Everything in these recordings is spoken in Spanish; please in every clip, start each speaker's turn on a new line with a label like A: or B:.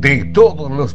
A: de todos los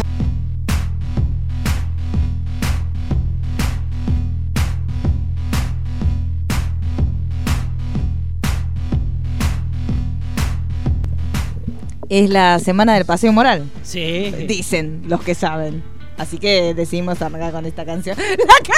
B: es la semana del paseo moral.
C: Sí.
B: Dicen los que saben. Así que decidimos arrancar con esta canción. La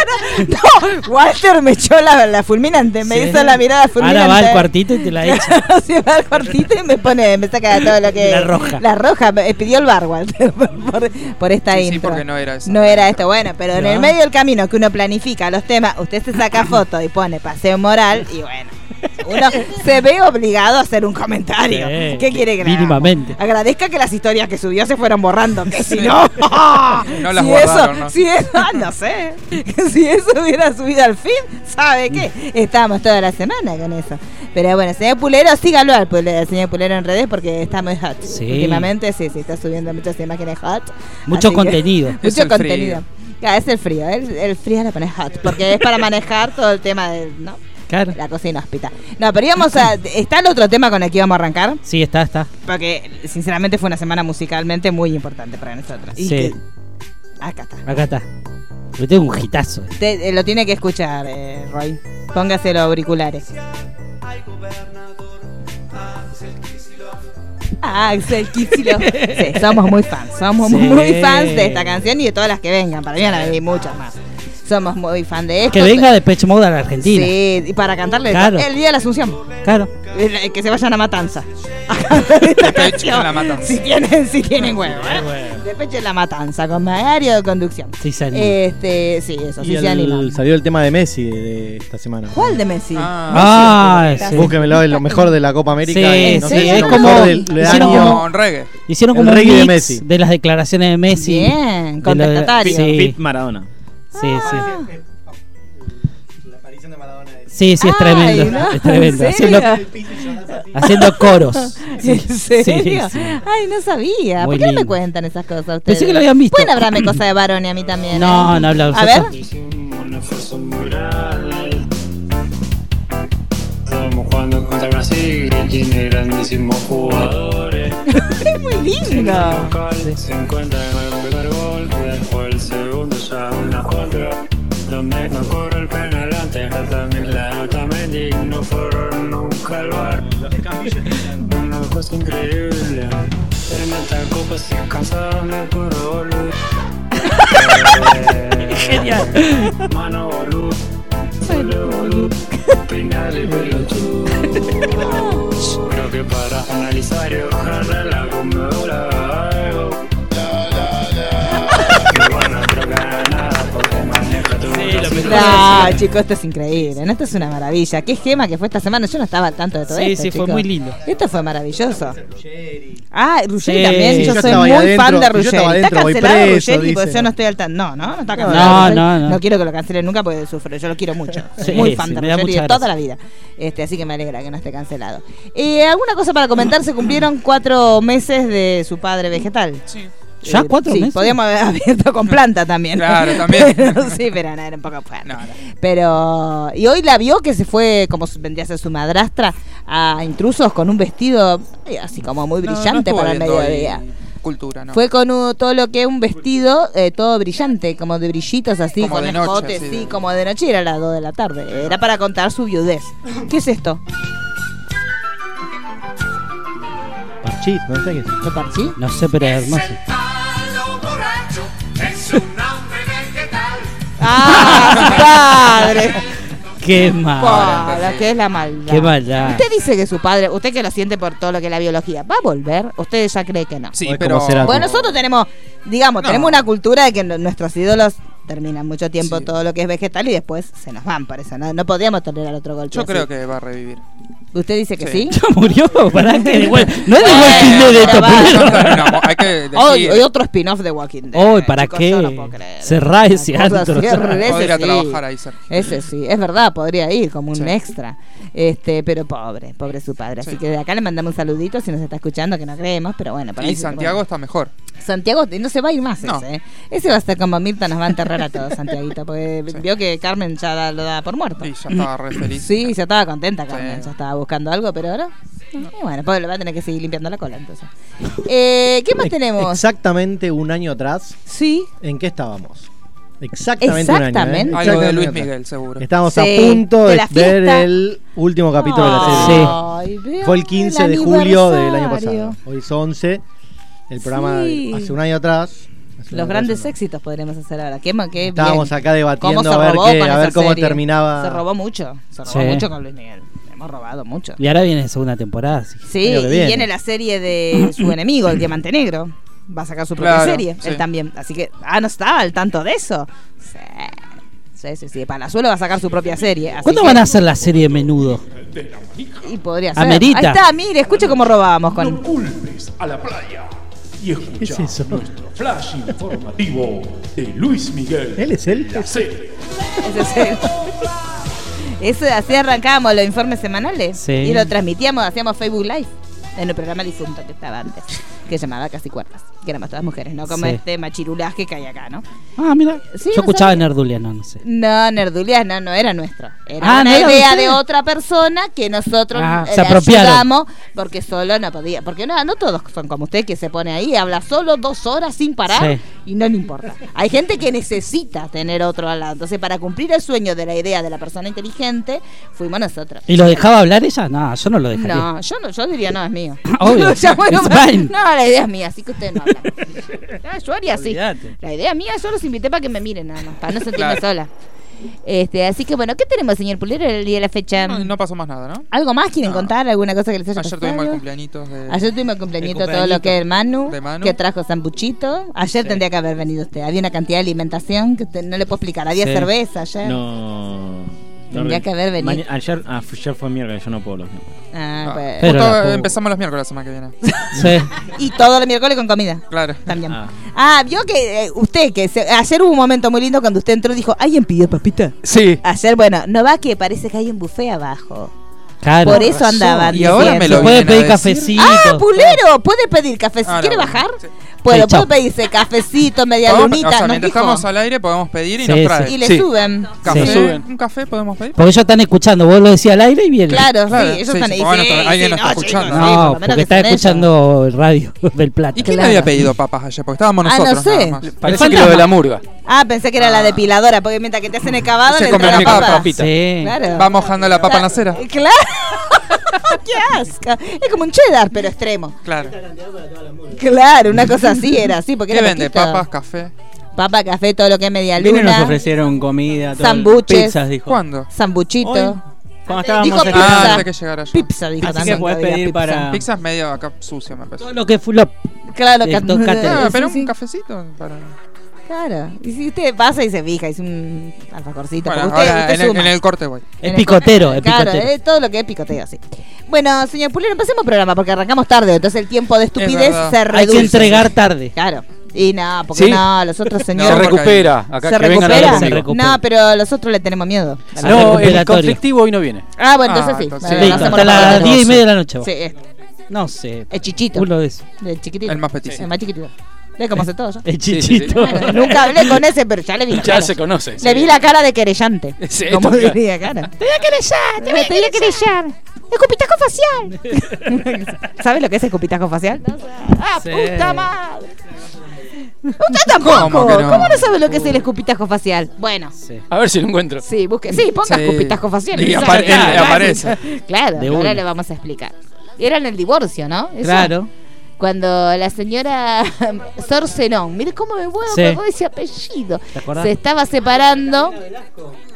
B: cara. No, Walter me echó la, la fulminante. Me
C: Sí.
B: hizo la mirada fulminante.
C: Ahora va al cuartito y te la echa.
B: Se va al cuartito y me pone, me saca todo lo que.
C: La roja.
B: La roja. Me eh, pidió el bar, Walter, por, por- por esta
D: Sí, sí,
B: intro.
D: porque no era esa.
B: No era esto. Bueno, pero en
C: No.
B: el medio del camino que uno planifica los temas, usted se saca foto y pone paseo moral y bueno. Uno se ve obligado a hacer un comentario.
C: Sí.
B: ¿Qué quiere que le hagamos?
C: Mínimamente.
B: Agradezca que las historias que subió se fueron borrando, que si no.
D: No las
B: si
D: guardaron,
B: eso,
D: ¿no?
B: si eso, ah, no sé. Que si eso hubiera subido al fin, ¿sabe qué? Estábamos toda la semana con eso. Pero bueno, señor Pulero, sígalo al Pulero, señor Pulero en redes porque está muy hot.
C: Sí.
B: Últimamente sí, sí, está subiendo muchas imágenes hot. Así
C: Mucho
B: que-
C: contenido.
D: Es
B: mucho
D: el
B: contenido.
D: frío.
B: Claro, es el frío, el, el frío la pone hot, porque es para manejar todo el tema de ¿no?
C: Claro.
B: la cocina hospital. No, pero íbamos a. Está el otro tema con el que íbamos a arrancar,
C: Sí, está, está.
B: porque sinceramente fue una semana musicalmente muy importante para nosotros.
C: Sí,
B: Acá está.
C: acá está. Yo tengo un hitazo.
B: Te- eh, lo tiene que escuchar, eh, Roy. Póngase los auriculares. Ah, Axel Kicillof. Sí, somos muy fans. Somos
C: Sí.
B: muy fans de esta canción y de todas las que vengan. Para mí van a venir muchas más. Somos muy fans de esto.
C: Que venga de Pech Mode a la Argentina.
B: Sí, y para cantarle
C: Claro.
B: el día de la Asunción.
C: Claro.
B: El- el Que se vayan a Matanza.
D: Depeche en la Matanza.
B: Si tienen, si tienen huevo. ¿eh?
C: Ah, tienen huevo.
B: Depeche en la Matanza con Magario de conducción.
C: Sí, se anima.
B: Este, sí, eso, sí
E: Y
B: se
E: el-
B: animan.
E: salió el tema de Messi de, de esta semana.
B: ¿Cuál de Messi?
C: Ah,
B: sí.
C: sí.
E: Búsquemelo en lo mejor de la Copa
C: Sí,
E: América. y
B: sí,
E: si
B: es
E: lo
B: como-
E: mejor del- del
C: hicieron
E: año.
C: como-
D: Con reggae.
C: Hicieron
E: El
C: como un
E: reggae
C: mix
E: de
C: de,
E: Messi.
C: las declaraciones de Messi.
B: Bien,
C: De lo de-
B: contestatario.
C: Sí.
F: Pit Maradona.
C: Sí, sí. Sí, sí,
B: Ay,
C: es tremendo.
B: no,
C: es tremendo.
B: ¿en
C: Haciendo,
B: serio?
C: haciendo coros. Sí,
B: ¿En serio?
C: sí.
B: Ay, no sabía. ¿Por
C: Muy
B: qué no me
C: lindo.
B: cuentan esas cosas ustedes?
C: Pensé que lo habían visto.
B: Pueden hablarme cosas de varón y a mí también.
C: No,
B: ¿eh?
C: no hablamos.
B: A ver.
G: Una fuerza moral. Estamos jugando contra Brasil, que tiene grandísimos jugadores.
B: Es muy lindo.
G: Local, Se encuentra con el primer gol, y después el segundo ya una contra. Donde no corre el penal antes, la también la Otamendi no fueron nunca al bar. Una cosa increíble. En esta copa se cansaron de puro boludo. Genial. Mano boludo. Solo boludo. Penal y pelotudo. Creo que para analizar y ojalá la conmemorar algo. Que bueno, creo que nada porque maneja tu corazón.
B: No, chicos, esto es increíble. ¿no? Esto es una maravilla. Qué gema que fue esta semana. Yo no estaba al tanto de todo
C: Sí,
B: esto.
C: sí, fue
B: chicos.
C: muy lindo.
B: Esto fue maravilloso. Ah, Ruggeri
C: Sí.
B: también.
C: Sí,
B: Yo,
C: yo
B: soy
E: estaba
B: muy
E: ahí adentro,
B: fan de
E: yo
B: Ruggeri.
E: estaba
B: Está
E: adentro, voy
B: cancelado
E: preso,
B: Ruggeri porque
E: dice.
B: yo no estoy al tanto. No, no, no está cancelado.
C: No,
B: Ruggeri.
C: no, no.
B: quiero que lo cancelen nunca porque sufro. Yo lo quiero mucho.
C: Sí,
B: Soy muy
C: sí,
B: fan de
C: me da
B: Ruggeri
C: mucha
B: de toda
C: gracia.
B: la vida. Este, así que me alegra que no esté cancelado. Eh, ¿Alguna cosa para comentar? Se cumplieron cuatro meses de su padre vegetal.
D: Sí.
C: ¿Ya
B: Eh,
C: cuatro
B: sí,
C: meses?
B: Podíamos haber abierto con planta también.
D: Claro, también.
B: Pero sí, pero no, era un poco fuerte.
D: No, no.
B: Pero. Y hoy la vio que se fue, como su- vendría a ser su madrastra, a intrusos con un vestido eh, así como muy
D: No, no
B: brillante
D: estuvo
B: para el
D: viendo hoy
B: mediodía.
D: Cultura, ¿no?
B: Fue con un- todo lo que es un vestido, eh, todo brillante, como de brillitos así,
D: Como
B: con
D: de noche,
B: escotes,
D: así
B: sí,
D: de-
B: como de noche, era las 2 de la tarde. Era para contar su viudez. ¿Qué es esto?
E: Parchís, no sé qué es.
B: ¿Lo parchí?
C: No sé, pero es hermoso.
B: ¡Ah, su padre!
C: Qué mal.
B: Pobre, que es la maldad.
C: Qué maldad.
B: Usted dice que su padre, usted que lo siente por todo lo que es la biología, ¿va a volver? Usted ya cree que no.
D: Sí,
E: Ay,
D: pero.
E: ¿cómo será?
B: Bueno, nosotros tenemos, digamos,
D: No.
B: tenemos una cultura de que no- nuestros ídolos terminan mucho tiempo
D: Sí.
B: todo lo que es vegetal y después se nos van, por eso. No, no podíamos tolerar otro golpe.
D: Yo
B: así.
D: creo que va a revivir.
B: ¿Usted dice que sí?
D: Sí.
C: Ya murió. Pará que de vuel- No es de
B: Bueno,
C: Walking Dead
B: pero
C: esto,
B: va.
C: pero.
D: No, no, hay que decir.
B: Hoy, hoy otro spin-off de Walking Dead.
C: Hoy, ¿para
B: Chicos,
C: qué?
B: yo no puedo creer.
C: Cerrá ese
B: Una cosa,
C: antro,
B: cierre
C: cerrá.
B: ese
D: Podría
B: sí.
D: trabajar ahí, Sergio.
B: Ese sí, es verdad, podría ir como un
D: Sí.
B: extra. Este, pero pobre, pobre su padre. Así
D: Sí.
B: que de acá le mandamos un saludito si nos está escuchando, que no creemos, pero bueno. por ahí
D: Y
B: se-
D: Santiago está mejor.
B: Santiago no se va a ir más
D: No.
B: ese, ¿eh? Ese va a estar como Mirta, nos va a enterrar a todos, Santiaguito, porque
D: Sí.
B: vio que Carmen ya da- lo da por muerto.
D: Y ya estaba re feliz.
B: Sí, ya estaba contenta Carmen,
D: Sí.
B: ya estaba buscando algo, pero ahora... Y bueno, Pablo va a tener que seguir limpiando la cola entonces. Eh, ¿Qué más tenemos?
E: Exactamente un año atrás,
B: Sí,
E: ¿en qué estábamos? Exactamente un año. ¿eh?
B: Exactamente.
D: Algo de
E: Exactamente
D: Luis
E: un año atrás.
D: Miguel, seguro.
E: Estamos
B: Sí,
E: a punto
B: de
E: de,
B: la
E: ver
B: fiesta.
E: el último capítulo de la serie.
C: Sí.
B: Ay, vean
E: Fue el 15 de julio del año
B: aniversario.
E: pasado. Hoy es 11. El programa de
B: Sí.
E: hace un año atrás. hace un
B: Los
E: año
B: grandes
E: atrás,
B: éxitos podremos hacer ahora. Qué, ma- qué
E: Estábamos
B: bien.
E: acá debatiendo
B: ¿Cómo se
E: a ver
B: robó
E: qué-
B: con
E: a
B: esa
E: ver cómo
B: serie?
E: terminaba.
B: Se robó mucho, se robó
C: Sí.
B: mucho con Luis Miguel. Hemos robado mucho.
C: Y ahora viene segunda temporada. así que-
B: Sí,
E: Creo que
B: y viene.
E: viene.
B: la serie de su enemigo, el Diamante Negro. Va a sacar su propia
D: Claro,
B: serie,
D: sí.
B: él también. Así que, ah, no estaba al tanto de eso. Sí, sí, sí. sí. Palazuelo va a sacar su propia serie. así
C: ¿Cuándo
B: que-
C: van a hacer la serie de menudo?
B: Y podría ser.
C: Amerita.
B: Ahí está, mire, escuche cómo robábamos con.
F: No culpes a la playa y escucha
E: ¿Qué es eso?
F: nuestro flash informativo de Luis Miguel.
E: ¿Él es él?
F: La serie.
B: Ese es el- Eso, así arrancábamos los informes semanales.
C: Sí.
B: Y lo transmitíamos, hacíamos Facebook Live. En el programa difunto que estaba antes. Que se llamaba Casi Cuerdas. Que éramos todas mujeres, ¿no? Como
C: Sí.
B: este machirulaje que hay acá, ¿no?
C: Ah, mira.
B: Sí,
C: Yo
B: no
C: escuchaba
B: sabía.
C: en Nerdulia, no, no sé.
B: No, Nerdulias no, no era nuestro. Era
C: Ah,
B: una
C: ¿no era de
B: idea de
C: ustedes?
B: otra persona que nosotros
C: Ah,
B: eh,
C: se
B: le
C: apropiaron.
B: ayudamos porque solo no podía. Porque no, no todos son como usted que se pone ahí, habla solo dos horas sin parar
C: Sí.
B: y no le importa. Hay gente que necesita tener otro al lado. Entonces, para cumplir el sueño de la idea de la persona inteligente, fuimos nosotros.
C: ¿Y lo dejaba hablar ella? No, yo no lo dejaría.
B: No, yo no, yo diría no, es mío.
C: Obvio.
B: Ya, bueno,
C: It's
B: pero-
C: mine.
B: no, la idea es mía, así que ustedes no hablan. No, yo haría así.
C: Olvídate.
B: La idea mía, yo los invité para que me miren nada más, para no sentirme
D: Claro.
B: sola. Este, así que bueno, ¿qué tenemos, señor Pulero, el día de la fecha?
D: No, y no pasó más nada, ¿no?
B: ¿Algo más quieren
D: No.
B: contar? ¿Alguna cosa que les haya
D: Ayer
B: pasado?
D: tuvimos el cumpleañitos de.
B: Ayer tuvimos el cumpleañito,
C: El
B: todo lo que es el Manu,
D: de Manu.
B: que trajo Sambuchito. Ayer tendría que haber venido usted. Había una cantidad de alimentación que usted no le puedo explicar. Había
C: Sí.
B: cerveza ayer.
H: No.
B: Tendría que haber venido.
H: Maña- Ayer, ah, fue- ayer fue miércoles, yo no puedo los miércoles.
B: Ah,
D: Ah,
B: pues.
C: Pero
D: justo
C: la pu-
D: empezamos los miércoles la semana que viene.
C: Sí.
B: Y todo el miércoles con comida.
D: Claro.
B: También. Ah.
H: Ah.
B: vio que eh, usted, que se- ayer hubo un momento muy lindo cuando usted entró y dijo, ¿alguien pidió papita?
D: Sí.
B: Ayer, bueno, no va que parece que hay un buffet abajo.
D: Ah,
C: Claro.
B: Por eso andaban.
D: Y ahora
B: diciendo.
D: me
C: Se
D: lo
C: puede
D: vienen a
C: pedir
D: decir.
C: cafecito.
B: Ah, pulero, puede pedir café.
D: Ah,
B: ¿Quiere
D: no,
B: bajar?
D: sí.
B: Bueno,
C: Sí, chao.
B: puede pedirse cafecito, media
D: Podemos-
B: lunita,
D: o sea,
B: nos
D: mientras
B: dijo.
D: estamos al aire podemos pedir y
C: Sí,
D: nos
C: sí.
D: traen.
B: Y le
E: Sí.
B: suben.
D: Café,
B: Sí.
D: suben. ¿Un café podemos pedir?
C: Porque ellos están escuchando. Vos lo decías al aire y viene.
B: Claro,
D: Claro,
B: sí, ellos
D: sí,
B: están
D: sí,
B: ahí.
D: bueno,
B: sí,
D: está- alguien
B: sí,
D: nos está
B: chicos,
D: escuchando.
B: sí, por
C: No,
B: lo menos
C: porque
B: que
C: está
B: sean ellos.
C: escuchando el radio Pues del plato.
D: ¿Y quién
B: Claro.
D: había pedido papas ayer? Porque estábamos
B: Ah, no
D: nosotros. nada
B: sé.
D: más.
C: Parece que lo de la
H: murga.
B: Ah, pensé que era la depiladora, porque mientras que te hacen el cavado,
D: Se
B: le
D: come
B: entra la
D: la
B: papa.
D: papa.
C: Sí.
B: Claro.
D: Va mojando la papa en la cera.
B: Claro. ¡Qué asco! Es como un cheddar, pero extremo.
D: Claro.
B: Claro, una cosa así era, sí, porque
D: ¿Qué
B: era
D: vende?
B: poquito.
D: Papas, café.
B: Papa, café, todo lo que es media
H: Vino y nos
B: luna,
H: ofrecieron comida, todo,
B: Sambuches.
H: pizzas, dijo.
D: ¿Cuándo?
B: sambuchito.
H: Hoy, cuando estábamos
B: Dijo
H: esperando-
D: Ah,
B: pizza.
D: antes que llegara yo.
B: Pizza, dijo
H: Así
B: también,
H: que podés
B: todavía
H: pedir
B: pizza.
H: para-
D: Pizza es medio acá sucio, me parece.
C: Todo lo que fue lo.
B: Claro,
C: Eh, dos
B: claro,
C: cáteras.
D: Ah,
B: sí,
D: pero
B: sí,
D: un cafecito para.
B: Claro. Y si usted pasa y se fija, es un alfajorcito.
D: Bueno,
B: porque usted,
D: ahora
B: usted
D: en el,
B: suma.
D: en el corte voy.
B: En
C: El picotero, el
B: Claro,
C: picotero.
B: eh, todo lo que es picoteo, sí. Bueno, señor Pulero, empecemos el programa porque arrancamos tarde, entonces el tiempo de estupidez
D: verdad.
B: se
C: Hay
B: reduce.
C: que entregar tarde.
B: Claro. Y no, porque
I: ¿Sí?
B: no, los otros
D: Se
B: señores.
D: recupera,
B: ¿Se recupera?
C: hablar conmigo. Se recupera.
B: No, pero los otros le tenemos miedo. la
C: No,
B: verdad.
C: el
I: No, el
C: recuperatorio.
I: conflictivo hoy no viene.
B: Ah, bueno, entonces
D: Ah,
B: sí.
D: entonces
B: Vale,
D: sí.
C: Listo,
B: hacemos
C: hasta
B: la
C: las
B: parte
C: 10 y media de la noche.
B: dos.
C: vos.
B: Sí, es,
C: No sé.
B: es chichito.
C: Uno de esos.
B: El chiquitito.
D: El más petiso.
B: El más chiquitito. Ve cómo hace todo yo.
C: El
I: Sí, sí,
C: chichito.
B: Bueno, Nunca hablé con ese, pero ya le vi la
I: Ya
B: cara.
I: se conoce.
B: Le
I: sí.
B: vi la cara de querellante.
I: Sí,
B: como
I: total.
B: diría cara. Te voy a querellar, te voy a querellar. Escupitajo facial. ¿Sabes lo que es escupitajo facial? ¡Ah,
C: Sí.
B: puta madre! Usted tampoco. ¿Cómo,
D: ¿Cómo que no?
B: no sabe lo que es el escupitajo facial? Bueno.
C: Sí.
I: A ver si lo encuentro.
B: Sí, busque. Sí, ponga
D: Sí.
B: escupitajo facial.
D: Y
B: Esa
D: apare-
B: es la
D: él
B: cara.
D: aparece.
B: Claro,
C: De
B: ahora
C: una.
B: le vamos a explicar. Era en el divorcio, ¿no? Eso.
C: Claro.
B: Cuando la señora Sorcenón, mire cómo me muevo
C: Sí.
B: con ese apellido,
C: ¿Te acordás?
B: se estaba separando.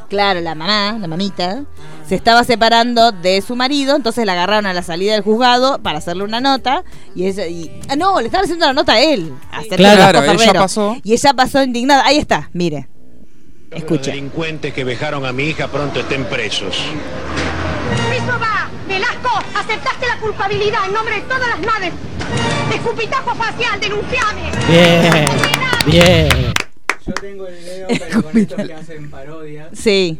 B: Claro, la mamá, la mamita, se estaba separando de su marido, entonces la agarraron a la salida del juzgado para hacerle una nota. Y ella. y- ah, no, le estaban haciendo la nota a él. acerca de
C: Claro,
B: Vasco
D: ella
B: Ferrero.
D: pasó.
B: Y ella pasó indignada. Ahí está, mire.
J: Los
B: Escuche.
J: delincuentes que vejaron a mi hija pronto estén presos.
K: Eso va, Velasco, aceptaste la culpabilidad en nombre de todas las madres. Escupitajo facial, denunciame.
C: Bien. Bien.
E: capital.
B: Sí.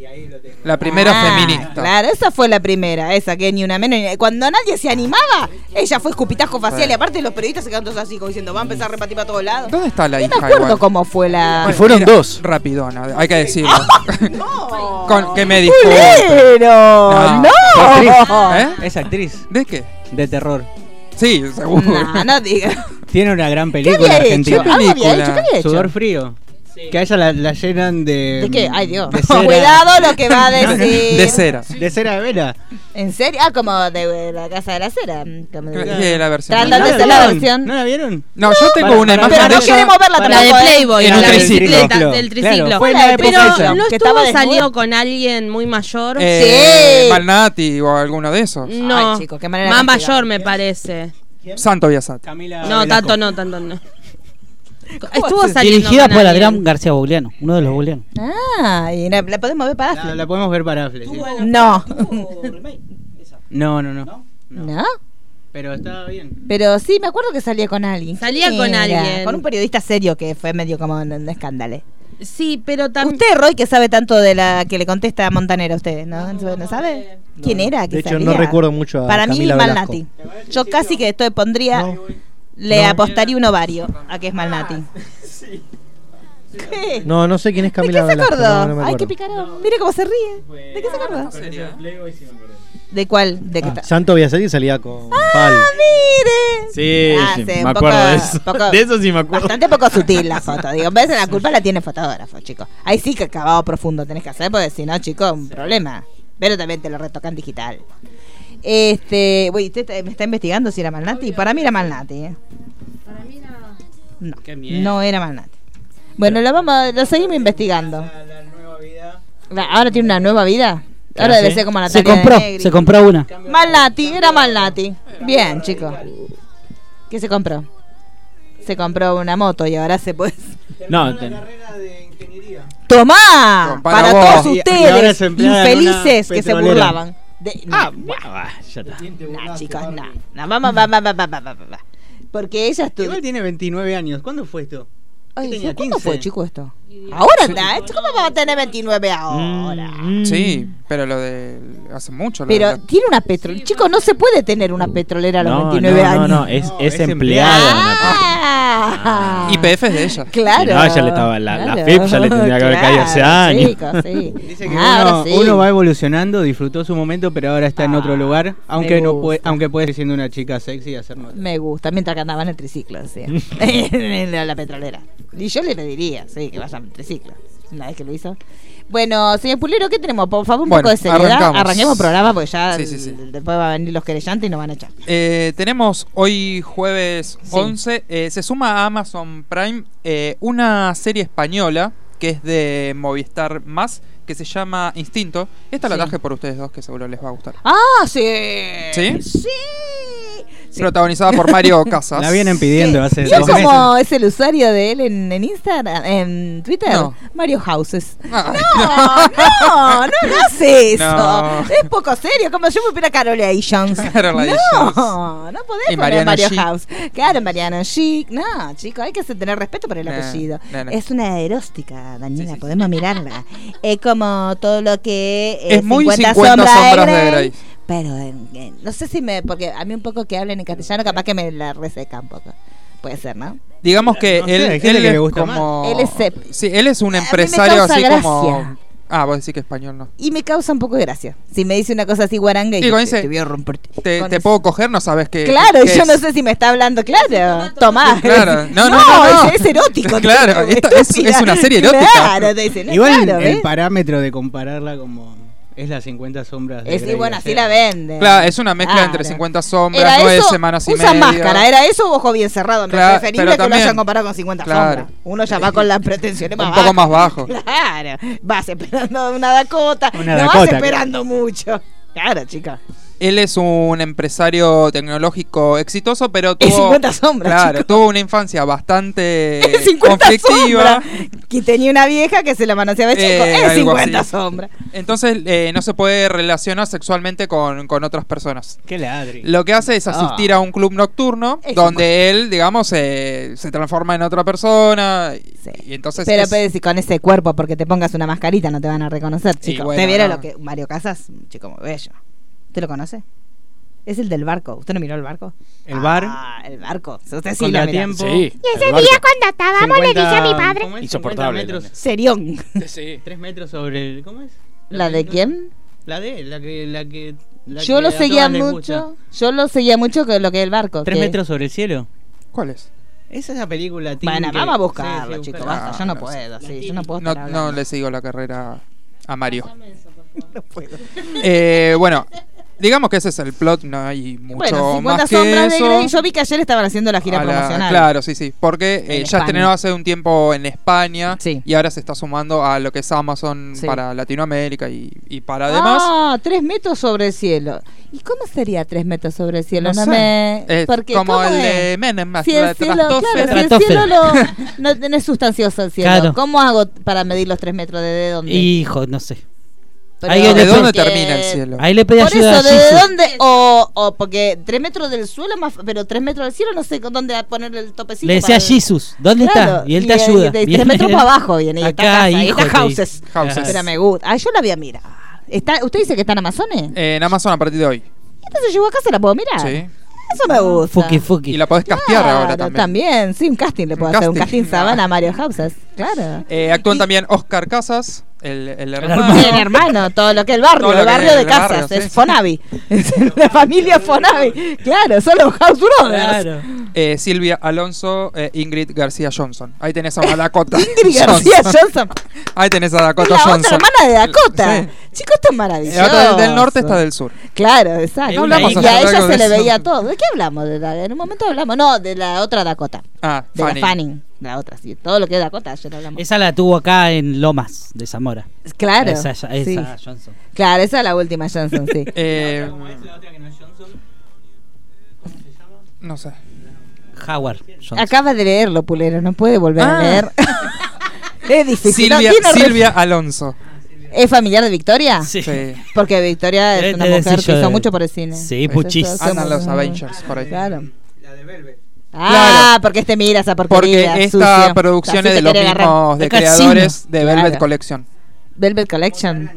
D: La primera
B: Ah,
D: feminista.
B: Claro, esa fue la primera, esa que ni una menos. ni- Cuando nadie se animaba, ella fue escupitajo facial
D: Bueno.
B: y aparte los periodistas se quedaron todos así como diciendo, va a empezar
D: Em,
B: a repartir para todos lados.
D: ¿Dónde está la
B: No me
D: hija?
B: acuerdo
D: igual?
B: cómo fue la...
E: Y fueron
D: Mira,
E: dos.
D: Rapidona, hay que decirlo.
B: ¡No!
D: Con, que me disculpe.
B: ¡Culero!
D: No.
B: ¡No!
D: ¿Eh?
H: Es actriz
D: ¿De qué?
H: de terror.
D: Sí, seguro.
B: No, no diga.
H: Tiene una gran
B: ¿Qué
H: película
B: había hecho?
H: argentina.
B: ¿Algo había hecho? ¿Qué había hecho?
H: Sudor frío. Que a ella la, la llenan de.
B: ¿De qué? Ay, Dios.
H: De cera,
B: Cuidado lo que va a decir.
D: De cera.
H: de cera de vela.
B: ¿En serio? Ah, como de, eh, la casa de la cera. Como de-
D: Que- que la versión.
B: Tal, tal,
H: ¿No
B: vez
H: la
B: es la
H: vieron?
B: versión.
H: ¿No la vieron?
D: No, yo tengo
H: Para-
D: una
H: para-
D: imagen
B: Pero
D: de
B: no
D: ella.
B: queremos verla
C: Para-
I: La de
B: tampoco, ¿eh?
I: Playboy,
D: En
I: la
D: un
I: de
D: triciclo.
I: bicicleta, del triciclo.
C: Claro,
B: Fue
C: fue
B: la
C: la
B: de
C: época
I: Pero
C: esa.
I: no
B: Que
I: estuvo
B: estaba desnuda.
I: salido con alguien muy mayor.
D: Eh,
B: Sí.
D: Malnati o alguno de esos.
I: No,
B: Ay, chicos, qué manera de
I: más
B: castigar.
I: mayor me parece.
B: Mm.
D: Santo Viasat.
H: Camila.
I: No,
H: Velasco.
I: tanto no, tanto no. Estuvo saliendo
C: Dirigida
I: con
C: por
I: alguien.
C: Adrián García Bouliano, uno de los Boulianos.
B: Ah, y la, la podemos ver para
H: La,
B: Ashley.
H: la podemos ver para Affleck. sí.
B: No.
H: No, no, no.
B: ¿No?
H: Pero está bien.
B: Pero sí, me acuerdo que salía con alguien.
I: Salía
B: ¿Quién
I: con
B: era?
I: alguien.
B: Con un periodista serio que fue medio como un, un escándalo.
I: Sí, pero también.
B: Usted, Roy, que sabe tanto de la que le contesta a Montanera a usted, ¿no? ¿No, sabe? ¿Quién era? que
E: De hecho,
B: salía?
E: no recuerdo mucho a
B: Para mí,
E: Camila
B: Malnati. Yo casi que esto pondría,
E: No.
B: le
E: No.
B: apostaría un ovario a que es Malnati. ¿Qué?
E: No, no sé quién es
B: ¿De qué
E: Camila
B: se
E: Velasco,
B: acordó?
E: no, no me
B: Ay, qué
E: acuerdo.
B: picarón. Mire cómo se ríe. ¿De qué se acordó? ¿De cuál? ¿De qué
E: Ah,
B: ta-
E: Santo Viaset y salía con Pal.
B: ¡Ah, mire!
H: Sí,
B: Ah,
H: sí,
B: sí,
H: me
B: un
H: acuerdo
B: poco-
H: de eso.
B: poco-
H: de eso sí me acuerdo.
B: Bastante poco sutil la foto, digo. ¿Ves? La culpa la tiene fotógrafo, chicos. Ahí sí que acabado profundo tenés que hacer, porque si no, chicos, un problema. Pero también te lo retocan digital. Este, güey, usted está- me está investigando si era Malnati. Para mí era Malnati, ¿eh? No,
H: Qué miedo.
B: no era Malnati. Bueno, lo vamos, a- lo seguimos investigando.
H: La nueva vida.
B: Va, Ahora tiene una nueva vida. Ahora
H: Claro,
B: debe
H: sí.
B: ser como Natalia
C: Se compró,
B: de Negri.
C: se compró una.
B: Malnati, era Malnati. Bien, chicos. ¿Qué se compró? Se compró una moto y ahora se puede.
H: No, ten-
B: ¡Tomá!
D: Para
B: Para
D: vos.
B: todos
H: Y- y ahora
B: ustedes,
H: es empleada en
B: infelices
H: una
B: que se
H: petrolera.
B: burlaban. De-
H: Ah,
B: no,
H: bah, bah, ya está.
B: no, chicos, no. No, vamos, vamos, vamos, vamos, vamos, vamos. Porque ella estuvo.
H: Igual tiene 29 años. ¿Cuándo fue esto?
B: Ay,
H: tenía
B: ¿Cuándo
H: 15?
B: fue, chico, esto? Ahora está. ¿eh? ¿Cómo va a tener 29 ahora?
D: Sí, pero lo de. Hace mucho. lo de
B: Pero
D: la-
B: tiene una petrolera. Chicos, no se puede tener una petrolera a los 29
H: no,
B: años.
H: No, no, es, es
C: es
H: empleada.
C: empleada.
B: Ah.
D: IPF es de ella.
B: Claro.
H: Si no, ella le estaba- la- la FIP ya le tendría que haber caído hace años.
B: chicos, sí.
H: Dice que
B: Ah,
H: uno,
B: ahora sí.
H: uno va evolucionando, disfrutó su momento, pero ahora está en
B: Ah,
H: otro lugar.
B: me
H: Aunque no puede,
B: gusta.
H: aunque puede seguir siendo una chica sexy y hacernos.
B: Me gusta, mientras que andaba en el triciclo, sí. en la- la petrolera. Y yo le pediría, sí, que vaya en el triciclo. Una vez que lo hizo. Bueno, señor Pulero, ¿qué tenemos? Por favor, un
D: Bueno,
B: poco de seriedad.
D: arrancamos.
B: Arranquemos el programa porque ya
D: Sí, sí, sí.
B: después van a venir los querellantes y nos van a echar.
D: Eh, tenemos hoy jueves 11, eh, se suma a Amazon Prime eh, una serie española que es de Movistar Más, que se llama Instinto. Esta la traje por ustedes dos, que seguro les va a gustar.
B: ¡Ah, sí!
D: ¿Sí?
B: ¡Sí! Sí.
D: Protagonizada por Mario Casas.
H: La vienen pidiendo hace
B: ¿Sabes
H: dos
B: cómo
H: meses.
B: es el usuario de él en, en Instagram? En Twitter.
D: No.
B: Mario Houses.
D: Ah,
B: No, no, no, no hace eso.
D: No.
B: Es poco serio, como yo me hubiera Carole Jones.
D: Carole
B: No,
D: Jones.
B: no podés
D: Y
B: poner
D: Mariano
B: Mario
D: Chic.
B: House. Claro, Mariano Chic. No, chicos, hay que tener respeto por el
D: No,
B: apellido.
D: no, no.
B: Es una eróstica, Daniela,
D: Sí, sí,
B: podemos mirarla. Es como todo lo que eh,
D: Es muy 50 sombras de Grey.
B: Pero en- en- no sé si me. Porque a mí un poco que hablen en castellano, capaz que me la reseca un poco. Puede ser, ¿no?
D: Digamos que
H: No sé,
D: él,
H: hay gente
D: él
H: que
D: es
H: le gusta
D: como...
B: más. Él es cep-
D: Sí, él es un
B: A mí me
D: empresario
B: causa
D: así como...
B: gracia.
D: Ah, vos decís que español no.
B: Y me causa un poco de gracia. Si me dice una cosa así guaranga y
D: Digo,
B: te,
D: dice,
B: te voy a romper. t-
D: Te,
B: con
D: te
B: eso.
D: puedo coger, no sabes qué
B: Claro,
D: qué
B: y yo
D: es.
B: no sé si me está hablando, claro. Tomás.
D: Claro, no, no, no, no.
B: Es, es erótico.
D: Claro,
B: tipo,
D: esto es-
B: estúpida.
D: es una serie erótica.
B: Claro, te dicen, no,
H: Igual
B: claro,
H: el
B: ¿ves?
H: parámetro de compararla como es las 50 sombras. de
B: Es, y
H: Grey,
B: bueno,
H: o
B: así
H: sea,
B: la venden.
D: Claro, es una mezcla
B: Claro.
D: entre 50 sombras,
B: Era
D: nueve
B: eso,
D: semanas y
B: usan
D: media.
B: máscara, ¿era eso o ojo bien cerrado? Me
D: Claro,
B: preferible
D: pero
B: que lo
D: también-
B: hayan comparado con 50
D: Claro.
B: sombras. Uno ya va con las pretensiones más
D: Un poco más bajo.
B: Claro, vas esperando una Dakota,
H: Una
B: no vas
H: Dakota,
B: esperando mucho. Claro, chica.
D: Él es un empresario tecnológico exitoso, pero tuvo.
B: En 50 sombras,
D: Claro,
B: chico.
D: tuvo una infancia bastante
B: 50
D: Eh, conflictiva.
B: sombras. Que tenía una vieja que se la manoseaba el chico.
D: Eh,
B: es
D: algo
B: 50
D: así.
B: sombras.
D: Entonces eh, no se puede relacionar sexualmente con, con otras personas.
H: Qué ladri.
D: Lo que hace es asistir a un club nocturno
B: Ah. Es un
D: donde él, digamos, eh, se transforma en otra persona. y- Y entonces.
B: Pero, pues,
D: es-
B: pero si con ese cuerpo, porque te pongas una mascarita, no te van a reconocer, chico.
D: bueno,
B: te viera
D: no.
B: lo que. Mario Casas, un chico muy bello. ¿Usted lo conoce? Es el del barco. ¿Usted no miró el barco?
H: El bar.
B: Ah, el barco. Usted sí lo miró.
H: Contratiempo.
B: Y ese día cuando estábamos le dije a mi padre.
H: ¿Cómo es?
E: Insoportable,
H: 50 metros.
B: Serión.
H: Sí. Tres metros sobre el. ¿Cómo es?
B: ¿La de quién?
H: La de, la que. La que la
B: Yo
H: que
B: lo
H: a
B: seguía
H: todas les
B: mucho.
H: gusta.
B: Yo lo seguía mucho que lo que es el barco.
H: ¿Tres
B: que-
H: metros sobre el cielo?
D: ¿Cuál es?
H: Esa es la película teen
B: Bueno,
H: que-
B: vamos a
H: Sí,
B: buscarlo,
H: sí,
B: chicos.
H: buscarla.
B: Basta, yo no puedo. Sí, yo no puedo.
D: Ah, No,
B: estar
D: no
B: hablando.
D: le sigo la carrera a Mario. Eh, bueno, digamos que ese es el plot, no hay mucho
B: Bueno, 50
D: más que
B: sombras de
D: eso.
B: Grey. Yo vi que ayer estaban haciendo la gira
D: A la-
B: promocional.
D: Claro, sí, sí. Porque eh,
B: En
D: ya
B: España.
D: estrenó hace un tiempo en España y ahora se está sumando a lo que es Amazon
B: Sí.
D: para Latinoamérica y, y para además.
B: Ah, tres metros sobre el cielo. ¿Y cómo sería tres metros sobre el cielo? No,
D: sé.
B: me.
D: Es
B: porque,
D: como
B: ¿cómo
D: el de
B: es?
D: Menem,
B: Si el
D: la
B: cielo, claro,
D: trastose.
B: si el
D: Trastose.
B: cielo lo- no, no es sustancioso el cielo.
C: Claro.
B: ¿Cómo hago para medir los tres metros de, de dónde?
C: Hijo, no sé.
B: Pero-
C: Ahí le-
D: ¿De dónde
B: porque-
D: termina el cielo?
C: Ahí le pedí
B: Por eso,
C: ayuda a
B: ¿desde
C: Gigi.
B: dónde? O, o porque tres metros del suelo, más, pero tres metros del cielo, no sé con dónde poner el topecito.
C: Le decía a
B: para-
C: Jesus, ¿dónde
B: Claro,
C: está? Y él te
B: y- y
C: ayuda.
B: de- tres
C: Viene-
B: metros para abajo viene, y está
C: Acá,
B: casa, y
C: hijo,
B: está
C: te-
B: houses.
D: Houses.
B: Pero me gusta. Ah, yo la voy a mirar. Está, ¿Usted dice que está en Amazones?
D: Eh, en Amazon a partir de hoy.
B: Esta se llevó a casa, la puedo mirar.
D: Sí.
B: Eso me gusta.
D: Y la podés castear
B: Claro,
D: ahora también.
B: sí, un casting le puedo
D: Un
B: hacer, un
D: casting.
B: casting sabana a Mario Houses. Claro.
D: Eh, actúan también Oscar Casas, el, el hermano.
B: Bien, hermano, todo lo que el barrio,
D: Todo lo
B: el
D: que
B: barrio
D: es
B: de
D: el
B: casas,
D: barrio,
B: es
D: sí.
B: Fonavi. Es la familia Fonavi. Claro, son los House Brothers.
D: Eh, Silvia Alonso, eh, Ingrid García Johnson. Ahí tenés a Dakota.
B: Ingrid García Johnson.
D: Ahí tenés a
B: Es
D: Dakota
B: la otra
D: Johnson.
B: hermana de Dakota. Chicos, esto es maravilloso.
D: La otra del, del norte está del sur.
B: Claro, exacto.
D: No hablamos
B: y a
D: ayer
B: ella
D: algo
B: se
D: de
B: le
D: eso.
B: veía todo. ¿De qué hablamos? De la- en un momento hablamos. No, de la otra Dakota.
D: Ah,
B: De
D: Fanning.
B: la Fanning. La otra, sí. Todo lo que es Dakota, ayer hablamos.
C: Esa la tuvo acá en Lomas de Zamora.
B: Claro,
C: Esa, esa,
B: sí.
C: Johnson.
B: Claro, esa es la última Johnson, sí.
D: Eh, no sé.
C: Howard Johnson.
B: Acaba de leerlo, Pulero. No puede volver a
D: Ah.
B: leer. es difícil. no
D: Silvia,
B: tiene re-
D: Silvia Alonso.
B: ¿Es familiar de Victoria?
C: Sí.
D: Sí.
B: Porque Victoria
C: Eh,
B: Ah, es una
C: te
B: mujer
C: decía
B: que
C: yo
B: hizo
C: de-
B: mucho por el cine.
C: Sí,
B: Eso
C: muchísimo.
B: hacemos-
D: Andan los Avengers por ahí.
B: Claro. Ah,
D: Claro.
B: porque este mira esa porquería.
D: Porque esta
B: sucio.
D: producción
B: Así
D: es
B: te
D: de los
B: quiere agarrar.
D: mismos de
B: El casino.
D: creadores de Velvet
B: Claro.
D: Collection.
B: Velvet Collection.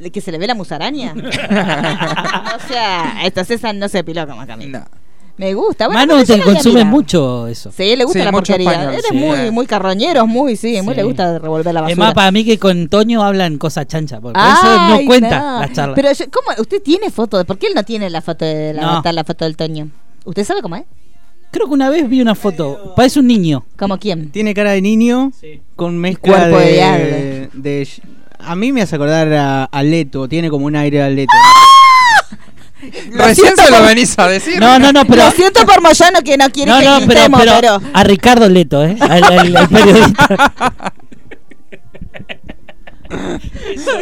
B: ¿De ¿Que se le ve la musaraña? o sea, esta César no se depiló como Camila. Me gusta. Bueno,
C: Mano,
B: pero yo
C: te
B: la voy a
C: consume
B: mirar.
C: mucho eso.
B: Sí, le gusta
D: Sí,
B: la
D: mucho
B: porquería.
D: español,
B: Eres
D: sí.
B: muy, muy carroñero, muy, sí, muy
C: Sí.
B: le gusta revolver la basura.
C: Es más, para mí que con Toño hablan cosas chanchas. Porque eso
B: Ay,
C: no cuenta
B: no.
C: la charla.
B: Pero yo- ¿cómo? ¿Usted tiene foto? de- ¿Por qué él no tiene la foto de la,
C: No.
B: está la foto del Toño? ¿Usted sabe cómo es?
C: Creo que una vez vi una foto. Parece un niño.
B: ¿Cómo quién?
H: Tiene cara de niño con mezcla
B: cuerpo de
H: de,
B: diablo.
H: de- A mí me hace acordar a, a Leto. Tiene como un aire a Leto.
D: Recién
B: siento
D: se lo
B: por-
D: venís a decir.
C: No, no, no, pero.
B: Lo siento por Moyano que no quiere
C: No,
B: que
C: no, pero,
B: gritemos,
C: pero,
B: pero...
C: a Ricardo Leto, ¿eh? Al, al- al periodista.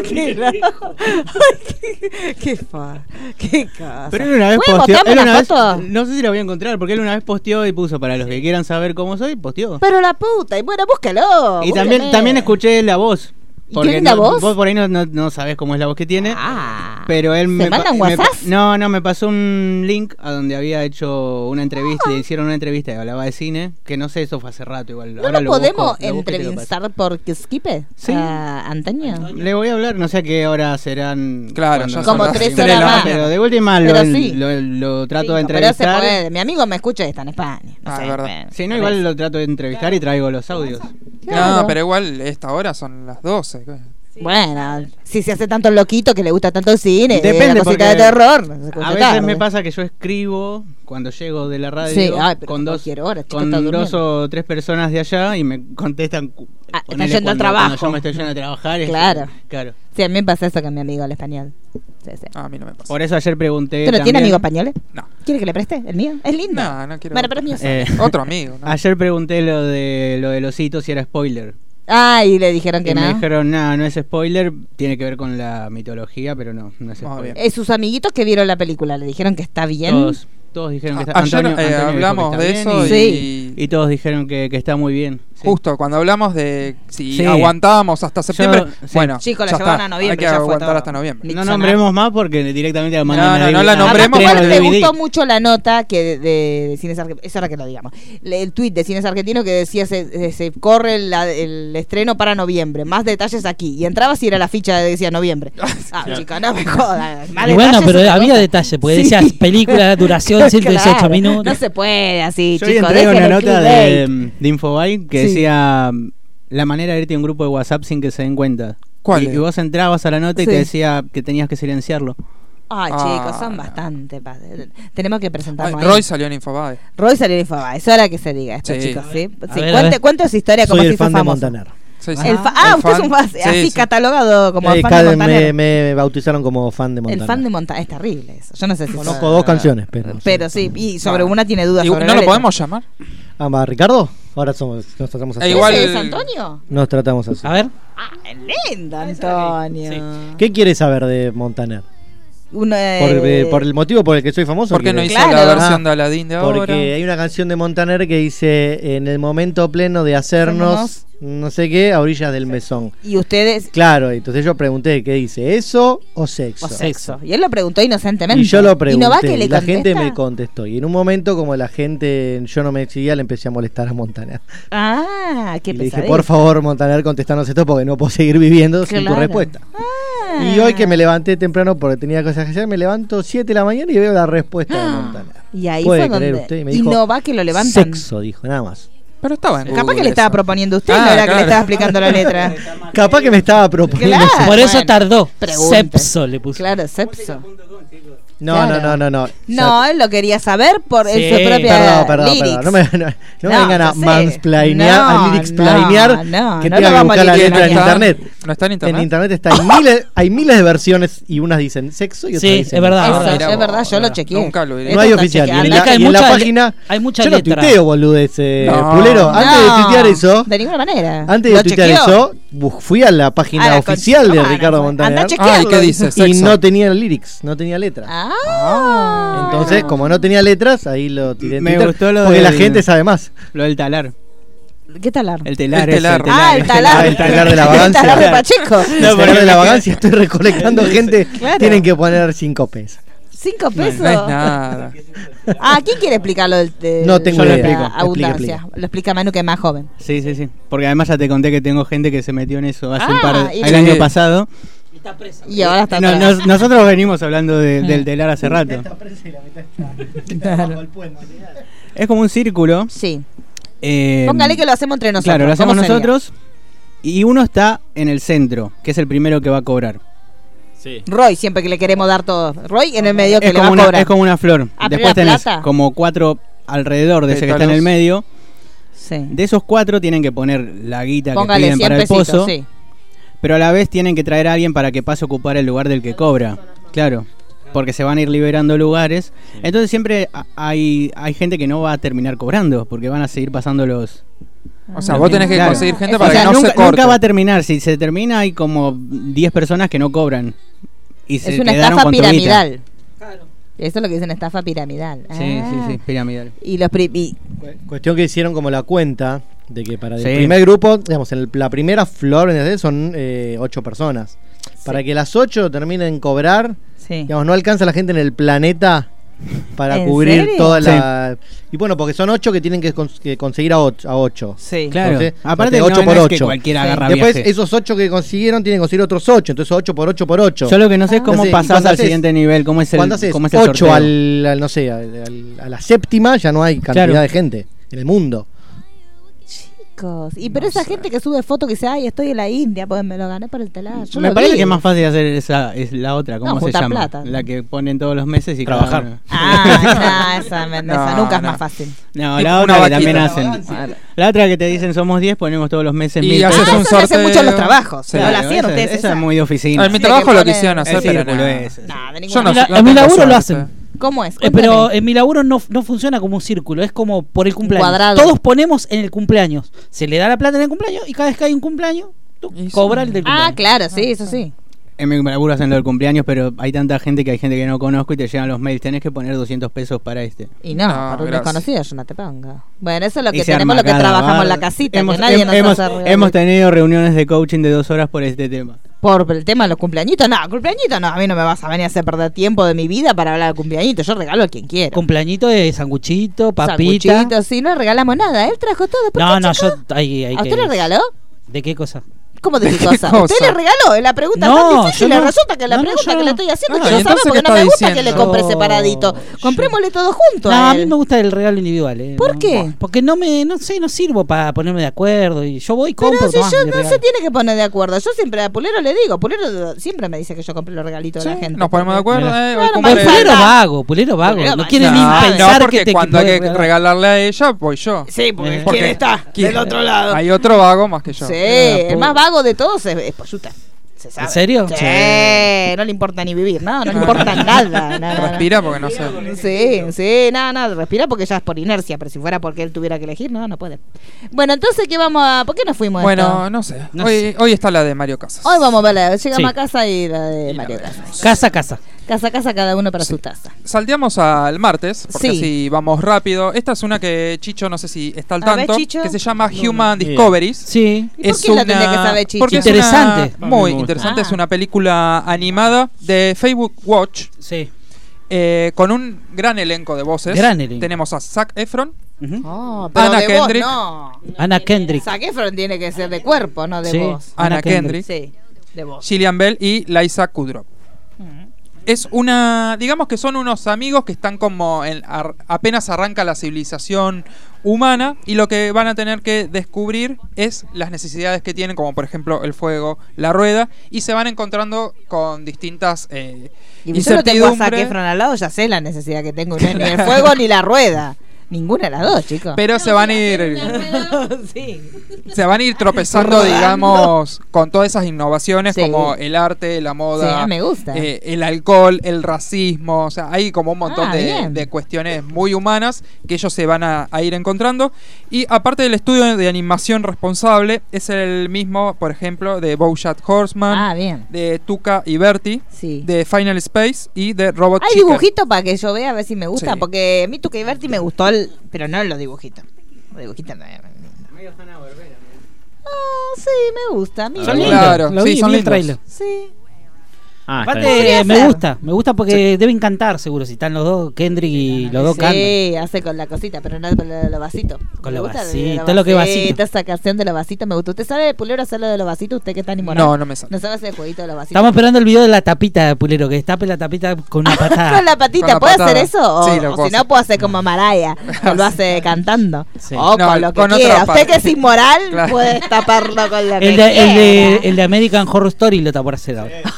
B: qué relajo. Ay, qué- qué fa, qué cosa.
H: Pero él una vez
B: ¿Pueden
H: posteó.
B: botarme
H: él
B: la
H: una vez-
B: foto?
H: no sé si la voy a encontrar, porque él una vez posteó y puso para los que quieran saber cómo soy, posteó.
B: Pero la puta, y bueno, búscalo.
H: y también,
B: búscame.
H: también escuché la voz.
B: ¿Y
H: porque
B: tiene la
H: no-
B: voz?
H: Vos por ahí no, no, no sabés cómo es la voz que tiene.
B: Ah,
H: Pero él me,
B: manda
H: pa-
B: un
H: me pa-
B: WhatsApp?
H: No, no, me pasó un link a donde había hecho una entrevista,
B: Ah.
H: le hicieron una entrevista y hablaba de cine, que no sé, eso fue hace rato igual.
B: ¿No
H: Ahora
B: lo
H: busco,
B: podemos
H: lo busco y te lo paso.
B: entrevistar por Skipe?
H: Sí.
B: ¿A Antonio?
H: Le voy a hablar, no sé a qué hora serán.
D: Claro,
H: cuando
D: ya
H: nos-
D: son
B: Como
D: las
B: tres
D: seis de
B: horas
D: la
B: más.
D: mañana.
H: Pero de última lo,
B: Pero sí.
H: lo- lo trato de
B: Sí, pero se
H: entrevistar.
B: puede. Mi amigo me escucha y está en España. No
D: Ah,
B: sé,
D: es verdad.
B: bueno,
H: Si no,
B: por
H: igual
B: eso.
H: lo trato de entrevistar y traigo los audios.
B: Claro.
D: No, pero igual esta hora son las 12. ¿qué?
B: Bueno, si se hace tanto loquito que le gusta tanto el cine, eh,
H: Depende,
B: la
H: porque
B: cosita de terror. se
H: A
B: escucha
H: veces
B: tarde.
H: me pasa que yo escribo cuando llego de la radio
B: Sí, ay, pero
H: con
B: a
H: dos,
B: cualquier hora, chico,
H: con
B: está
H: dos
B: durmiendo.
H: o tres personas de allá y me contestan. cu-
B: Ah, está
H: ponele
B: yendo al
H: cuando-
B: trabajo.
H: cuando Yo me estoy yendo a trabajar. es-
B: Claro.
H: claro.
B: Sí, a mí me pasa eso con mi amigo el español. Sí, sí.
D: Ah, a mí no me pasa.
H: Por eso ayer pregunté.
B: ¿Usted no tiene
H: también-
B: amigos españoles?
D: No.
B: ¿Quiere que le preste el mío? Es lindo.
D: No, no quiero.
B: Bueno, pero es mío.
H: Eh,
D: Otro amigo. ¿no?
H: Ayer pregunté lo de lo del osito si era spoiler.
B: Ah, y le dijeron que
H: Y me
B: no.
H: dijeron, no, no es spoiler, tiene que ver con la mitología, pero no, no es spoiler.
B: Eh, sus amiguitos que vieron la película le dijeron que está bien.
H: Todos, todos dijeron que está
D: Ayer, eh,
H: dijo que
D: hablamos
H: está
D: de
H: bien
D: eso
H: y,
D: Sí.
H: y todos dijeron que, que está muy bien.
D: Justo cuando hablamos de Eh, si
H: Sí.
D: aguantábamos hasta septiembre,
H: Yo- sí.
D: bueno,
B: Chicos, la
D: ya
B: llevaron
D: está,
B: a noviembre,
D: Hay que
B: ya fue
D: aguantar
B: todo.
D: hasta noviembre.
H: No nombremos más porque directamente la mandan
D: No,
H: a
D: no, no la
H: a-
D: nombremos.
H: a-
B: Aparte,
H: a-
B: me
H: DVD.
B: gustó mucho la nota que de, de Cines Argentinos, es hora que lo digamos, Le- el tuit de Cines Argentinos que decía se, se- se corre la- el estreno para noviembre, más detalles aquí. Y entrabas y era la ficha que decía noviembre. Ah, chica, no me jodas. más
C: Y bueno,
B: detalles
C: pero
B: es otra
C: había
B: cosa.
C: detalles, porque
B: Sí.
C: decías película, duración 118
B: Claro,
C: minutos.
B: No se puede así,
H: Yo hoy
B: chicos.
H: entré con una
B: dejen el
H: nota
B: clickbait.
H: de, de Infobae
B: Sí.
H: que decía mm, la manera de irte a un grupo de WhatsApp sin que se den cuenta.
D: ¿Cuál
H: Y,
D: es?
H: y vos entrabas a la nota y
B: Sí.
H: te decía que tenías que silenciarlo.
B: Ay,
D: Ah,
B: chicos, son
D: no.
B: bastante. pa- Tenemos que
D: Ay,
B: presentarnos. ahí.
D: Roy salió en Infobae.
B: Roy salió de Infobae, es hora que se diga esto,
D: Sí.
B: chicos. ¿sí?
E: A
B: Sí,
E: ver, a
B: cuente,
E: ver.
B: cuente su historia como
E: Soy
B: si
E: el
B: fue
E: fan de
B: famoso.
E: Montaner.
D: Sí, sí.
B: El fa- ah,
D: El
B: usted es un fan,
D: Sí,
B: así
D: sí.
B: catalogado como
E: Eh,
B: fan
E: cada-
B: de Montaner.
E: me, me bautizaron como fan de Montaner.
B: El fan de Montaner es terrible eso. Yo no sé si
D: Ah,
E: Conozco dos canciones, pero. no sé.
B: Pero sí, y sobre una tiene dudas.
D: Y
B: Sobre
D: no
B: la
D: lo
B: letra.
D: podemos llamar.
E: Ah, ¿va Ricardo? Ahora somos, nos tratamos así.
D: Eh,
B: ¿Ese
D: igual-
B: es Antonio?
E: Nos tratamos así.
C: A ver,
B: Ah, lindo, Antonio.
E: ¿Qué quieres saber de Montaner?
B: Uno, eh,
E: ¿Por, eh, por el motivo por el que soy famoso?
D: ¿Por qué no
E: ¿Quieres?
D: hizo
B: Claro.
D: la versión
E: Ah,
D: de Aladdin de ahora?
E: Porque hay una canción de Montaner que dice en el momento pleno de hacernos no sé qué a orillas del mesón.
B: Y ustedes.
E: Claro, entonces yo pregunté qué dice, eso o sexo.
B: O sexo. Y él lo preguntó inocentemente.
E: Y yo lo
B: Y
E: pregunté.
B: no va que le
E: y la gente
B: contesta?
E: me contestó. Y en un momento, como la gente, yo no me exigía, le empecé a molestar a Montaner.
B: Ah, qué
E: y le
B: pesadilla.
E: dije, por favor, Montaner, contestanos esto porque no puedo seguir viviendo sin
B: Claro.
E: tu respuesta.
B: Ah.
E: Y hoy que me levanté temprano porque tenía cosas que hacer, me levanto 7 de la mañana y veo la respuesta de Montaner.
B: Ah. Y ahí
E: ¿Puede
B: fue donde.
E: creer usted? Y me dijo,
B: no va que lo levantan.
E: Sexo, dijo, nada más.
D: Pero estaba en
B: Capaz
D: Google
B: que le estaba
D: eso.
B: proponiendo usted,
D: Ah,
B: no era que le
D: claro.
B: estaba explicando la letra.
E: Capaz que me estaba proponiendo.
B: Claro.
E: sexo.
C: por eso
B: bueno,
C: tardó.
B: pregunte.
C: Sepso le puso.
B: Claro, sexo.
E: No,
B: Claro.
E: no, no, no, no.
B: No, él lo quería saber por en
C: Sí.
B: su propia
E: Perdón, perdón,
B: lyrics.
E: perdón. No me, no, no me
B: No,
E: vengan a
B: sí.
E: mansplainear,
B: No,
E: a lyricspainear,
B: no, no,
E: que
B: no
E: tenga
B: lo
E: que
B: vamos a
E: buscar la
D: ¿Y no
E: letra en
D: está-
E: internet.
D: ¿No está en internet?
E: En internet está hay miles, hay miles de versiones y unas dicen sexo y otras
C: Sí,
E: dicen
C: es verdad,
B: Eso,
C: Ah,
D: mirá
B: es
D: vos,
B: verdad, yo lo
D: verdad.
B: chequeé.
D: Nunca lo diré.
E: No hay
B: Esto está
E: oficial. Y en
B: chequeado.
E: la,
C: Acá hay
E: y en la
C: mucha-
E: página.
C: hay mucha
E: yo
C: letra.
E: no tuiteo, boludez, eh,
D: No.
E: Pulero. Antes de
B: No,
E: tuitear eso.
B: De ninguna manera.
E: Antes
B: Lo
E: de tuitear
B: chequeó.
E: eso, bu- fui a la página
B: A la
E: oficial de
B: concha-
E: Ricardo
B: Anda,
E: Montaner.
B: anda a chequear.
D: Ah, ¿y
B: Chequearlo.
D: qué dice?
E: Y
D: Sexo.
E: no tenía lyrics, no tenía letra.
B: Ah.
E: Entonces, como no tenía letras, ahí lo tiré en
H: Me
E: Twitter,
H: gustó lo
E: Porque la
H: del-
E: gente sabe más.
H: Lo del talar.
B: ¿Qué talar?
H: El telar,
D: El
H: ese,
D: telar.
B: ah, el talar.
E: Ah, el talar de la
B: El
E: vagancia.
B: talar de Pacheco.
E: No, de la vagancia estoy recolectando gente.
B: Claro.
E: Tienen que poner cinco pesos.
B: Cinco
D: No es
B: pesos.
D: nada.
B: Ah, ¿quién quiere explicarlo? del- del-
E: No tengo Yo lo idea.
B: de la
E: explico,
B: Abundancia.
E: explica, explica.
B: Lo explica Manu, que es más joven.
H: Sí, sí, sí. Porque además ya te conté que tengo gente que se metió en eso hace un
B: Ah,
H: par
B: y
H: el
B: no-
H: año pasado.
B: Y ahora está
H: No,
B: atrás. Mm.
H: nos- nosotros venimos hablando de- del telar hace rato. Es como un círculo.
B: Sí.
H: eh,
B: Póngale que lo hacemos entre nosotros.
H: Claro, lo hacemos
B: ¿Cómo sería?
H: nosotros. Y uno está en el centro, que es el primero que va a cobrar.
L: Sí.
B: Roy, siempre que le queremos dar todo. Roy en el medio que
H: es,
B: le va a
H: como una,
B: cobrar.
H: es como una flor.
B: Ah, pero
H: Después
B: la
H: tenés
B: plata.
H: como cuatro alrededor de ese que está en el
D: Pétalos.
H: medio.
B: Sí.
H: De esos cuatro tienen que poner la guita
B: Póngale
H: que
B: 100
H: piden para el
B: pesitos,
H: pozo.
B: sí.
H: Pero a la vez tienen que traer a alguien para que pase a ocupar el lugar del que cobra. Claro. Porque se van a ir liberando lugares. Entonces siempre a- hay, hay gente que no va a terminar cobrando. Porque van a seguir pasando los.
D: O sea,
H: los
D: vos
H: mismos.
D: tenés que
H: Claro.
D: conseguir gente
B: O
D: para
H: O sea,
D: que no
H: nunca,
D: se corte.
H: nunca va a terminar. Si se termina, hay como 10 personas que no cobran. Y se
B: Es una
H: quedaron
B: estafa
H: con tu guita.
B: piramidal. Eso es lo que dicen estafa piramidal.
H: Sí,
B: Ah.
H: sí, sí, piramidal.
B: Y los pri- y-
E: Cuestión que hicieron como la cuenta de que para
H: Sí.
E: el primer grupo, digamos, en el- la primera flor ¿entendés? son eh, ocho personas. Para que las ocho terminen cobrar,
B: sí.
E: digamos, no alcanza la gente en el planeta para
B: ¿En
E: cubrir
B: serio?
E: toda la. Y bueno, porque son ocho que tienen que, cons- que conseguir a ocho. A ocho.
B: Sí.
H: Claro.
E: Entonces,
H: Aparte,
E: de
H: no,
E: ocho
H: no
E: por
H: es que
E: ocho.
H: cualquiera
B: Sí.
H: agarra
E: Después,
H: viaje.
E: esos ocho que consiguieron tienen que conseguir otros ocho. Entonces, ocho por ocho por ocho.
H: Yo lo que no sé es cómo
E: Entonces,
H: pasás
E: cuando
H: al
E: haces-
H: siguiente nivel, cómo es el,
E: Cuando haces
H: cómo es el
E: 8
H: sorteo.
E: al, al- no sé, al- al- a la séptima ya no hay cantidad
H: Claro.
E: de gente en el mundo.
B: Chicos. Y pero esa gente que sube fotos que dice, ay, estoy en la India, pues me lo gané por el telar. Yo
H: Me
B: lo
H: parece
B: vi.
H: que es más fácil hacer esa, es la otra, ¿cómo
B: No,
H: se
B: juntar
H: llama?
B: plata.
H: La que ponen todos los meses y cada
E: Trabajar.
H: uno-
B: Ah, no, esa, me-
D: No,
B: esa nunca es
D: no.
B: más fácil.
H: No,
D: Tipo
H: la
D: una
H: otra que
D: vaquita.
H: también hacen. La otra que te dicen somos 10, ponemos todos los meses
D: Y
H: mil
D: haces
H: pesos.
B: Ah,
D: un
B: eso lo hacen
D: sorteo.
B: mucho los trabajos.
D: Sí.
B: No la hacían
H: Esa-
B: ustedes.
H: esa
B: esa.
H: es muy de
D: Ah,
H: oficina.
D: en mi
B: Sí, que
D: trabajo lo
B: ponen-
D: quisieron
H: El
D: hacer, pero
H: círculo
D: no.
H: ese.
B: Nah, de
D: Yo
B: ninguna
D: no,
C: La-
D: no
C: en mi
D: tengo
C: laburo lo
D: suerte.
C: hacen.
B: ¿Cómo es?
C: Eh, pero en mi laburo no, no funciona como un círculo, es como por el cumpleaños.
B: cuadrado.
C: Todos ponemos en el cumpleaños. Se le da la plata en el cumpleaños y cada vez que hay un cumpleaños, tú cobra el del cumpleaños.
B: Ah, claro, sí, eso sí.
H: En mi laburo hacen lo del cumpleaños, pero hay tanta gente que hay gente que no conozco y te llegan los mails. Tenés que poner 200 pesos para este.
B: Y no,
H: Ah,
B: por un
H: gracias.
B: desconocido yo no te pongo. Bueno, eso es lo
H: Y
B: que
H: se
B: tenemos,
H: arma
B: lo que
H: cada
B: trabajamos en
H: barra.
B: la casita,
H: Hemos,
B: que nadie
H: hem-
B: nos
H: hemos-
B: hace regalar.
H: hemos tenido reuniones de coaching de dos horas por este tema.
B: Por el tema de los cumpleañitos, no, cumpleañitos no, a mí no me vas a venir a hacer perder tiempo de mi vida para hablar de cumpleañitos, yo regalo a quien quiera.
C: Cumpleañito de sanguchito, papita.
B: Sanguchitos, sí, no regalamos nada, él trajo todo. ¿por
C: No,
B: qué,
C: no,
B: chico?
C: yo. ahí- ahí
B: ¿A usted
C: que-
B: le regaló?
C: ¿De qué cosa?
B: ¿Cómo de qué cosa? ¿Usted le regaló? Es la pregunta
C: No,
B: más difícil.
C: yo no.
B: Resulta que la
C: No, no,
B: pregunta
C: yo
B: que
C: no.
B: le estoy haciendo
C: Ah,
B: yo
C: ¿y
B: no
C: entonces
B: porque
C: qué
B: no me
C: está
B: gusta que le
C: diciendo?
B: compre
C: No,
B: separadito. Comprémosle todo junto
C: No,
B: a
C: a
B: él.
C: mí me gusta el regalo individual. eh,
B: ¿Por
C: no.
B: qué?
C: Porque no me, no sé, no sirvo para ponerme de acuerdo. Y yo voy y compro.
B: Pero si
C: tomá,
B: yo
C: mi
B: no
C: regalo.
B: se tiene que poner de acuerdo. Yo siempre a Pulero le digo, Pulero siempre me dice que yo compre los regalitos de la gente.
D: Nos ponemos de acuerdo.
C: Mirá.
D: eh,
C: Claro,
D: compra
C: pero Pulero
D: el-
C: vago, pulero vago.
D: Pulero
C: no
D: vago.
C: quiere ni
D: No,
C: pensar
D: no, porque
C: que te
D: cuando hay que
C: puede regalar.
D: regalarle a ella, voy yo.
B: Sí,
G: Eh.
B: porque
D: Porque
B: ¿quién está?
D: ¿quién?
B: Ah, Del otro lado.
D: Hay otro vago más que yo.
B: Sí, el más vago de todos es, es Poyuta. Se sabe.
D: ¿En serio?
B: Sí,
D: Sí.
B: no le importa ni vivir, no, no le importa nada. nada.
D: Respira porque no sé.
B: Sí, sí, nada, nada, respira porque ya es por inercia, pero si fuera porque él tuviera que elegir, no, no puede. Bueno, entonces, ¿qué vamos a...? ¿Por qué nos fuimos?
D: Bueno,
B: esto?
D: no sé. Hoy, hoy está la de Mario Casas.
B: Hoy vamos a ver, la- llegamos
D: Sí.
B: a casa y la de Mario Casas.
C: Casa, casa.
B: Casa, casa, cada uno para su taza.
D: Salteamos al martes, porque
B: Sí.
D: así vamos rápido. Esta es una que Chicho, no sé si está al
B: A ver,
D: tanto,
B: Chicho.
D: que se llama
B: No, no.
D: Human
B: Bien.
D: Discoveries.
C: Sí.
B: ¿Y por qué la tendría que saber Chicho?
D: Porque
C: Interesante.
D: interesante. muy
C: Ah.
D: interesante. Es una película animada de Facebook Watch. eh,
C: Sí.
D: con un gran elenco de voces.
C: Gran elenco.
D: Tenemos a Zac Efron.
B: Oh, pero
D: Ah, Ana
B: de
D: Kendrick.
B: voz no.
C: Ana Kendrick.
B: Zac Efron tiene que ser de cuerpo, no de
D: Sí,
B: voz.
D: Ana Ana Kendrick.
B: Sí, de voz.
D: Gillian Bell y Liza Kudrow. Es una, digamos que son unos amigos que están como en- ar- apenas arranca la civilización humana y lo que van a tener que descubrir es las necesidades que tienen, como por ejemplo el fuego, la rueda, y se van encontrando con distintas eh,
B: Y yo no tengo a Zac
D: incertidumbres.
B: Efron al lado, ya sé la necesidad que tengo. No es ni el fuego ni la rueda. Ninguna de las dos, chicos.
D: Pero se van a ir,
B: sí.
D: se van a ir tropezando,
B: Rodando.
D: digamos, con todas esas innovaciones como el arte, la moda,
B: Sí, ah, me gusta.
D: eh, el alcohol, el racismo, o sea, hay como un montón
B: Ah,
D: de,
B: bien.
D: de cuestiones muy humanas que ellos se van a, a ir encontrando. Y aparte del estudio de animación responsable, es el mismo, por ejemplo, de Bowshat Horseman,
B: Ah, bien.
D: de Tuca y Berti, de Final Space y de Robot
B: Hay
D: Chicken.
B: dibujitos para que yo vea a ver si me gusta,
D: Sí.
B: porque a mí tu que Berti me gustó, el- pero no los dibujitos. Los dibujitos no. Ah, sí, me gusta. a mí
C: Son
B: me
C: lindos,
B: gusta.
C: lo vi, vi el trailer.
B: Sí.
H: Ah,
C: Aparte,
B: bien.
C: me
B: Podría
C: gusta, me gusta porque deben cantar seguro. Si están los dos, Kendrick y los dos cantan.
B: Sí, hace con la cosita, pero no con lo de los vasitos.
C: Con
B: Me
C: los
B: gusta
C: vasitos,
B: de los
C: lo que vasito.
B: Esa canción de los vasitos me gusta. ¿Usted sabe, Pulero, hacer lo de los vasitos? ¿Usted que está animado?
C: No, no me sale.
B: ¿No sabe ese jueguito de los vasitos?
C: Estamos esperando el video de la tapita, Pulero, que destape la tapita con una patada.
B: Con la patita,
C: Con la
B: ¿puedo
C: patada.
B: hacer eso? O,
C: Sí, lo
B: o
C: puedo
B: si no,
C: hacer.
B: puedo hacer como Maraya, que lo hace cantando. O
C: No,
B: con lo que
C: con otra
B: quiera. Usted
C: parte.
B: que es inmoral
C: Claro.
B: puede taparlo con lo que
C: El de, el,
B: quiera.
C: de, el de American Horror Story lo está por hacer ahora.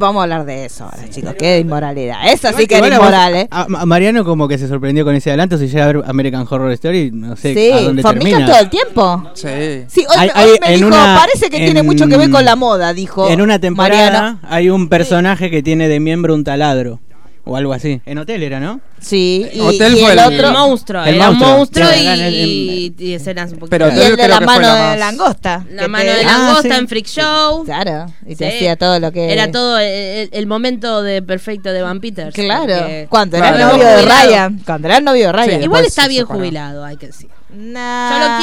B: Vamos a hablar de eso ahora, chicos. Qué inmoralidad. Esa sí que era
H: Igual a vos-
B: inmoral, ¿eh?
H: a- a Mariano como que se sorprendió con ese adelanto. Si llega a ver American Horror Story, no sé a
B: Sí,
H: dónde
B: formica
H: termina.
B: todo el tiempo.
D: Sí.
B: Sí, hoy,
H: Hay-
B: me- hoy
H: hay-
B: me
H: en
B: dijo,
H: una-
B: parece que tiene
H: en-
B: mucho que ver con la moda, dijo.
H: En una temporada
B: Mariano.
H: hay un personaje que tiene de miembro un taladro. O algo así. En Hotel era, ¿no?
B: Sí.
I: y- Hotel y fue el el- otro- el monstruo, era un monstruo
H: Claro,
I: y-
H: era el- el-
I: Y, y ese era un poquito.
H: Pero
B: y el de
H: creo
B: la
H: que fue
B: mano
H: la
B: de
H: más-
B: langosta.
I: La
B: que
I: mano
B: te- Ah,
I: de langosta en Freak Show.
B: Claro, y te
I: Sí.
B: hacía todo lo que.
I: Era todo el, el momento de perfecto de Van Peters.
B: Claro.
I: porque-
B: Cuando era
I: Claro.
B: novio de
I: Jubilado.
B: Ryan. Cuando era el novio de Ryan.
I: Igual está bien jubilado, hay que decir. Yo lo quiero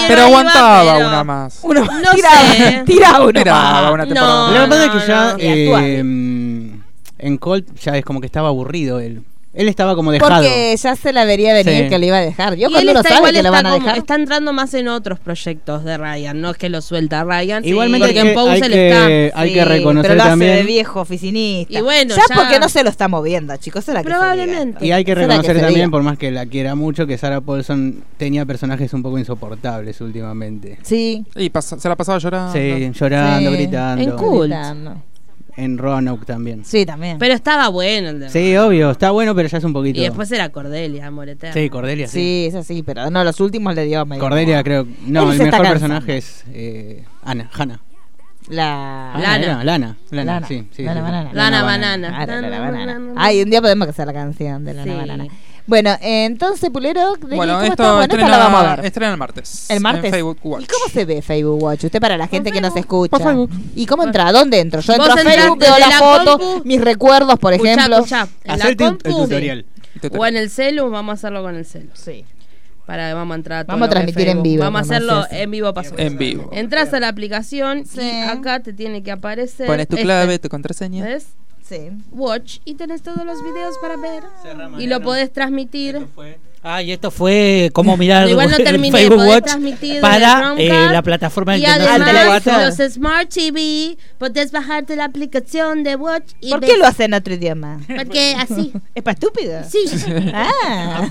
D: Pero
I: ahí, va,
D: aguantaba
I: pero-
D: una más.
B: Uno,
I: No
B: tiraba,
I: sé.
B: tiraba uno
D: Tiraba una temporada.
H: Lo que pasa es que ya
B: no. Y actuaba.
H: eh, mm, en Colt ya es como que estaba aburrido él. Él estaba como dejado.
B: Porque ya se la vería venir
H: Sí.
B: que lo iba a dejar. Yo
I: Y
B: cuando
I: él
B: uno
I: está-
B: sabe
I: igual
B: que lo
I: está
B: van a
I: como-
B: dejar.
I: Está entrando más en otros proyectos de Ryan, no es que lo suelta Ryan.
H: Igualmente
I: porque
H: hay
I: en
H: que-
I: Pose
H: hay
I: él
H: que-
I: está.
H: Eh, hay que reconocer
B: pero lo
H: también-
B: hace de viejo oficinista.
I: Y bueno,
B: ya,
I: ya-
B: porque no se lo está moviendo, chicos. Será que
I: Probablemente.
H: Y hay que
B: Será que
H: reconocer
B: se
H: también,
B: diga.
H: por más que la quiera mucho, que Sarah Paulson tenía personajes un poco insoportables últimamente.
B: Sí.
D: Y pasa- se la pasaba llorando.
H: Sí, llorando, gritando.
I: En Cult.
H: En Roanoke también.
B: Sí, también.
I: Pero estaba bueno el de
H: Sí, obvio, está bueno, pero ya es un poquito.
I: Y después era Cordelia, amor eterno.
H: Sí, Cordelia, sí.
B: Sí, es así, pero no, los últimos le dio medio.
H: Cordelia, creo. No,
B: Él
H: el
B: se está
H: mejor
B: cansando.
H: personaje es eh, Ana, Hannah.
B: La
H: Ah, era lana, lana, sí, sí,
B: Lana
H: sí, sí.
B: banana.
I: Lana banana.
B: Claro, lana
I: Lana
B: banana.
I: banana.
B: Ay, un día podemos hacer la canción de Lana
I: Sí.
B: Banana. Bueno, eh, entonces, Pulero, ¿de qué-
D: Bueno,
B: ¿cómo
D: esto
B: estamos? Bueno, esta
D: estrena,
B: la vamos a ver.
D: estrena el martes.
B: El martes.
D: En Facebook Watch.
B: ¿Y cómo se ve Facebook Watch? Usted para la gente que nos escucha. ¿Y cómo entra? ¿Dónde entro? Yo
I: Vos
B: entro a
I: entrás
B: Facebook,
I: desde
B: veo la
I: la
B: foto,
I: compu.
B: mis recuerdos, por
I: Escuchá,
B: ejemplo.
I: escuchá. En la
H: Hacerte el
I: compu,
H: tutorial.
I: O en el celu, vamos a hacerlo con el celu. Sí. Para, vamos a entrar a todo
B: Vamos a
I: lo que es
B: transmitir en
I: Facebook.
B: vivo,
I: Vamos a
B: como
I: hacerlo
B: se hace.
I: en vivo paso.
D: En vivo.
I: Entras a la aplicación y acá te tiene que aparecer.
D: Pones tu
I: este.
D: clave, tu contraseña.
I: ¿Ves?
B: Sí.
I: Watch y tenés todos los videos para ver. Y lo podés transmitir.
C: Ah, y esto fue cómo mirar
I: Igual no terminé,
C: Facebook
I: podés
C: Watch
I: transmitir desde
C: para
I: Chromecast.
C: eh, la plataforma
I: Y
C: internacional de
I: además,
C: Avatar.
I: los Smart TV, podés bajarte la aplicación de Watch y
B: ¿Por
I: ves-
B: qué lo hacen en otro idioma?
I: Porque así.
B: ¿Es para estúpido?
I: Sí.
B: Ah.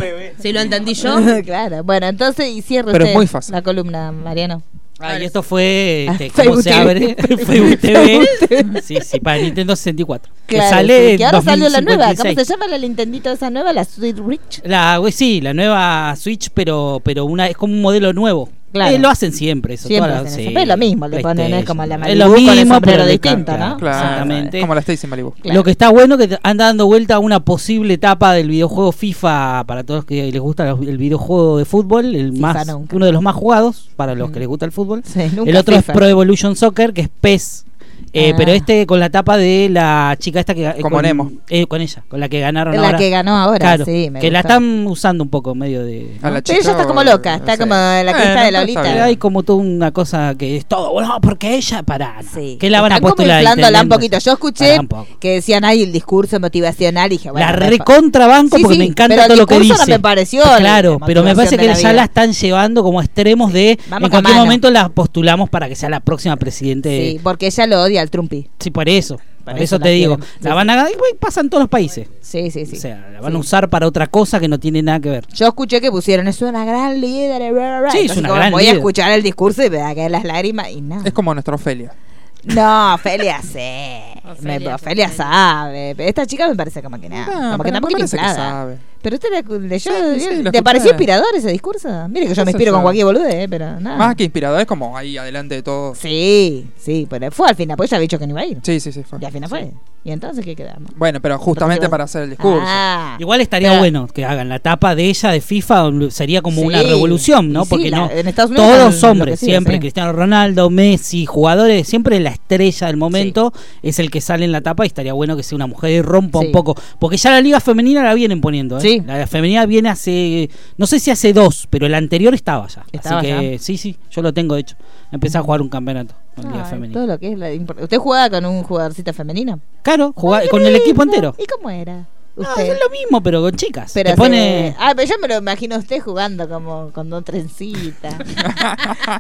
I: Si lo entendí yo.
B: claro. Bueno, entonces, y cierre
C: Pero
B: usted
C: muy fácil.
B: la columna, Mariano.
C: Ah, y esto fue este,
B: Ah,
C: cómo
B: Facebook
C: se
B: TV.
C: abre Facebook TV. sí, sí, para Nintendo 64.
B: Claro,
C: que sale
B: sí, que ahora
C: en
B: salió la nueva. ¿Cómo
C: 2056.
B: se llama la Nintendito esa nueva? La Switch Rich.
C: La, güey, sí, la nueva Switch, pero pero una es como un modelo nuevo.
B: Claro.
C: Eh, lo hacen siempre eso.
B: Siempre
C: todas las-
B: hacen eso.
C: sí.
B: Pero es lo mismo, le ponen, es como la
C: Es
B: Malibu
C: lo
B: con el
C: mismo,
B: sombrero
C: pero le
B: distinto,
C: cambian.
B: ¿no?
D: Claro,
C: Exactamente.
D: Como la Stacy Malibu.
C: Lo que está bueno que anda dando vuelta a una posible etapa del videojuego FIFA para todos los que les gusta los- el videojuego de fútbol, el más
B: nunca. Mm.
C: uno de los más jugados para los que les gusta el fútbol.
B: Sí, nunca
C: el otro
B: FIFA.
C: es Pro Evolution Soccer, que es PES. Eh,
B: Ah.
C: Pero este con la tapa de la chica esta que eh,
D: Como
C: con,
D: Nemo.
C: eh, con ella, con la que ganaron
B: La
C: ahora.
B: que ganó ahora,
C: Claro,
B: sí, me
C: que la
B: gustó.
C: están usando un poco medio de
D: A la
B: Pero ella
D: chica
B: está como
D: o-
B: loca, está
D: sí.
B: como la que está de la
D: no, está
B: olita.
D: bien.
C: hay como toda una cosa que es todo, bueno, porque ella para
B: Sí.
C: que la van a
B: Están como
C: postular
B: inflándola un
C: intendente.
B: poquito. Yo escuché
C: Pará un poco.
B: que decían, ay, el discurso motivacional. Y dije, bueno,
C: la
B: me-
C: recontrabanco
B: Sí,
C: porque
B: sí,
C: me
B: pero
C: encanta
B: el
C: todo lo que
B: discurso no
C: dice.
B: me pareció la-
C: claro,
B: la
C: pero me parece
B: motivación de
C: que
B: la
C: ya
B: vida.
C: la están llevando como a extremos de
B: Vamos
C: en
B: con
C: cualquier
B: mano.
C: momento la postulamos para que sea la próxima presidente.
B: Sí,
C: Sí,
B: porque ella lo odia al Trumpi.
C: por eso. Por
B: eso
C: eso,
B: la
C: te digo,
B: quieren. Sí,
C: la van a ganar y güey, pasa en todos los países.
B: Sí, sí, sí.
C: O sea, la van a usar para otra cosa que no tiene nada que ver.
B: Yo escuché que pusieron, es una gran líder. bla, bla, bla".
C: Sí, es
B: Entonces,
C: una
B: como
C: gran
B: voy a
C: líder.
B: escuchar el discurso y me va a caer las lágrimas y nada.
D: Es como nuestra Ofelia.
B: No, Ofelia sí. Me- Ofelia, sabe. Pero Esta chica me parece como que nada.
D: Ah,
B: como que
D: pero
B: tampoco
D: me
B: tiene
D: parece que
B: inflada.
D: sabe.
B: Pero usted la- leyó.
D: Sí, sí, la
B: ¿Te
D: escuché.
B: pareció inspirador ese discurso? Mire que yo
D: Eso
B: me inspiro con
D: sabe.
B: cualquier bolude, eh, pero nada.
D: Más que inspirador, es como ahí adelante de todo.
B: Sí, sí, pero fue al final, pues ya había dicho que no iba a ir.
D: Sí, sí, sí. Fue.
B: Y al final fue. ¿Y entonces qué quedamos?
D: Bueno, pero justamente
B: Entonces-
D: para hacer el discurso.
B: Ah.
C: Igual estaría
B: Pero-
C: bueno que hagan la tapa de ella de FIFA, donde sería como
B: Sí,
C: una revolución,
B: y
C: ¿no?
B: sí,
C: Porque
B: la-
C: no
B: en Estados Unidos
C: todos
B: están
C: hombres,
B: enloquecidos,
C: siempre
B: sí.
C: Cristiano Ronaldo, Messi, jugadores, siempre la estrella del momento es el que sale en la tapa y estaría bueno que sea una mujer y rompa
B: Sí.
C: un poco, porque ya la liga femenina la vienen poniendo, ¿eh?
B: Sí.
C: La femenina viene hace no sé si hace dos, pero el anterior estaba ya.
B: Estaba
C: Así que sí, sí, yo lo tengo de hecho. Empecé a jugar un campeonato con liga
B: Ay,
C: femenina.
B: todo lo que es la impor- ¿Usted jugaba con un jugadorcita femenino?
C: Claro, jugá- con el equipo entero.
B: ¿Y cómo era?
C: No,
B: Usted.
C: es lo mismo, pero con chicas.
B: Pero
C: Te pone
B: se- Ah, pero yo me lo imagino a usted jugando como con dos trencitas.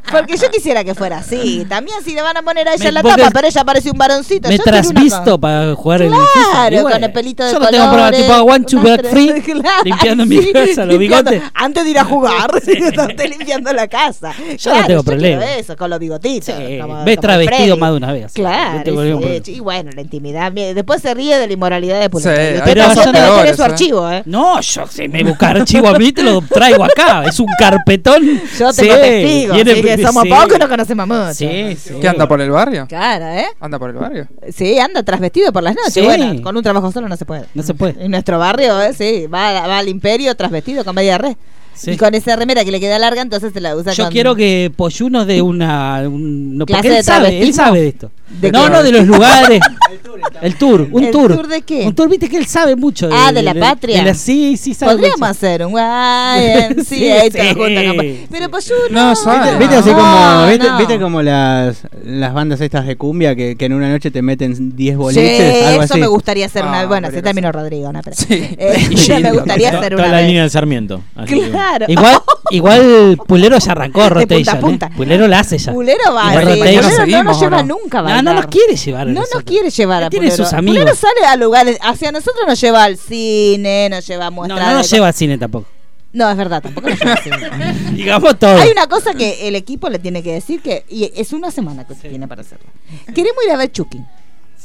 B: Porque yo quisiera que fuera así. También si le van a poner a ella
C: Me-
B: en la
C: vos
B: tapa,
C: que-
B: pero ella parece un varoncito.
C: me
B: Yo quiero una
C: trasvisto
B: con-
C: para jugar en el FIFA. Y
B: Claro,
C: bueno,
B: con el pelito de
C: Yo lo tengo probado,
B: colores,
C: tipo one, two,
B: unas tres-
C: black, three,
B: Claro,
C: limpiando en mi
B: sí,
C: casa los
B: limpiando-
C: bigotes.
B: Antes de ir a jugar, está usted limpiando la casa. Claro,
C: tengo
B: quiero
C: problema.
B: Eso, con los bigotitos.
C: Eh,
B: como- Ah,
C: Ves
B: como
C: travestido
B: Freddy.
C: más de una vez. No te
B: Claro,
C: volvemos
B: sí,
C: a
B: y bueno, la intimidad. mire, Después se ríe de la inmoralidad de Pulitzer.
D: Sí,
B: y usted
D: pero
B: también debe
D: son
B: tener
D: peores,
B: su
D: ¿eh?
B: archivo, ¿eh?
C: No, yo si me busca archivo a mí te lo traigo acá. Es un carpetón.
B: Yo tengo
C: Sí,
B: testigos,
C: viene-
B: así que somos
C: sí.
B: pocos y no conocemos mucho.
C: Sí, sí.
D: ¿Qué anda por el barrio?
B: Claro, ¿eh?
D: Anda por el barrio.
B: Sí, anda trasvestido por las noches.
C: Sí.
B: Bueno, con un trabajo solo no se puede.
C: No se puede.
B: En nuestro barrio, ¿eh? sí, va, va al imperio trasvestido con media red.
C: Sí.
B: Y con esa remera que le queda larga, entonces se la usa
C: Yo
B: con-
C: quiero que Poyuno de una. un- no,
B: ¿Clase
C: porque
B: de
C: él sabe,
B: travestismo?
C: él sabe de esto.
B: ¿De
C: no,
B: qué?
C: no, de los lugares. El tour, un
B: ¿El
C: tour.
B: tour de qué?
C: Un tour, viste que él sabe mucho.
B: Ah, de la patria.
C: de la- sí, sí, sabe.
B: Podríamos
C: mucho.
B: hacer un YMCA
C: Sí,
B: todos
C: sí.
B: juntos, capaz. Pero pues yo
D: No, sabe.
H: ¿Viste así
B: No,
H: como, ¿viste,
B: no.
H: viste como las, las bandas estas de cumbia que, que en una noche te meten 10
B: Sí,
H: boliches? algo
B: eso
H: así.
B: me gustaría hacer una
D: Ah,
B: vez. Bueno, se
D: pero
B: terminó Rodrigo, ¿no? Pero,
D: Sí.
B: Eh, yo me gustaría
L: Toda-
B: hacer
L: toda
B: una
L: la
B: vez.
L: línea de Sarmiento. así que-
B: Claro.
C: Igual, igual Pulero ya arrancó
B: punta a
C: Rotation. ¿eh?
B: punta.
C: Pulero la hace ya.
B: Pulero va,
C: Igual
B: sí,
C: Rotation.
B: Pulero no
D: seguimos,
B: nos
D: ¿o
B: lleva
D: no?
B: nunca a
C: No,
B: bailar.
C: no nos quiere llevar. a
B: No nos
C: nosotros.
B: quiere llevar a
C: Tiene
B: Pulero.
C: sus amigos.
B: Pulero sale a lugares, hacia nosotros nos lleva al cine, nos lleva a
C: No,
B: muestras.
C: no nos lleva al cine tampoco.
B: No, es verdad, tampoco nos lleva al cine.
C: Digamos todo.
B: Hay una cosa que el equipo le tiene que decir que y es una semana que tiene para hacerlo. Queremos ir a ver Chucky.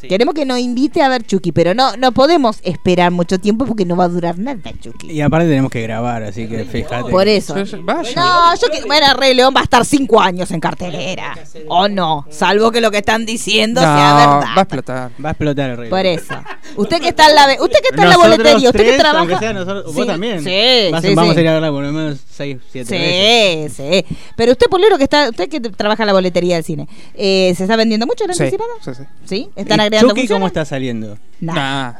B: Queremos que nos invite a ver Chucky, pero no, no podemos esperar mucho tiempo porque no va a durar nada Chucky.
H: Y aparte tenemos que grabar, así que fíjate.
B: Por eso.
H: Yo- yo- vaya.
B: No, yo que, bueno, Rey León va a estar cinco años en cartelera. O no, salvo que lo que están diciendo sea
D: No,
B: verdad.
D: va a explotar.
H: Va a explotar el rey.
B: Ah, Por eso. Usted que está en la, ve- usted que está en la
H: Nosotros
B: boletería, usted que
H: tres,
B: trabaja.
H: aunque sea nosotros- vos
B: Sí,
H: también.
B: Sí,
H: Vas-
B: sí,
H: vamos
B: sí.
H: a ir a verla por lo menos 6, 7
B: Sí, sí. Pero usted, Polero, que está, usted que trabaja en la boletería del cine, eh, ¿se está vendiendo mucho la
H: Sí,
B: anticipada?
D: sí, sí.
B: ¿Están agregando
H: Chucky
B: funciones?
H: cómo está saliendo?
D: Nah.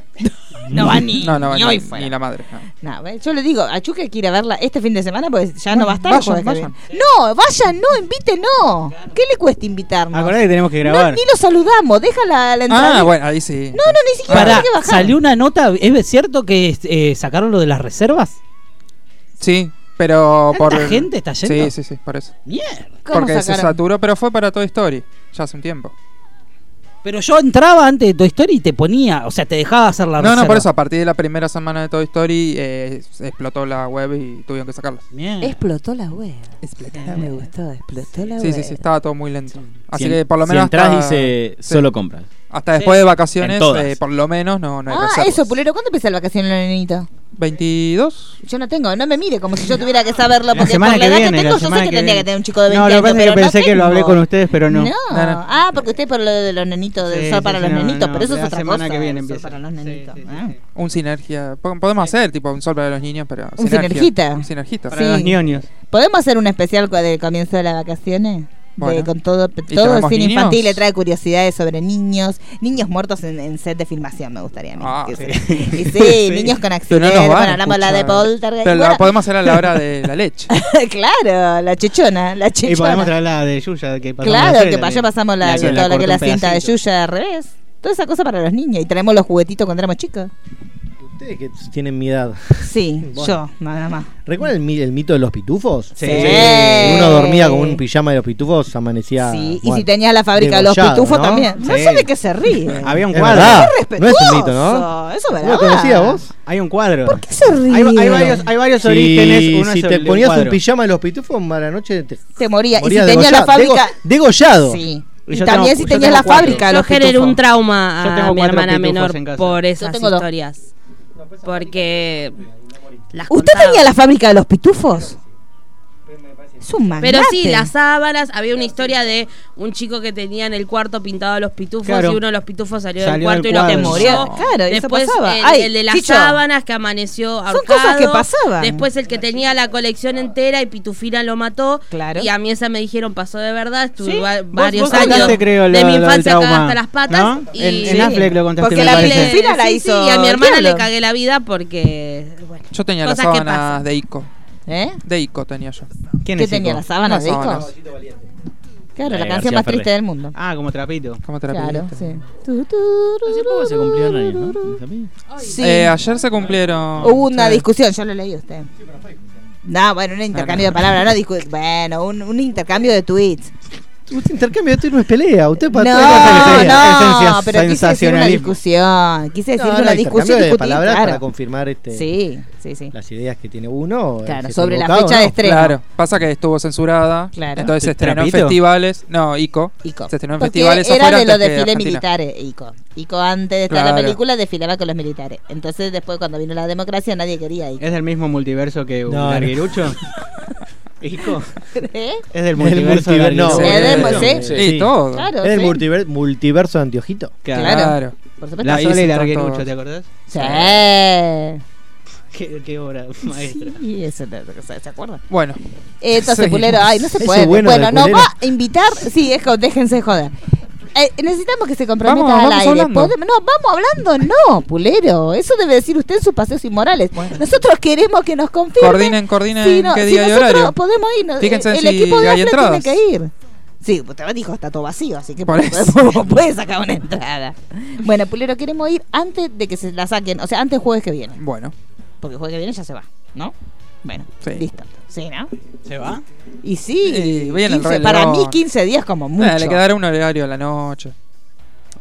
B: No va ni-
D: No, no va
B: ni
D: ni,
B: hoy fuera.
D: ni la madre. no.
B: No, ve, yo le digo, a Chucky hay que ir a verla este fin de semana porque ya no va a estar. el
D: vayan,
B: jueves que
D: vayan.
B: viene. No, vayan, no, inviten, no. ¿Qué le cuesta invitarnos?
H: Acordá que tenemos que
B: No,
H: grabar.
B: ni lo saludamos, deja la, la entrada.
D: Ah, bueno, ahí sí.
B: No, no, ni siquiera
C: Pará,
B: tiene que bajar.
C: salió una nota. ¿Es cierto que eh, sacaron lo de las reservas?
D: Sí, pero por.
C: ¿Tanta gente está yendo?
D: Sí, sí, sí, por eso.
C: ¿Cómo
D: Porque se
C: sacaron?
D: saturó, pero fue para Toy Story. Ya hace un tiempo.
C: Pero yo entraba antes de Toy Story y te ponía, o sea, te dejaba hacer la
D: no,
C: reserva.
D: no, por eso, a partir de la primera semana de Toy Story eh, se explotó la web y tuvieron que sacarla.
B: Explotó la web.
D: Explotó.
B: Me gustó, explotó la
D: Sí,
B: web.
D: sí, sí, estaba todo muy lento. Así
L: Si en-
D: que por lo
L: si
D: menos.
L: entras
D: hasta-
L: dice,
D: sí.
L: solo compras.
D: Hasta
L: Sí.
D: después de
L: En
D: vacaciones,
L: todas.
D: eh, por lo menos no, no hay
B: Ah,
D: reservas.
B: eso, Pulero, ¿cuándo empieza el vacacional, nenito?
D: 22.
B: Yo no tengo, no me mire como si yo tuviera que saberlo,
D: La
B: porque
D: semana
B: por la
D: que
B: edad
D: viene,
B: que
D: la
B: tengo, yo sé que,
D: semana que
B: tendría que
D: viene.
B: tener un chico de 20
H: No, lo que
B: años,
H: pasa es que
B: pero no
H: pensé que lo hablé
B: tengo.
H: con ustedes, pero no.
B: No. ah, porque usted por lo de los nenitos, del
H: Sí,
B: sol
H: sí,
B: para
H: sí,
B: los
H: no,
B: nenitos,
H: no,
B: pero eso es
H: la
B: otra
H: semana
B: cosa.
H: que viene
B: el sol
H: empieza.
B: para los nenitos. ah.
D: Un sinergia. Po- Podemos hacer tipo un sol para los niños, pero.
B: Un sinergita.
D: Un sinergita.
B: Sí. ¿Podemos hacer un especial cu- del comienzo de las vacaciones? De-
D: Bueno.
B: con todo,
D: ¿Y
B: todo el
D: traemos
B: cine
D: niños?
B: infantil le trae curiosidades sobre niños, niños muertos en, en set de filmación, me gustaría. a mí,
D: Ah,
B: que
D: sí.
B: se- y sí,
D: Sí.
B: niños con
D: Pero no
B: accidentes,
D: nos van a
B: bueno, hablamos la de
D: escuchar.
B: Poltergeist.
D: Pero
B: bueno,
D: la podemos hacer a la hora de la leche.
B: claro, la chichona, la chichona.
H: Y podemos traer la de Yuya. Que pasamos
B: Claro,
H: la
B: que
H: cena,
B: para allá
H: que-
B: pasamos la,
H: que
B: toda la, que
H: corta
B: la
H: un
B: cinta de
H: pedacito.
B: Yuya al revés. Toda esa cosa para los niños. Y traemos los juguetitos cuando éramos chicos.
E: Ustedes que tienen mi edad.
B: Sí,
E: Bueno.
B: yo, nada más.
E: ¿Recuerdan el, mi- el mito de los pitufos?
B: Sí.
E: Que Uno dormía con un pijama de los pitufos, amanecía.
B: Sí, y
E: ah, bueno,
B: si tenías la fábrica de los
E: degollado,
B: pitufos
E: ¿no?
B: también. No
E: Sí.
B: sé de qué se ríe.
H: Había un
E: Es
H: cuadro.
E: verdad.
B: ¡Qué
E: No es un mito,
B: respetuoso!
E: ¿no?
B: Eso es
E: ¿No lo
B: verdad.
E: conocías vos?
H: Hay un cuadro. ¿Por
B: qué se ríe?
H: Hay, hay varios, hay varios
E: Si-
H: orígenes. Uno
E: si
H: es
E: te
H: el- el
E: ponías un
H: cuadro.
E: pijama de los pitufos, mala noche te,
B: Te moría. Y si
E: morías
B: tenías la
E: degollado. Dego-
B: fábrica.
E: degollado.
B: Sí.
E: Y
B: Y
E: yo
B: también
E: tengo-
B: si
E: yo
B: tenías
E: tengo
B: la
E: cuatro.
B: fábrica.
I: Yo
B: los
I: generé
B: pitufos.
I: un trauma
B: Yo
I: a
B: tengo
I: mi
B: cuatro
I: hermana
B: pitufos
I: menor
B: en casa. pues,
I: por
B: Yo
I: esas
B: tengo dos.
I: historias. Porque las
B: ¿Usted tenía la fábrica de los pitufos? Es un magnate.
I: Pero sí, las sábanas, había una historia de un chico que tenía en el cuarto pintado a los pitufos
B: Claro.
I: y uno de los pitufos salió,
B: Salió
I: del cuarto
B: del
I: y lo
B: cuadro.
I: quemó.
B: Moría. Claro, eso
I: Después
B: pasaba.
I: El,
B: Ay,
I: el de las
B: Chicho.
I: sábanas que amaneció ahorcado.
B: cosas que pasaban.
I: Después el que tenía la colección entera y Pitufina lo mató.
B: Claro.
I: Y a mí esa me dijeron pasó de verdad, estuve
B: Sí.
I: va-
B: Vos-
I: varios
H: vos
I: años
H: contaste, creo, lo-
I: de mi
H: lo del
I: infancia
H: trauma,
I: cagada hasta las patas.
H: ¿no?
I: Y,
H: En- en Affleck lo contaste,
B: Porque
H: me
B: la
H: parece.
B: Pitufina la
I: sí, sí,
B: hizo.
I: y a mi hermana
B: Diablo.
I: le cagué la vida porque bueno,
D: Yo tenía las
I: cosas que
D: sábanas
I: pasan.
D: de Ico.
B: ¿Eh?
D: De Ico tenía yo.
H: ¿Quién
B: ¿Qué
H: es
B: tenía
H: Ico?
B: las sábanas de
D: Unas
B: Ico?
D: sábanas.
B: Claro, la
H: Eh,
B: canción
H: García
B: más
H: Ferré.
B: triste del mundo.
H: Ah, como trapito.
D: Como trapito.
B: Claro, sí.
L: se cumplió el año, ¿no?
B: Sí.
D: Eh, ayer se cumplieron.
B: Hubo una
D: Sí.
B: discusión, yo lo leí a usted. No, bueno, un intercambio
D: no.
B: de palabras, no discu- Bueno, un, un intercambio de tweets.
E: Usted intercambio de tú no es pelea. Usted
B: No,
E: para todo es
B: no,
E: sensacional-
B: pero quise decir una discusión. Ah, Quise decir
E: No, no,
B: una
E: intercambio
B: discusión.
E: de
B: discutir,
E: palabras
B: claro.
E: para confirmar este,
B: Sí, sí, sí.
E: las ideas que tiene uno. eh,
B: Claro,
E: si
B: sobre la
E: está equivocado
B: fecha
E: o
B: de
E: no.
B: estreno.
D: Claro, pasa que estuvo censurada.
B: Claro.
D: Entonces se estrenó en
H: ¿Trapito?
D: festivales. No, Ico. Se estrenó en
B: Porque
D: festivales.
B: era
D: afuera
B: de eh. los
D: antes que
B: desfiles
D: Argentina.
B: militares, Ico. Ico antes de estar en la
D: Claro.
B: película desfilaba con los militares. Entonces después cuando vino la democracia nadie quería Ico.
H: ¿Es del mismo multiverso que
E: no.
H: Larguirucho? ¿Ico?
B: ¿Eh?
H: Es del
E: El
H: multiverso. de
E: multiver- no.
H: Larguirucho.
E: Es del-
B: sí. Sí, todo. Claro,
E: Es el
B: sí.
E: multiver- multiverso de Antiojito.
B: Claro. Claro. Por supuesto.
H: La
B: Ahí
H: Sola
B: se
H: y
B: están
H: Larguirucho,
B: todos.
H: ¿te acordás?
B: Sí.
H: ¿Qué, qué obra maestra.
B: Sí, eso es lo que se se acuerda.
D: Bueno.
B: Eh, Entonces,
H: Sí.
B: Pulero, ay, no se
H: Eso
B: puede.
H: bueno
B: Bueno,
H: de
B: nos
H: Pulero.
B: va a invitar. Sí, es como, déjense de joder. Eh, necesitamos que se comprometan
K: Vamos,
B: al
K: vamos
B: aire.
K: hablando.
B: Podemos- no, vamos hablando, no, Pulero. Eso debe decir usted en sus paseos inmorales. Nosotros queremos que nos confirmen.
D: Coordinen, coordinen
B: si no-
D: qué
B: si
D: día y
B: nosotros
D: horario.
B: podemos ir. no-
D: Fíjense
B: el
D: si
B: equipo de
D: hay
B: Affleck
D: entradas.
B: tiene que ir. Sí, usted me dijo, está todo vacío, así que
D: Por
B: puede,
D: eso.
B: puede sacar una entrada. Bueno, Pulero, queremos ir antes de que se la saquen, o sea, antes del jueves que viene.
D: Bueno.
B: Porque el jueves que viene ya se va, ¿no? Bueno, listo. Sí, ¿no?
H: ¿Se va?
B: Y sí,
D: Y bien, el
B: 15,
D: Rey
B: para
D: León.
B: mí 15 días como mucho.
D: Eh, le quedará un horario a la noche.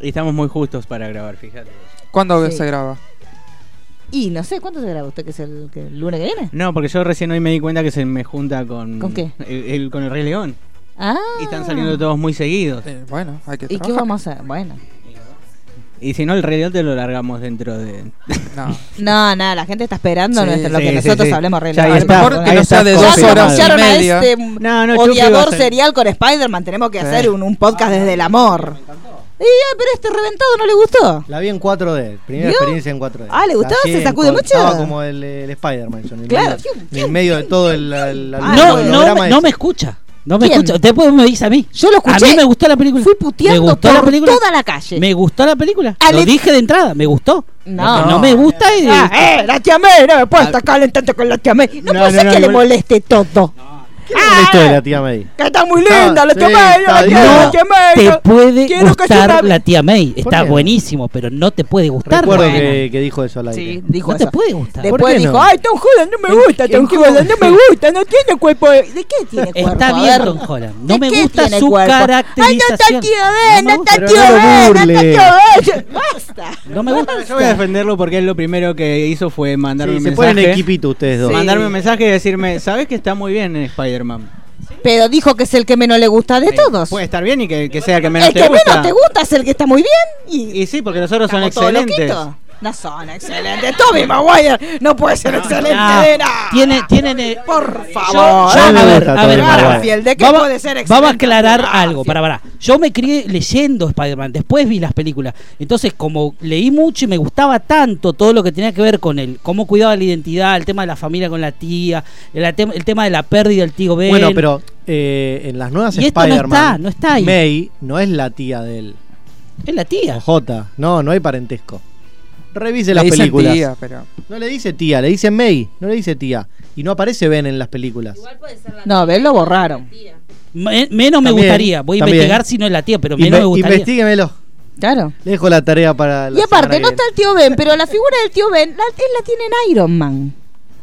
H: Y estamos muy justos para grabar, fíjate.
D: ¿Cuándo
B: Sí.
D: se graba?
B: Y no sé, ¿cuánto se graba usted que es el, que el lunes que viene?
H: No, porque yo recién hoy me di cuenta que se me junta con.
B: ¿Con qué?
H: El, el- con el Rey León.
B: Ah.
H: Y están saliendo todos muy seguidos.
D: bueno, hay que
B: ¿Y qué vamos a hacer? Bueno.
H: Y si no, el reloj te lo largamos dentro de.
D: No.
B: No, no, la gente está esperando
H: Sí,
B: nuestro- lo
H: sí,
B: que
H: sí,
B: nosotros
H: sí.
B: hablemos
H: Ya
B: re
H: ahí
B: largo.
H: está, Mejor que ahí no está sea de
B: Ya
H: dos horas
B: denunciaron
H: y
B: a
H: media.
B: este
H: No, no, Chucky va a
B: odiador
H: ser-
B: serial con Spider-Man. Tenemos que
E: Sí.
B: hacer un, un podcast desde el amor. Y, ah, pero este reventado no le gustó.
E: La vi en 4D, primera
B: ¿Vio?
E: experiencia en 4D.
B: Ah, ¿le gustó?
E: La
B: ¿Se
E: vi
B: sacude
E: en cua-
B: mucho?
E: Estaba como el, el Spider-Man. yo, En el
B: Claro, Ah,
E: medio- en el medio de todo el, el- el
D: Ah,
C: no,
E: holograma
C: no, me-
E: ese.
C: no me escucha. No me
E: ¿Quién?
C: escucha. Después me dice a mí. Yo lo
B: escuché.
C: A mí me gustó la película. Fui
B: puteando
C: me gustó
B: por
C: la película.
B: toda la calle.
C: Me gustó la película.
B: Ale-
C: Lo dije de entrada. Me gustó.
B: No.
C: Lo que no me gusta es.
B: Ah, eh, la te amé, no me puedes estar calentando con la te amé. No,
E: No,
B: puede
E: no,
B: ser
E: no,
B: que le
E: igual-
B: moleste todo.
E: La historia de la tía May.
B: Que está muy linda,
E: Ah,
B: la
E: sí,
B: te amé,
E: está
B: la te amé, la
C: No
B: te amé.
C: te
B: no-
C: puede
B: Quiero que sea
C: gustar
B: una-
C: la tía May.
E: ¿Por
C: Está
E: qué no?
C: buenísimo, pero no te puede gustar.
E: Recuerdo
C: Bueno.
E: que, que dijo eso al aire.
B: Sí, dijo
C: No te
B: eso.
C: puede gustar.
B: Después
E: ¿Por qué
B: dijo,
E: no?
B: ay, Tom Holland no me gusta, Tom Holland no me gusta, no tiene cuerpo. de- ¿De qué tiene cuerpo?
C: Está
B: A
C: bien,
B: ver.
C: Tom Holland. No
B: ¿De
C: me
B: qué
C: gusta
B: tiene
C: su
B: cuerpo?
C: caracterización.
B: Ay, no está tío Ben, no está
E: Pero
B: tío
E: no lo
B: Ben, no está
E: burle.
B: tío Ben. Basta.
C: No me gusta.
H: Yo voy a defenderlo porque él lo primero que hizo fue mandarme
E: Sí,
H: un
E: se
H: mensaje.
E: ponen equipito ustedes dos.
B: Sí.
H: Mandarme un mensaje y decirme, ¿sabes que está muy bien en Spider-Man?
B: Pero dijo que es el que menos le gusta de todos.
H: Puede estar bien y que, que sea el que menos
B: El
H: te
B: que
H: gusta.
B: menos te gusta es el que está muy bien. Y
H: Y sí, porque los otros son
B: ¿Estamos todos
H: excelentes.
B: loquitos? No son excelentes. Toby Maguire no puede ser excelente de nada.
C: Tiene, tienen. eh,
B: Por
C: yo-
B: favor.
C: yo-
E: A mí
C: a
E: me
C: ver,
E: gusta
C: a ver,
E: Tobey
C: pará.
B: Maguire. ¿De qué
C: Vamos-
B: puede ser
C: Vamos a
B: excelente
C: aclarar
B: Garfield?
C: algo, para, para. Yo me crié leyendo Spider-Man, después vi las películas. Entonces, como leí mucho y me gustaba tanto todo lo que tenía que ver con él, cómo cuidaba la identidad, el tema de la familia con la tía, el, atem- el tema de la pérdida del tío Ben.
E: Bueno, pero eh, en las nuevas
C: Y esto no está,
E: Spider-Man,
C: no está ahí.
E: May no es la tía de él.
C: Es la tía.
E: O J. No, no hay parentesco. Revise
D: Le
E: las
D: dicen
E: películas.
D: tía, pero-
E: No le dice tía, le dice May, no le dice tía. Y no aparece Ben en las películas.
B: No, Ben lo borraron.
C: Me- menos me
E: También,
C: gustaría. Voy a
E: también.
C: investigar si no es la tía, pero menos
E: Inve-
C: me gustaría.
E: Investíguemelo.
B: Claro.
E: Le dejo la tarea para la
B: Y aparte,
E: semana
B: no
E: que
B: está el tío Ben, pero la figura del tío Ben, la, él la tiene en Iron Man.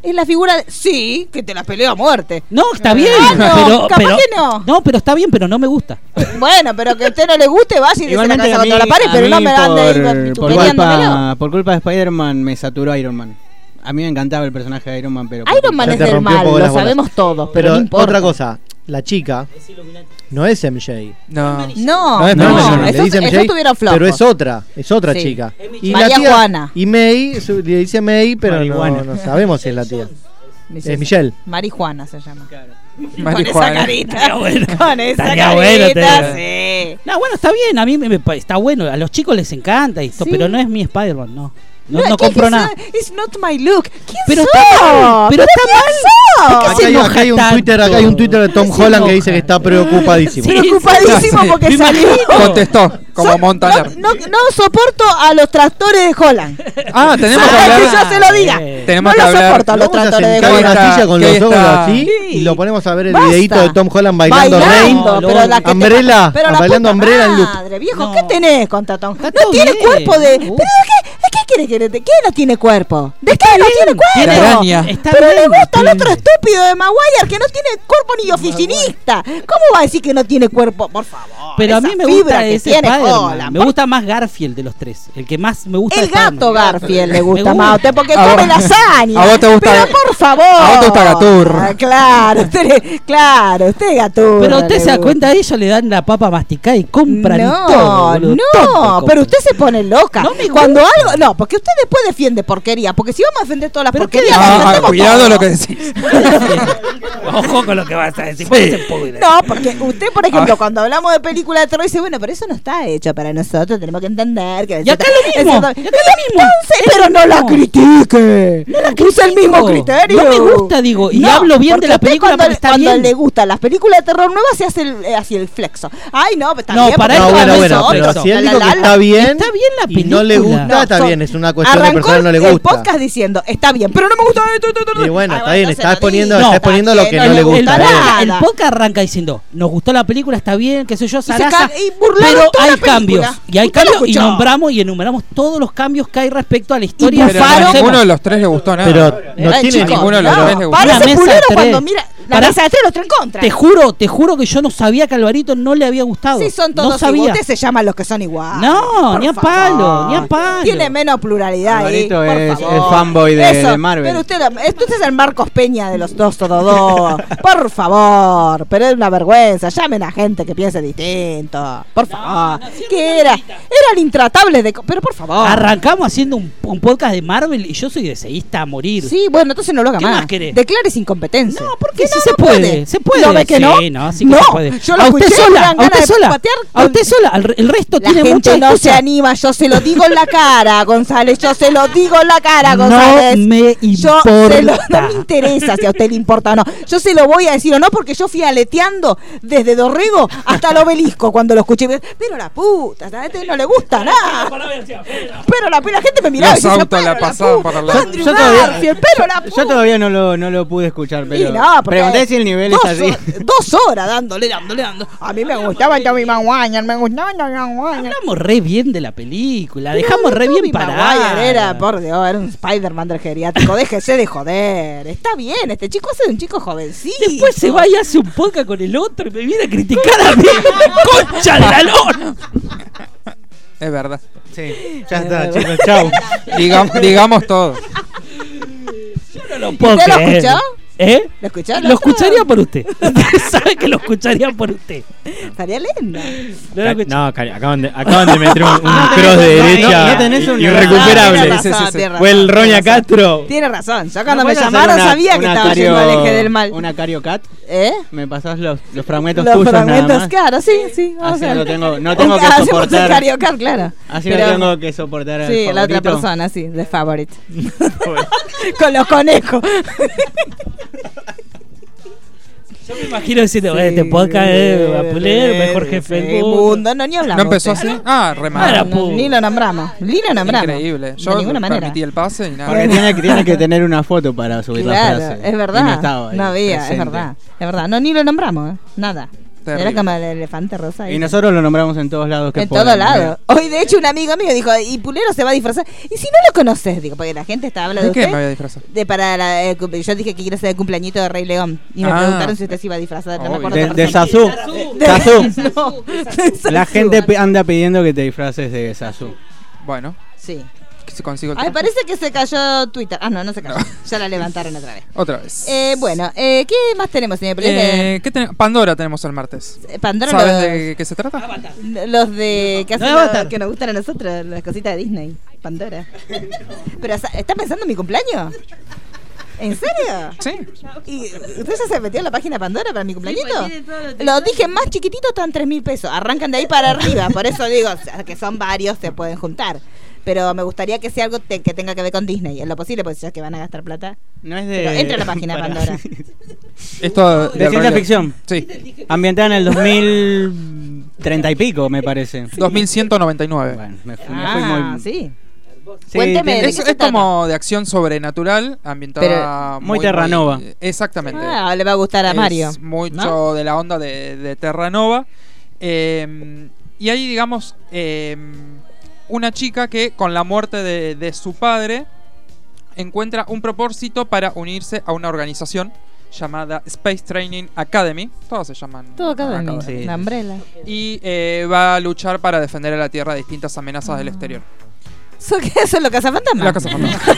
B: Es la figura de. Sí, que te la peleó a muerte.
C: No, está bien.
B: Ah, no,
C: pero,
B: capaz
C: pero-
B: que no.
C: pero está bien, pero no me gusta.
B: Bueno, pero que a usted no le guste, va y dice la
H: Igualmente
B: cabeza
H: a mí-
B: contra la pared,
H: a
B: pero no
H: mí
B: me ande
H: por, por culpa, por culpa de Spider-Man me saturó Iron Man. A mí me encantaba el personaje de Iron Man, pero...
B: Iron Man
E: Ya
B: es
E: te
B: del
E: rompió un
B: mal,
E: poco
B: lo
E: las bolas.
B: sabemos todos,
E: viene.
B: pero,
E: Pero
B: no importa.
E: otra cosa, la chica no es MJ.
D: No.
B: No,
E: No es
D: no,
E: MJ,
D: no,
E: le
B: eso-
E: dice
B: eso
E: MJ,
B: estuvieron flojos.
E: pero es otra, es otra
B: Sí.
E: chica.
B: María Juana.
E: Y May, su- le dice May, pero no,
H: Marihuana.
E: no sabemos si es la tía.
B: Dice-
C: eh,
E: Es Michelle.
B: Marijuana se llama. Con esa
D: Marijuana.
B: carita.
C: Estaría bueno.
B: Con esa
C: Estaría bueno
B: carita,
C: tener-
B: sí.
C: No, bueno, está bien, a mí me, me pa- está bueno, a los chicos les encanta esto, pero no es mi Spider-Man, no. No, no,
B: ¿qué
C: compro
B: es
C: nada.
B: esa? It's not my look. ¿Quién
C: Pero
B: sos?
C: está mal, pero está
B: quién
C: mal.
B: sos?
C: ¿Por qué
E: Acá
C: se
E: hay,
C: enoja
E: acá hay un
C: tanto?
E: Twitter, acá hay un Twitter de Tom
C: se
E: Holland que
C: enoja?
E: dice que está preocupadísimo.
C: Sí,
B: Preocupadísimo
C: sí,
B: porque
C: me
B: salió.
C: imagino.
D: Contestó, como
B: Son-
D: Montaner.
B: No, no- no soporto a los tractores de Holland.
D: Ah, tenemos que
B: Ahora que
D: hablar.
B: yo se lo diga.
C: Eh,
D: Tenemos
B: no
D: que
B: lo
D: hablar.
B: soporto a los
E: Lo vamos a
B: tractores de
E: sentar en
B: Holland.
D: Holland.
E: una silla con
D: Que
E: los
D: está-
E: ojos así
B: Sí.
E: y lo ponemos a ver el
B: Basta.
E: videito de Tom Holland bailando, Rain.
B: Bailando,
C: No,
B: pero la que
E: Umbrella,
B: te- pero la
E: bailando
B: puta
E: Umbrella en loop.
B: Madre, viejo,
C: No.
B: ¿qué tenés contra Tom? No
C: todo
B: tiene
C: bien,
B: cuerpo de. ¿Pero
C: me
B: de
C: gusta.
B: qué, de qué quiere que le- de qué no tiene cuerpo? ¿De qué no tiene
C: tiene
B: cuerpo?
D: araña.
C: Está
B: Pero le
C: bien,
B: gusta al
C: tiene-
B: otro estúpido de Maguire que no tiene cuerpo ni oficinista. ¿Cómo va a decir que no tiene cuerpo? Por favor.
C: Pero a
B: esa
C: mí me
B: fibra
C: gusta
B: que
C: ese
B: tiene
C: Spider-Man.
B: Holland,
C: Me
B: por
C: gusta más Garfield de los tres. El que más me gusta.
B: el
C: es Spider-Man.
B: gato Garfield le gusta
C: Me
B: más a usted porque
D: A
B: come
D: vos-
B: lasaña.
D: a vos te gusta-
B: Pero por favor.
D: a vos te gusta Gaturro.
B: Ah, Claro, usted, le- claro, usted es Gaturro.
C: Pero usted
B: le
C: se da
B: gusta.
C: cuenta de ellos, le dan la papa masticada y compran
B: No,
C: y todo. boludo, todo
B: no,
C: compran.
B: pero usted se pone loca.
C: No me
B: Cuando algo, no, porque usted después defiende porquería, porque si vamos a defender todas las
C: ¿Pero qué
B: porquerías, las
C: dice? Ah,
D: Ah,
B: defendemos
D: cuidado
B: todas.
D: lo que decís.
C: Ojo con lo que vas a decir. porque se pudre.
B: No, porque usted, por
D: Ah.
B: ejemplo, cuando hablamos de películas de terror, dice, bueno, pero eso no está hecho para nosotros, tenemos que entender que...
C: Y acá lo mismo,
B: Entonces,
C: y acá lo mismo, es
B: pero
C: lo
B: no la
C: mismo.
B: critique. No la critique. el mismo
C: critico,
B: criterio.
C: no me gusta, digo, y hablo bien
B: porque
C: de la
B: usted
C: película,
B: cuando,
C: pero está
B: cuando
C: bien.
B: le gustan las películas de terror nuevas, se hace el, eh, así el flexo. Ay, no, pero está
C: No,
B: bien,
C: para
B: porque
E: No,
C: esto
B: lo
E: bueno,
C: hizo
E: bueno,
B: hizo
E: pero
B: otro,
E: si él
B: la, la,
E: dijo que
B: la,
E: está bien,
C: Está bien la
E: y no le
C: película.
E: gusta, está
B: son-
E: bien, es una cuestión de
B: arrancó
E: persona no le
B: el
E: gusta.
B: podcast diciendo, está bien, pero no me gusta esto, esto, esto.
E: Y bueno,
B: Ah,
E: está bien,
B: entonces
E: está
B: no
E: exponiendo-
B: diga,
E: está exponiendo lo que no
B: le
E: le
C: el,
E: gusta
B: gusta
C: podcast,
B: nada.
C: el podcast arranca diciendo, nos gustó la película, está bien, qué sé yo,
B: se
C: zaraza,
B: ca- y burlaron
C: pero
B: toda
C: hay
B: la película.
C: cambios. Y hay
B: Usted lo
C: cambios y
B: escuchó.
C: nombramos y enumeramos todos los cambios que hay respecto a la
B: Pero
C: historia. que
D: Pero a
B: Faro-
C: conocemos.
D: ninguno de los tres le gustó nada.
E: Pero no
B: Ay,
E: tiene
B: chicos,
E: ninguno
D: de los
B: no,
D: tres le gusta.
B: Parece
C: Una mesa
B: pulero
C: tres.
B: cuando mira. La
C: Pará.
B: mesa de tres, los tres en contra.
C: Te juro, te juro que yo no sabía que a Alvarito no le había gustado.
B: Sí, son todos
C: no sabía.
B: iguales, se llaman los que son iguales.
C: No,
B: Por
C: ni a
B: favor.
C: palo, ni a palo.
B: Tiene menos pluralidad ahí.
H: Alvarito
B: Por
H: es-
B: favor.
H: es fanboy de-
B: Eso,
H: de Marvel.
B: Pero usted, usted es el Marcos Peña de los dos tododos. Por favor, pero es una vergüenza. Llamen a gente que piense distinto. Por favor. que era? Eran intratables de. co- Pero por favor.
C: Arrancamos haciendo un, un podcast de Marvel y yo soy deseísta a morir.
B: Sí, bueno, entonces no lo haga
C: ¿Qué
B: más.
C: más querés?
B: Declares incompetencia. No,
C: porque sí se puede, se puede.
B: ¿No ve que no?
C: Sí, no, sí que se puede.
B: Yo lo
C: A usted
B: escuché y me
C: sola,
B: dan
C: a usted
B: ganas de
C: sola,
B: patear
C: a usted sola, al re- el resto
B: la
C: tiene
B: gente
C: muchas
B: no se
C: excusas.
B: anima, yo se lo digo en la cara, González, yo se lo digo en la cara,
C: No
B: González.
C: me
B: Yo se lo- no
C: importa.
B: me interesa si a usted le importa o no. Yo se lo voy a decir o no porque yo fui aleteando desde Dorrego hasta el obelisco cuando lo escuché. Pero la puta, a este no le gusta nada. Pero la, pero la gente me miraba y
D: Los
B: decía,
D: autos la pasaban por al lado.
B: Andrew Garfield, pero la
H: yo todavía no lo, no lo pude escuchar,
B: Y
H: pero
B: no, porque
H: pregunté si el nivel es
B: dos
H: así.
B: hor- Dos horas dándole, dándole, dándole. A mí me gustaba yo mi manguaña, me gustaba yo mi manguaña.
C: Hablamos re bien de la película, dejamos re bien
B: Uh, Tobey
C: parada.
B: Maguire Era, por Dios, era un Spider-Man del geriátrico. Déjese de joder. Está bien, este chico hace de un chico jovencito.
H: Pues
C: Después se va y hace un podcast con el otro y me viene a criticar a mí. ¡Concha de la lona!
D: Es verdad.
E: Sí,
C: ya está,
E: chicos, chau.
D: Digam- digamos todo.
C: Yo no lo
B: ¿Usted
C: puedo
B: lo
C: creer.
B: escuchó?
C: ¿Eh?
B: ¿Lo escuchó?
C: Lo escucharía por usted. Usted sabe que lo escucharía por usted.
B: Estaría linda.
C: No lo escuché.
M: No, cari- acaban de, acaban de meter un, un
B: No
M: cross de
B: tenés- no,
M: derecha
B: no tenés
M: i-
B: un-
M: irrecuperable.
B: No, tiene razón, tiene
M: Fue el
B: razón,
M: Roña
B: tiene razón.
M: Castro.
B: Tiene razón. Yo cuando
H: ¿No
B: me
H: podés hacer
B: llamaron
H: una-
B: sabía que
H: una
B: estaba yendo al
H: Cario-
B: eje del mal.
H: Una Cario Cat.
B: ¿Eh?
H: Me pasás los, los fragmentos
B: Los
H: tuyos nada
B: fragmentos,
H: más.
B: claro, sí, sí. vamos
H: Así
B: a ver.
H: no tengo- no tengo
B: Un-
H: que
B: hacemos un
H: soportar-
B: cariocar, claro.
H: Así no tengo que soportar al
B: Sí, la otra
H: favorito.
B: persona, sí, de favorite. Con los conejos.
C: Yo me imagino diciendo, este podcast es Apuler, mejor jefe
B: Sí,
C: del mundo.
B: mundo, no, ni hablamos.
D: ¿No empezó así? Ah,
B: No,
D: remar.
B: no, ni lo nombramos. Ni lo nombramos.
D: Increíble. Yo
B: de ninguna manera.
D: permití el pase y nada.
H: Porque tiene, que- tiene que tener una foto para subir la
B: Claro,
H: frase.
B: es
H: Y no
B: verdad. No,
H: estaba ahí
B: había, es
H: presente.
B: verdad. Es verdad. No, ni lo nombramos. eh, Nada.
H: Terrible.
B: Era como el elefante rosa. ahí.
H: Y nosotros lo nombramos en todos lados que
B: en
H: podamos,
B: todo lado. Hoy, de hecho, un amigo mío dijo, y Pulero se va a disfrazar. Y si no lo conoces, digo, porque la gente está hablando
D: ¿De
B: de
D: qué me
B: usted.
D: voy a disfrazar?
B: De para la, eh, cum- yo dije que quiero ser el cumpleañito de Rey León. Y me
D: Ah.
B: preguntaron si usted se iba a disfrazar. No me
D: Obvio.
B: acuerdo.
H: De,
B: la
H: de
B: persona.
H: Sazú.
B: De-
H: Sazú.
B: No, de Sazú.
H: La gente pi- anda pidiendo que te disfraces de Sazú.
D: Bueno,
B: Sí.
D: que se consigo el
B: Ay,
D: traje.
B: parece que se cayó Twitter. Ah, no, no se cayó. Ya la levantaron otra vez.
D: Otra vez.
B: Eh, bueno, eh, ¿qué más tenemos, señor? Presidente?
D: Eh, ¿qué tenemos? Pandora tenemos el martes.
B: Eh, Pandora
D: ¿Sabes
B: los-
D: de qué se trata?
B: Eh, Los de que, hacen
D: No,
B: lo-
D: Avatar.
B: que nos gustan a nosotros, las cositas de Disney, Pandora. Pero sa- ¿está pensando en mi cumpleaños? ¿En serio?
D: Sí.
B: ¿Y usted ya se metió en la página Pandora para mi cumpleañito?
L: pues tiene todos los
B: Lo
L: detalles.
B: dije más chiquitito, están tres mil pesos. Arrancan de ahí para arriba, por eso digo o sea, que son varios, se pueden juntar. Pero me gustaría que sea algo te- que tenga que ver con Disney, en lo posible, porque ya que van a gastar plata.
H: No es
B: Pero entra a la página
H: para-
B: Pandora.
D: Esto
H: De ciencia ficción.
D: Sí.
H: Ambientada en el 2030 y pico, me parece.
D: 2199.
H: Bueno, me fui, me fui
B: Ah,
H: muy.
B: sí.
H: Sí,
B: Cuénteme,
H: tiene-
B: ¿de
D: Es,
B: qué se
D: es
B: trata?
D: como de acción sobrenatural, ambientada eh,
H: Pero muy Terranova.
D: exactamente.
B: Ah, le va a gustar a
D: Es
B: Mario.
D: Mucho
B: ¿no?
D: de la onda de, de Terranova. Eh, y ahí, digamos, eh, una chica que con la muerte de, de su padre encuentra un propósito para unirse a una organización llamada Space Training Academy. Todos se llaman.
B: Todo acá de
D: Academy.
B: mí. La umbrella.
D: Y eh, va a luchar para defender a la Tierra de distintas amenazas del exterior.
B: Ah. ¿Eso qué? ¿Eso es lo cazafantasma?
D: La Casa Fantasma.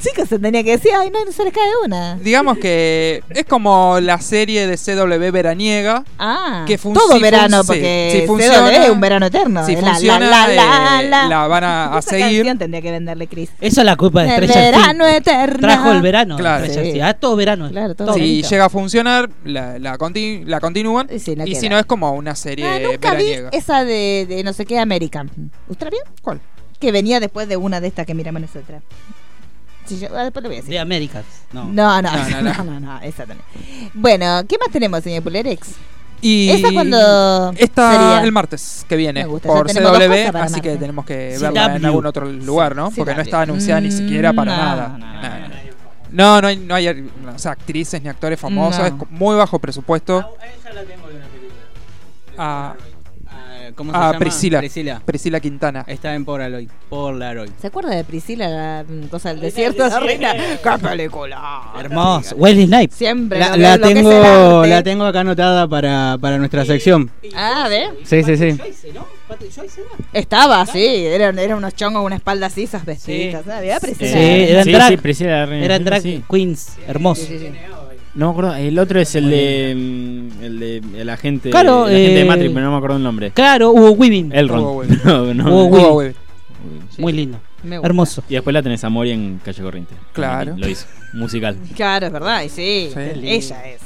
B: Chicos, se tenía que decir, ay, no, no se les cae una.
D: Digamos que es como la serie de CW veraniega.
B: Ah,
D: Que fun-
B: todo
D: sí,
B: verano,
D: fun- sí.
B: porque
D: Sí,
B: CW
D: funciona.
B: es un verano eterno.
D: Si
B: La, la,
D: funciona,
B: la, la,
D: eh,
B: la.
D: la van a, a
B: Esa
D: seguir.
B: canción tendría que venderle Chris.
C: Eso es la culpa de
B: El
C: Stranger Things.
B: verano eterno.
C: Trajo el verano.
D: Claro.
C: Claro. Ah, todo verano.
B: Claro, todo
D: Si
B: bonito.
D: llega a funcionar, la, la, conti- la continúan. Y si
B: no
D: no,
B: queda.
D: es como una serie
B: Ah, nunca vi
D: veraniega.
B: esa de, de no sé qué American. ¿Usted la vio?
D: ¿Cuál?
B: Que venía después de una de estas que miramos nosotras. Sí, yo- ah, después lo voy a decir.
C: De Américas. No.
B: No, no,
C: No,
B: no,
C: no,
B: no,
C: no.
B: no, esa también. Bueno, ¿qué más tenemos, señor Pulerex?
D: Y
B: ¿Esa cuando
D: Esta
B: sería?
D: el martes que viene
B: Me gusta, ya
D: por
B: tenemos dos
D: CW, así
B: cosas para
D: que
B: martes.
D: tenemos que
B: CW.
D: verla en algún otro lugar, ¿no?
B: Sí,
D: Porque no
B: CW.
D: está anunciada ni siquiera para
B: Mm, no,
D: nada. Nah. No, no hay, no hay no, o sea, actrices ni actores famosos,
B: No.
D: es co- muy bajo presupuesto. Ah,
H: ¿Cómo
D: Ah,
H: se llama?
D: Priscila.
H: Priscila.
D: Priscila Quintana.
H: Está en Polaroid. Polaroid.
B: ¿Se acuerda de Priscila, la mm, cosa del desierto? La reina. ¡Qué película!
C: Hermoso. Wesley Snipes.
B: Siempre.
H: La,
B: lo-
H: la
B: lo que es el
H: tengo,
B: arte.
H: la tengo acá anotada para, para nuestra sección.
B: Ah, a ver.
H: Sí, sí, sí.
B: Estaba, sí. Eran, eran unos chongos con una espalda así, esas vestiditas. ¿sabes? Era
C: Sí,
B: Priscila.
C: eran
M: sí,
C: drag.
M: sí, Priscila la reina.
C: eran drag
M: Sí.
C: queens. Hermoso.
B: Sí, sí, sí.
M: No me acuerdo. El otro es el de. mm, El de. El agente.
C: Claro,
M: el agente
C: eh,
M: de Matrix, pero no me acuerdo el nombre.
C: Claro, Hugo Weaving.
M: Elrond.
C: Hugo
M: No, no.
C: Hugo
M: Hugo
C: Weaving. Muy lindo.
B: Me gusta.
C: Hermoso.
M: Y después la tenés a Mori en Calle Corriente.
D: Claro.
M: Lo hizo. Musical.
B: Claro, es verdad. Y sí, ella es.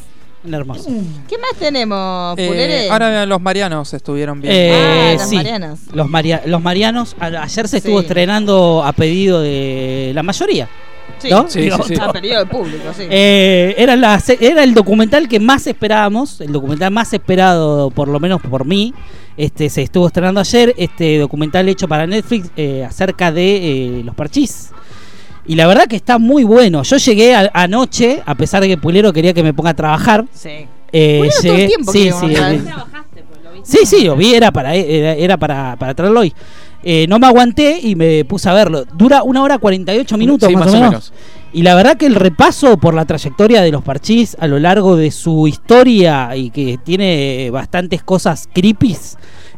C: Hermoso.
B: ¿Qué más tenemos,
D: Eh,
B: Pulere?
D: ahora los marianos estuvieron bien.
C: Eh,
B: Ah, los
C: sí,
B: Marianos.
C: Los, Maria- los Marianos. a- Ayer se estuvo
B: Sí.
C: estrenando a pedido de la mayoría.
B: Sí,
C: ¿no?
B: sí,
C: Digo,
B: sí, sí. A pedido del público, sí.
C: Eh, era, la, se- era el documental que más esperábamos, el documental más esperado, por lo menos por mí. Este, se estuvo estrenando ayer este documental hecho para Netflix eh, acerca de eh, los parchís. Y la verdad que está muy bueno. Yo llegué a- anoche, a pesar de que Pulero quería que me ponga a trabajar.
B: Sí.
C: Eh,
B: Pulero todo el
C: llegué-
B: tiempo
C: sí,
B: quiere
C: sí,
B: trabajar.
C: eh, Sí, sí, lo vi, era para, era, era para, para traerlo hoy. Eh, no me aguanté y me puse a verlo. Dura una hora 48 minutos
D: Sí,
C: más,
D: más
C: o
D: o
C: menos.
D: menos.
C: Y la verdad que el repaso por la trayectoria de los parchís a lo largo de su historia y que tiene bastantes cosas creepy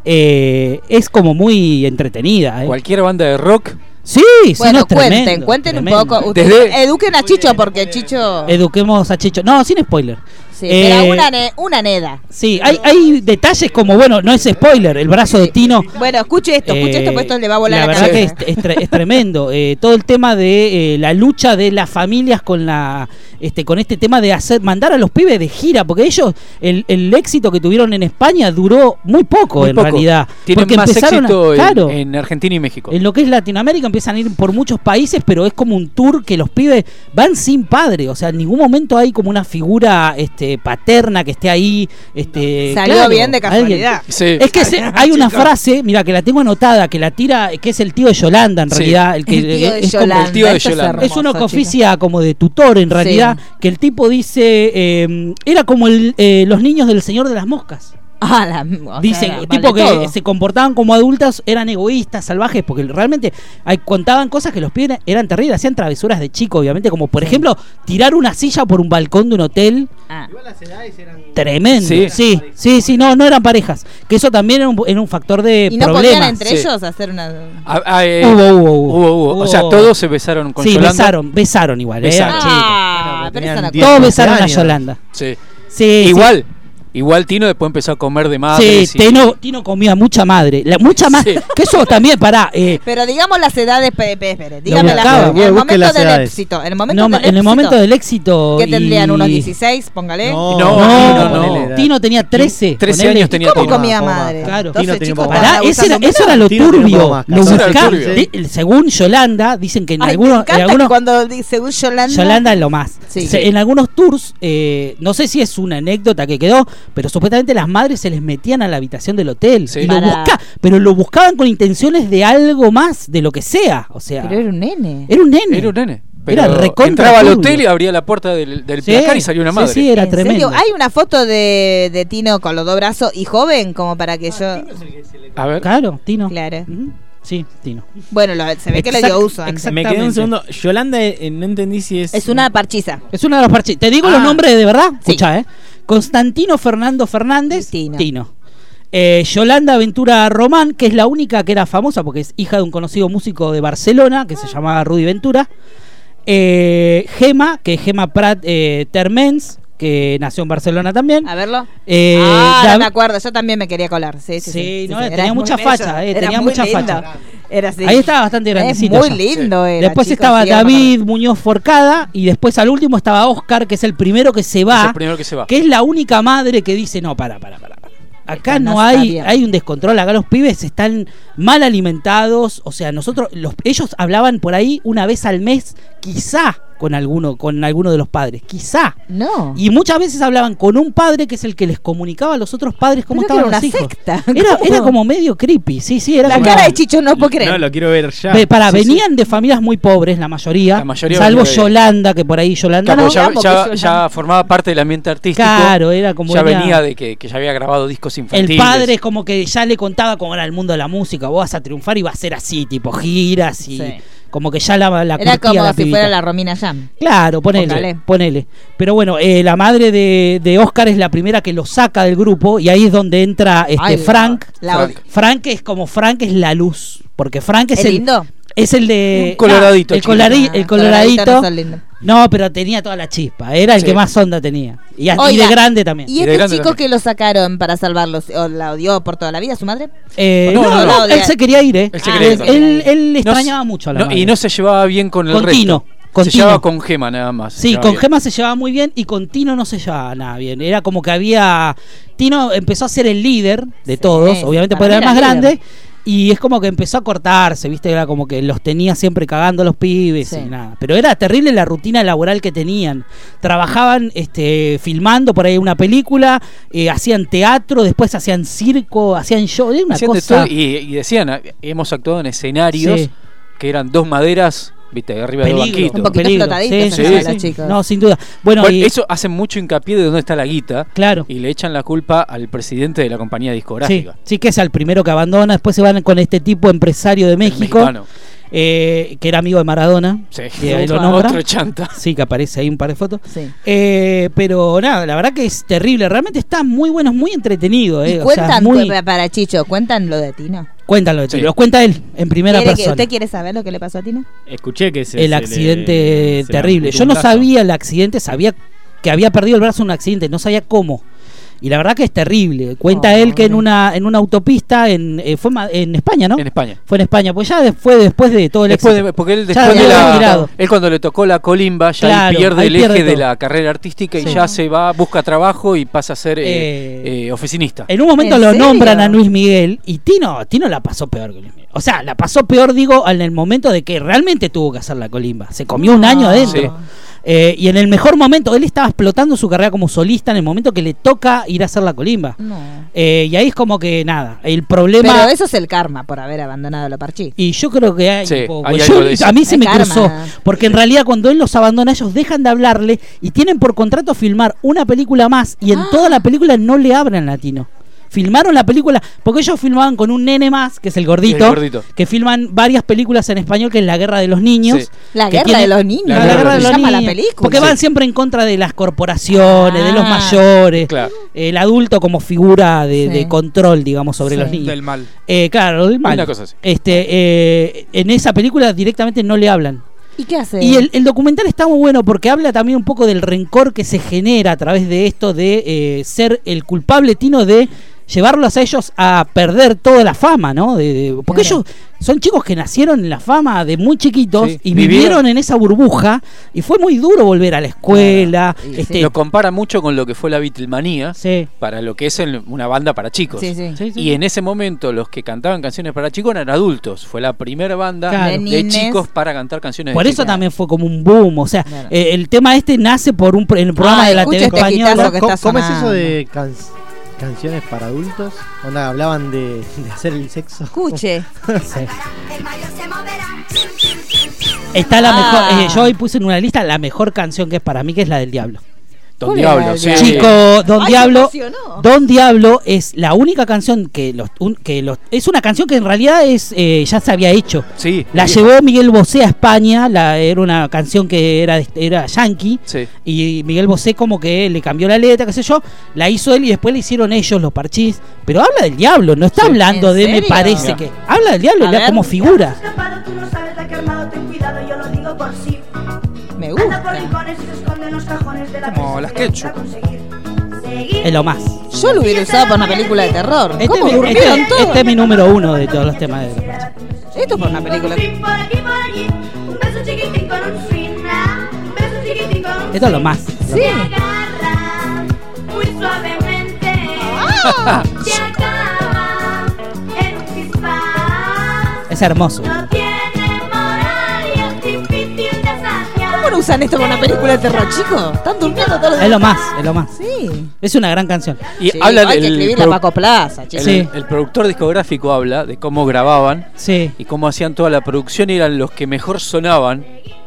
C: eh, es como muy entretenida. eh.
N: Cualquier banda de rock.
C: Sí, sí,
B: Bueno,
C: no, es
B: cuenten,
C: tremendo,
B: cuenten
C: tremendo.
B: un poco. Ustedes Eduquen a Chicho porque Chicho.
C: Eduquemos a Chicho. No, sin spoiler.
B: Sí,
C: Eh,
B: pero una, ne- una neda.
C: Sí, hay, hay detalles como, bueno, no es spoiler, el brazo de Tino.
B: Bueno, escuche esto, escuche esto,
C: Eh,
B: porque esto este le va a volar la,
C: verdad
B: cabeza.
C: que es, es tre- es tremendo. Eh, todo el tema de eh, la lucha de las familias con la este con este tema de hacer mandar a los pibes de gira, porque ellos, el, el éxito que tuvieron en España duró muy poco
N: Muy
C: en
N: poco.
C: realidad.
N: Tienen
C: porque
N: más
C: empezaron a-
N: éxito en-
C: claro,
N: en, Argentina y México.
C: en lo que es Latinoamérica empiezan a ir por muchos países, pero es como un tour que los pibes van sin padre. O sea, en ningún momento hay como una figura este, paterna que esté ahí. Este,
B: Salió bien de casualidad. Sí.
C: Es que se- hay una
B: Chicos.
C: frase, mira, que la tengo anotada, que la tira, que es el tío de Yolanda en
N: Sí.
C: realidad. El, que,
B: El tío de
C: es como-
B: Yolanda, El tío de esto es Yolanda.
C: Es uno que
B: hermoso,
C: oficia como de tutor en realidad, que el tipo dice, eh, era como el, eh, los niños del Señor de las Moscas.
B: Ah, la- o sea,
C: Dicen,
B: vale
C: tipo que
B: todo.
C: se comportaban como adultas, eran egoístas, salvajes, porque realmente hay- contaban cosas que los pibes eran terribles, hacían travesuras de chico, obviamente, como por ejemplo tirar una silla por un balcón de un hotel. Tremendo. Sí,
N: Sí.
C: sí, sí, no, no eran parejas. Que eso también era un, era un factor de
B: Y no
C: problema.
B: podían entre ellos hacer una.
N: Ah, ah, eh,
C: Hubo, hubo, hubo.
N: O sea,
C: Hubo-
N: todos se besaron con
C: Sí,
N: Yolanda.
C: besaron, besaron igual. eh,
N: Besaron.
C: chicos.
B: Ah, pero esa no-
C: Todos besaron a Yolanda.
N: Sí.
C: Sí,
N: igual. Igual Tino después empezó a comer de madre.
C: sí, Tino, Tino comía mucha madre. la- mucha madre. Que eso también, pará. eh,
B: Pero digamos las edades, pe- pe- espere, dígame las
C: buscaba.
B: edades. En el
C: Busque
B: momento
C: las
B: del
C: edades.
B: éxito. En el momento,
C: no,
B: del,
C: ma- en
B: éxito,
C: el momento del éxito.
B: ¿Qué
C: y-
B: tendrían? ¿Unos 16? Póngale.
C: No,
N: No,
C: no,
N: Tino, no.
C: ponele. Tino tenía 13.
N: 13
C: ponele.
N: años tenía
B: ¿Cómo Tino. comía madre?
C: Claro.
B: Entonces, Tino tenía chicos, un poco
C: Pará,
B: más.
C: ese era-
B: Abusando
C: eso era
B: menos.
C: lo
B: Tino tenía un poco
C: turbio.
B: más,
C: Lo
B: claro. Eso era
C: buscaban.
B: turbio.
C: Di- el- Según Yolanda, dicen que en
B: Ay, me
C: algunos. en
B: encanta que
C: algunos-
B: cuando di- según Yolanda.
C: Yolanda es lo más.
B: Sí.
C: Se- En algunos tours, eh, no sé si es una anécdota que quedó, pero supuestamente las madres se les metían a la habitación del hotel. Y lo
B: Para-
C: busca, pero lo buscaban con intenciones de algo más, de lo que sea. O sea,
B: Pero era un nene.
C: era un nene.
N: Era un nene.
C: Era
N: Pero
C: recontra
N: entraba al
C: turbio.
N: hotel y abría la puerta del, del
C: Sí,
N: placar y salió una
C: sí,
N: madre.
C: sí, era
B: ¿En serio? Hay una foto de, de Tino con los dos brazos y joven, como para que yo.
N: A ver.
C: Claro, Tino.
B: Claro.
C: Sí, Tino.
B: Bueno, lo- se ve que lo
C: Exact-
B: dio uso. antes.
M: Me quedé un segundo. Yolanda, eh, no entendí si es. Ah.
B: Es una parchiza.
C: Es una de las parches. Te digo los nombres de verdad. Escucha, ¿eh? Constantino Fernando Fernández. Tino. Eh, Yolanda Ventura Román, que es la única que era famosa porque es hija de un conocido músico de Barcelona que
B: Ah.
C: se llamaba Rudy Ventura. Eh, Gema, que es Gema Prat eh, Termens, que nació en Barcelona también.
B: A verlo.
C: Eh,
B: ah, ya
C: Dav-
B: me acuerdo. Yo también me quería colar. Sí, sí, sí.
C: Sí,
B: sí,
C: no,
B: sí.
C: tenía
B: Era muy
C: mucha
B: bello,
C: facha, eh,
B: era
C: tenía
B: muy
C: mucha
B: lindo.
C: facha.
B: Era así.
C: Ahí estaba bastante
B: Es
C: grandecito.
B: Muy
C: ya.
B: lindo eh, era,
C: Después
B: chicos,
C: estaba
B: sí, ahora me
C: David Muñoz Forcada y después al último estaba Oscar, que es el primero que se va.
N: Es el primero que se va.
C: es la única madre que dice, no, para, para, para. para. Acá
B: Esto
C: no,
B: no está
C: hay,
B: bien".
C: hay un descontrol, acá los pibes están mal alimentados, o sea, nosotros, los, ellos hablaban por ahí una vez al mes, quizá con alguno, con alguno de los padres. Quizá.
B: No.
C: Y muchas veces hablaban con un padre que es el que les comunicaba a los otros padres cómo
B: Pero que
C: estaban
B: era
C: los
B: una
C: hijos.
B: secta.
C: Era,
B: ¿Cómo?
C: era como medio creepy, sí, sí, era
B: La
C: como-
B: cara de Chicho no puedo creer.
M: No, lo quiero ver ya.
C: Ve, pará,
M: Sí, sí.
C: venían de familias muy pobres, la mayoría.
N: mayoría
C: salvo
N: venía de-
C: Yolanda, que por ahí Yolanda
N: Claro,
C: no.
N: ya, ya- ya formaba parte del ambiente artístico.
C: Claro, era como
N: Ya
C: era-
N: venía de que, que ya había grabado discos infantiles.
C: El padre es como que ya le contaba cómo era el mundo de la música, vos vas a triunfar y va a ser así, tipo giras y
B: Sí.
C: como que ya la, la
B: Era
C: curtía
B: como
C: la
B: si
C: pibita.
B: fuera la Romina Jam.
C: Claro, ponele,
B: Ojalá.
C: ponele. Pero bueno, eh, la madre de, de Oscar es la primera que lo saca del grupo y ahí es donde entra este
B: Ay, la-
C: Frank.
B: la
C: Frank.
B: odio.
C: Frank es como Frank es la luz, porque Frank es
B: ¿Es
C: el
B: lindo?
C: es el de
N: Un coloradito,
C: el,
N: chico.
C: colari- el
B: Ah,
C: coloradito.
B: coloradito no son lindos.
C: No, pero tenía toda la chispa, era el
N: Sí.
C: que más onda tenía. Y, a- y
B: Oiga,
C: de grande también.
B: ¿Y este chico que lo sacaron para salvarlo? ¿O la odió por toda la vida su madre?
C: Eh,
N: No,
C: no,
N: no,
C: no,
B: no,
C: él se quería ir, ¿eh?
N: Él se quería
C: Ah,
N: ir.
C: él, él
N: No
C: extrañaba
N: se-
C: mucho a la
N: no,
C: madre.
N: Y no se llevaba bien con el
C: Con Tino,
N: resto.
C: con
N: se
C: Tino.
N: llevaba con Gema nada más. se
C: Sí,
N: llevaba
C: con
N: bien.
C: Gema se llevaba muy bien y con Tino no se llevaba nada bien. Era como que había. Tino empezó a ser el líder de todos, obviamente
B: para
C: porque era el
B: mí
C: más
B: era líder.
C: grande. Y es como que empezó a cortarse, ¿viste? Era como que los tenía siempre cagando a los pibes
B: Sí.
C: y nada. Pero era terrible la rutina laboral que tenían. Trabajaban este, filmando por ahí una película, eh, hacían teatro, después hacían circo, hacían show. Era una
N: Hacían de
C: cosa.
N: todo y, y decían, "Ah, hemos actuado en escenarios
C: Sí.
N: que eran dos maderas, viste, arriba de
C: Peligro,
N: banquito.
B: Un poquito
C: peligro.
B: explotaditos
N: Sí,
B: estaban
N: sí.
B: los chicos.
C: No, sin duda. Bueno, y-
N: eso hace mucho hincapié de dónde está la guita.
C: Claro.
N: Y le echan la culpa al presidente de la compañía
C: Sí,
N: discográfica.
C: sí, que es al primero que abandona. Después se van con este tipo empresario de México,
N: mexicano.
C: eh, que era amigo de Maradona.
N: Sí.
C: que ahí lo
N: Otro-
C: nombra.
N: otro chanta.
C: Sí, que aparece ahí un par de fotos.
B: Sí.
C: Eh, pero nada, la verdad que es terrible. Realmente está muy bueno, es muy entretenido.
B: Y
C: Eh. o sea,
B: cuentan,
C: muy-
B: cu- para Chicho, cuentan lo de Tino.
C: Cuéntalo,
M: Sí.
C: lo cuenta él en primera
B: ¿Quiere que-
C: persona.
B: ¿Usted quiere saber lo que le pasó a Tina?
M: Escuché que se.
C: el accidente terrible. Yo no
M: sabía
C: sabía el accidente, sabía que había perdido el brazo en un accidente, no sabía cómo. Y la verdad que es terrible. Cuenta él que en una en una autopista en eh, fue ma- en España, ¿no?
N: En España.
C: Fue en España, pues ya de- fue después de todo el
N: Después
C: éxito.
N: de- porque él
C: Ya
N: después
C: había
N: de la,
C: retirado.
N: él cuando le tocó la colimba ya él
C: Claro,
N: pierde
C: ahí
N: el
C: pierde
N: eje de
C: todo.
N: la carrera artística
C: Sí.
N: y ya se va, busca trabajo y pasa a ser eh, eh, oficinista.
C: En un momento
B: ¿En
C: lo
B: serio?
C: nombran a Luis Miguel y Tino, Tino la pasó peor que Luis Miguel. O sea, la pasó peor, digo, en el momento de que realmente tuvo que hacer la colimba. Se comió un año adentro.
N: Sí.
C: Eh, y en el mejor momento, él estaba explotando su carrera como solista en el momento que le toca ir a hacer la colimba.
B: No.
C: Eh, y ahí es como que nada, el problema.
B: Mm. Pero eso es el karma por haber abandonado lo parchís.
C: Y yo creo que hay
N: Sí,
C: un poco.
N: hay
C: Yo-
N: algo de eso.
C: a mí se
B: Hay
C: me
B: karma.
C: cruzó. Porque en realidad, cuando él los abandona, ellos dejan de hablarle y tienen por contrato filmar una película más. Y
B: Ah.
C: en toda la película no le hablan latino. Filmaron la película porque ellos filmaban con un nene más, que es el gordito,
N: El gordito.
C: que filman varias películas en español, que es La Guerra de los Niños.
N: Sí.
B: La
C: que
B: guerra
C: tiene-
B: de los niños.
C: La,
N: La
C: Guerra de
B: se
C: los
B: llama
C: Niños.
B: la película.
C: Porque van siempre en contra de las corporaciones, de los
B: Ah.
C: mayores,
N: Claro.
C: el adulto como figura de,
B: Sí.
C: de control, digamos, sobre los niños.
D: Del mal.
C: Eh, claro, el mal.
N: Una cosa así.
C: Este, eh, en esa película directamente no le hablan.
B: ¿Y qué hace?
C: Y el, el documental está muy bueno porque habla también un poco del rencor que se genera a través de esto de eh, ser el culpable Tino de llevarlos a ellos a perder toda la fama, ¿no? De- de- porque
B: Claro.
C: ellos son chicos que nacieron en la fama de muy chiquitos
N: Sí,
C: y
N: vivieron-
C: vivieron en esa burbuja y fue muy duro volver a la escuela.
B: Claro, y
C: este,
N: Lo compara mucho con lo que fue la Beatlemanía
C: sí,
N: para lo que es el- una banda para chicos.
B: Sí, sí.
C: sí, sí.
N: Y en ese momento los que cantaban canciones para chicos eran adultos. Fue la primera banda
C: Claro.
N: de
B: Nenes.
N: chicos para cantar canciones
C: Por
N: de
C: eso
N: chicos.
C: también fue como un boom. O sea,
B: Claro.
C: eh, el tema este nace por un pro- en el programa
B: Ah,
C: de la
B: escucha
C: TV
B: este
C: española.
B: guitarro que
E: ¿Cómo,
B: está
E: cómo es eso
B: sonando.
E: de can- canciones para adultos? Onda, hablaban de, de hacer el sexo.
B: Escuche.
C: Sí.
K: El mayor se moverá.
C: Está la
B: Ah.
C: mejor. eh, yo hoy puse en una lista la mejor canción que es para mí, que es la del Diablo.
N: Don
B: ¿Cuál
N: Diablo,
B: era el
N: sí.
B: diablo?
C: Chico, Don
B: Ay, se
C: Diablo.
B: emocionó.
C: Don Diablo es la única canción que los, un- que los es una canción que en realidad es eh, ya se había hecho.
N: Sí.
C: La
N: Sí.
C: llevó Miguel Bosé a España, la, era una canción que era, de- era yankee.
N: Sí.
C: Y Miguel Bosé como que le cambió la letra, qué sé yo, la hizo él y después le hicieron ellos los parchís. Pero habla del diablo, no está hablando
B: ¿En
C: de me
B: serio?
C: parece
B: Mira.
C: que. Habla del diablo
B: A
C: la-
B: ver.
C: como figura.
K: Escapado, tú no sabes la que armado, ten cuidado, yo lo digo por sí.
B: Me
K: Anda por
B: gusta.
K: rincones y se esconde en los cajones de la
D: Como
K: presa,
D: las
K: pero
D: ketchup.
K: va a conseguir. Seguir.
C: Es lo más.
B: Yo lo hubiera usado para una película de terror.
C: Este,
B: ¿Cómo
C: es mi- este-
B: durmieron todos?
C: este es mi número uno de todos los temas de los parchís.
B: Esto es por una película.
K: Un swing por aquí, por allí. Un beso chiquitín con un swing, ah. Un beso chiquitín con un
C: Esto es lo más.
B: Sí.
K: Se agarra muy suavemente.
C: Ah.
K: Se acaba en un pispás.
C: Es hermoso.
K: No tiene moral y es difícil de saciar.
B: ¿Cómo no no usan esto para una película de terror, chicos? Están durmiendo todos los
C: Es lo más, es lo más.
B: Sí.
C: Es una gran canción.
N: Y
B: Sí,
N: habla
B: hay que
N: del-
B: escribirla
N: produ-
B: Paco Plaza, che.
N: el,
B: Sí.
N: el productor discográfico habla de cómo grababan y cómo hacían toda la producción y eran los que mejor sonaban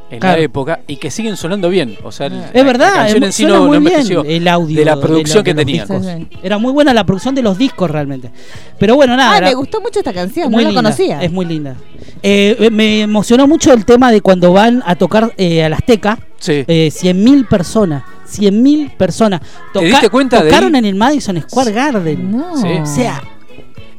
N: en
C: Claro.
N: la época y que siguen sonando bien. O sea, el- la-
C: Es verdad,
N: la canción
C: es-
N: en sí
C: suena
N: no,
C: muy
N: no
C: bien
N: envejeció
C: el audio
N: de la
C: de
N: producción
C: lo- de
N: que
C: los
N: tenían.
C: discos. Era muy buena la producción de los discos realmente. Pero bueno, nada.
B: Ay,
C: era-
B: Ah, me gustó mucho esta canción, no
C: muy
B: la
C: linda,
B: conocía.
C: Es muy linda. Eh, eh, me emocionó mucho el tema de cuando van a tocar eh, a la Azteca.
N: Sí.
C: Eh, 100.000 personas. 100.000 personas.
N: ¿Te diste cuenta de
C: Tocaron
N: ahí?
C: en el Madison Square Garden.
N: Sí.
C: O sea,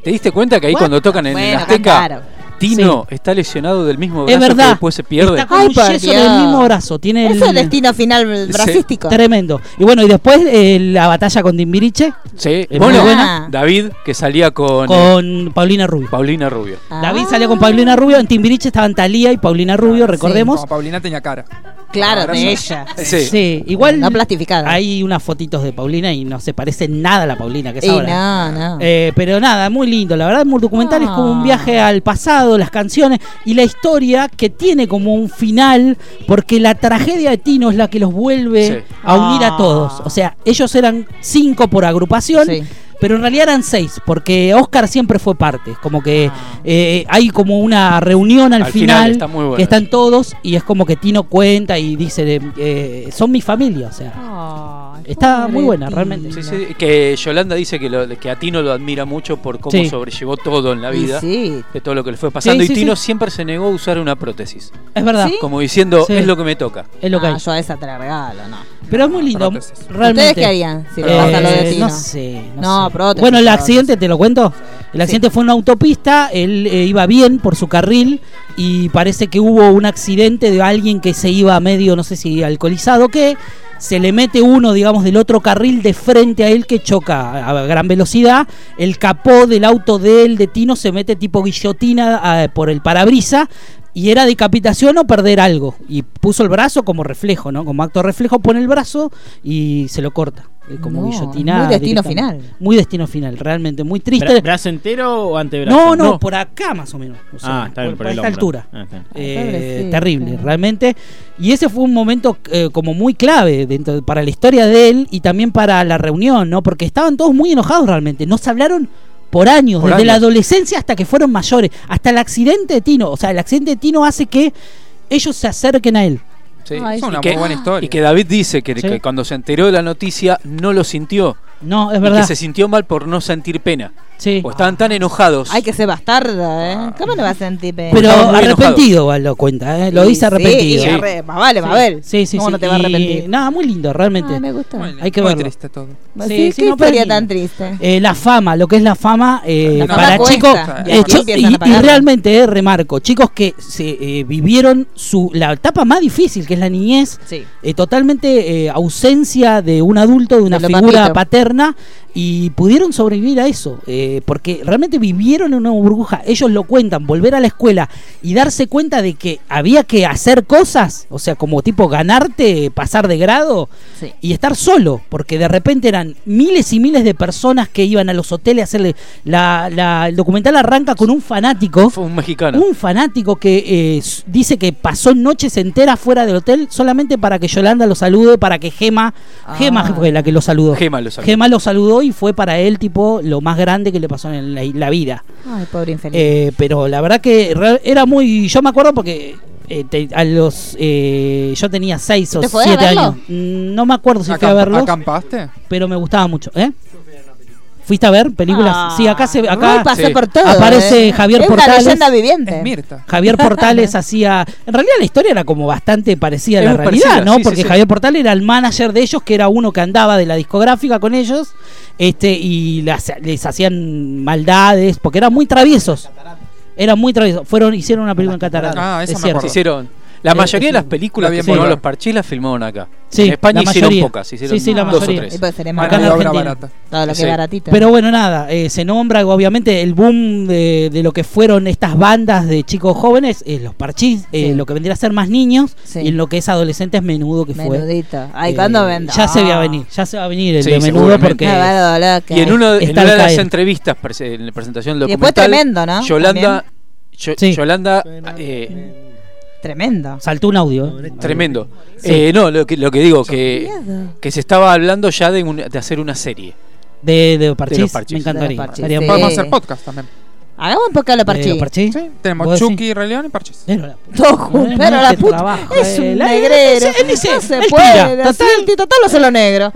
N: ¿Te diste cuenta que ahí
C: What?
N: cuando tocan en el
C: Bueno,
N: Azteca,
C: cantaron.
N: Tino está lesionado del mismo
C: Es
N: brazo que
C: verdad.
N: después se pierde?
C: Está con un
B: por
C: yeso
B: Dios.
C: en el mismo brazo. Tiene
B: Eso es
C: el-
B: destino final brasístico.
C: Tremendo. Y bueno, y después eh, la batalla con Dimbiriche.
N: Sí,
B: Ah.
C: Es
N: Eh, bueno,
C: muy buena.
N: David que salía con,
C: Con Paulina Rubio.
N: Paulina Rubio.
C: David salió
B: Ah.
C: con Paulina Rubio. En Timbiriche estaban Talía y Paulina Rubio, recordemos.
D: Como Paulina tenía cara.
B: Claro,
D: Ahora
B: de
D: sí.
B: ella.
C: Sí. igual.
B: plastificada.
C: Hay unas fotitos de Paulina y no se parece nada a la Paulina que es
B: Y
C: ahora.
B: no, no.
C: Eh, pero nada, muy lindo. La verdad, el documental es como un viaje al pasado, las canciones y la historia que tiene como un final, porque la tragedia de Tino es la que los vuelve
N: Sí.
C: a unir
B: Ah.
C: a todos. O sea, ellos eran cinco por agrupación. Pero en realidad eran seis, porque Oscar siempre fue parte. Es Como que
B: Ah.
C: eh, hay como una reunión al,
N: Al final
C: final,
N: está muy bueno
C: que están todos y es como que Tino cuenta y dice, de, eh, son mi familia, o sea. está muy buena, realmente.
N: Sí, sí, que Yolanda dice que, lo- que a Tino lo admira mucho por cómo
C: Sí.
N: sobrellevó todo en la
C: Y
N: vida,
C: sí.
N: de todo lo que le fue pasando.
C: Sí, sí,
N: y Tino
C: sí.
N: siempre se negó a usar una prótesis.
C: Es verdad. ¿Sí?
N: Como diciendo,
C: Sí.
N: es lo que me toca.
C: Es lo que
B: Ah,
C: hay.
B: yo a esa te la regalo, no.
C: Pero es muy lindo.
N: prótesis.
C: Realmente.
B: ¿Ustedes qué harían si les pasa lo de Tino?
C: Eh, No sé. No,
B: No,
C: sé.
B: prótesis,
C: Bueno, el
B: prótesis.
C: accidente, te lo cuento. El accidente fue en una autopista, él eh, iba bien por su carril y parece que hubo un accidente de alguien que se iba medio, no sé si alcoholizado, que se le mete uno, digamos, del otro carril de frente a él que choca a gran velocidad. El capó del auto de él, de Tino, se mete tipo guillotina eh, por el parabrisa. Y era decapitación o perder algo. Y puso el brazo como reflejo, ¿no? Como acto reflejo, pone el brazo y se lo corta. eh, Como
B: No,
C: guillotina.
B: muy destino
C: directamente.
B: final.
C: Muy destino final, realmente. Muy triste.
M: Bra- ¿Brazo entero o antebrazo?
C: No, no, por acá más o menos. O sea,
M: Ah, está bien, por el
C: eh, esta
M: hombro.
C: altura.
M: Ah, está bien.
C: Eh,
M: Ay, pobrecito.
C: terrible, realmente. Y ese fue un momento eh, como muy clave dentro, para la historia de él y también para la reunión, ¿no? Porque estaban todos muy enojados realmente. No se hablaron por años,
N: Por
C: desde la
N: años.
C: adolescencia hasta que fueron mayores. Hasta el accidente de Tino. O sea, el accidente de Tino hace que ellos se acerquen a él.
N: Sí.
C: Ay,
N: Y
C: es una
N: que-
C: muy buena
N: Y que David dice que, que cuando se enteró de la noticia no lo sintió.
C: No, es
N: Y
C: verdad.
N: que se sintió mal por no sentir pena.
C: Sí.
N: O estaban tan enojados.
B: Hay que ser bastarda,
C: Ah.
B: ¿eh? ¿Cómo lo vas a sentir? pe?
C: Pero
N: Estaba muy
C: arrepentido igual lo cuenta, ¿eh? lo
B: Sí,
C: dice arrepentido.
B: sí, y arre- más vale, más vale.
C: Sí, sí,
B: ¿Cómo
C: sí,
B: no te va a
C: y
B: arrepentir?
C: Nada, muy lindo, realmente.
B: Ah, me gustó. Muy
C: Hay que
D: muy
C: verlo.
D: triste todo.
B: Sí, qué
C: pero es
B: historia
C: lindo.
B: tan triste.
C: Eh, la fama, lo que es la fama eh,
B: La fama
C: para
B: cuesta,
C: chicos.
B: y
C: eh,
B: aquí
C: chi-
B: empiezan a
C: y, y
B: pagarla.
C: realmente, eh, remarco, chicos que se eh, vivieron su, la etapa más difícil, que es la niñez,
B: Sí.
C: eh, totalmente eh, ausencia de un adulto, de una
B: De lo
C: figura
B: papito.
C: paterna, y pudieron sobrevivir a eso, eh, porque realmente vivieron en una burbuja. Ellos lo cuentan, volver a la escuela y darse cuenta de que había que hacer cosas, o sea, como tipo ganarte, pasar de grado
B: Sí.
C: y estar solo, porque de repente eran miles y miles de personas que iban a los hoteles a hacerle. La, la- el documental arranca con un fanático.
N: un mexicano.
C: Un fanático que eh, s- dice que pasó noches enteras fuera del hotel solamente para que Yolanda lo salude, para que Gema. Gema fue la que lo saludó.
N: Ah. Gema lo saludó.
C: Gema lo saludó y fue para él, tipo, lo más grande que le pasó en la, la vida.
B: Ay, pobre infeliz.
C: Eh, pero la verdad que re- era muy. Yo me acuerdo porque. eh, te- a los eh, yo tenía 6 o
D: ¿Te fue a
C: 7
D: verlo?
C: años Mm, no me acuerdo si fui a
D: Acampa-
C: verlo
D: ¿Acampaste?
C: pero me gustaba mucho ¿eh? fuiste a ver películas
B: Ah,
C: sí acá se
B: Rui
C: acá
B: pasó por todo,
C: aparece
B: eh.
C: Javier
B: Es una
C: Portales
B: leyenda viviente.
C: Javier Portales hacía. En realidad la historia era como bastante parecida a
N: Es
C: la
N: muy
C: realidad,
N: parecida,
C: ¿no?
N: sí, sí,
C: Porque
N: sí.
C: Javier Portales era el manager de ellos, que era uno que andaba de la discográfica con ellos, este, y las- les hacían maldades, porque eran muy traviesos. Eran muy traviesos. Fueron, hicieron una película en Catarata.
N: Ah,
C: es
N: esa me
C: cierto.
N: acuerdo. Hicieron. La
C: Eh,
N: mayoría de
C: es
N: las
C: un-
N: películas
C: la
N: que
C: bien
N: filmaron
C: bárbara.
N: los parches las filmaron acá.
C: Sí,
N: en España
C: la
N: hicieron
C: mayoría.
N: pocas, hicieron
C: Sí, sí, la
N: dos
C: mayoría.
N: o tres.
B: Y pues seremos
C: Acá en
B: Mano de obra
C: Argentina.
B: barata. Todo lo que
N: Sí.
B: baratito.
C: Pero bueno, nada, eh, se nombra obviamente el boom de, de lo que fueron estas bandas de chicos jóvenes, eh, los parchís, eh, lo que vendría a ser más niños, y en lo que es adolescentes, menudo que fue. Eh,
B: Menudito. Ay, ¿cuándo vendrá? Ah,
C: Ya se va a venir, ya se va a venir el
N: Sí,
C: de menudo
N: seguramente.
C: porque.
B: Me va a doler que-
N: Y en, uno, en
C: Está
N: una de
C: al
N: las
C: caer.
N: entrevistas, prese- en la presentación del
B: Y después
N: documental,
B: tremendo, ¿no?
N: Yolanda, Yo- Yolanda eh,
B: Tremendo.
C: Saltó un audio. ¿eh?
N: Tremendo.
C: Sí.
N: Eh, no, lo que, lo que digo, que, que se estaba hablando ya de, un- de hacer una serie.
C: De, de Parchís,
N: De los Parchís.
C: me
N: De
C: encantaría.
N: los Parchís,
C: Estaría
N: sí.
C: bueno.
D: Podemos hacer podcast también.
B: Hagamos un poco de los
C: ¿De los Parchís?
D: Sí, tenemos
C: ¿Vos
D: Chucky, Rey León y Parchís.
B: Todo junto, pero la puta.
C: eh.
B: es un negrero. no se puede. así el tito Total Eh, lo hace lo negro.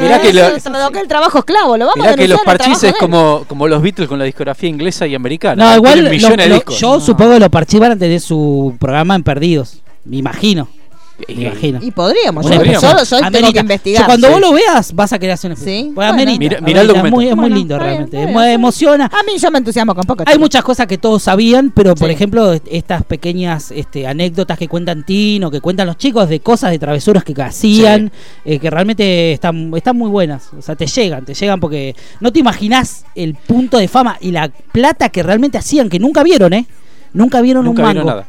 N: Mirá que, lo-
B: lo que el trabajo esclavo, lo vamos a
N: mirá que
B: denunciar.
N: los
B: el trabajo
N: parchís es
B: de él.
N: como, como los Beatles con la discografía inglesa y americana.
C: No, igual
N: Tienen
C: lo-
N: millones de
C: lo-
N: discos.
C: yo supongo que los Parchís van a tener su programa en Perdidos. Me imagino.
N: Y-
C: Me imagino.
B: Y podríamos, yo
C: Podríamos.
B: solo- solo tengo
C: América.
B: que investigar.
C: Yo cuando
B: Sí.
C: vos lo veas, vas a querer hacer una ¿Sí?
B: bueno.
N: Mirá- mirá
C: es muy,
N: el documental.
C: es muy
N: Bueno,
C: lindo
N: está bien,
C: realmente.
B: Eh,
N: está
C: Es
N: bien,
C: muy- emociona.
B: A mí yo me entusiasmo con poco.
C: Hay muchas cosas que todos sabían, pero por ejemplo, est- estas pequeñas este, anécdotas que cuentan Tino, que cuentan los chicos de cosas, de travesuras que hacían, eh, que realmente están, están muy buenas. O sea, te llegan, te llegan porque no te imaginás el punto de fama y la plata que realmente hacían, que nunca vieron, ¿eh? Nunca vieron
N: Nunca
C: un
N: vieron
C: mango.
N: nada.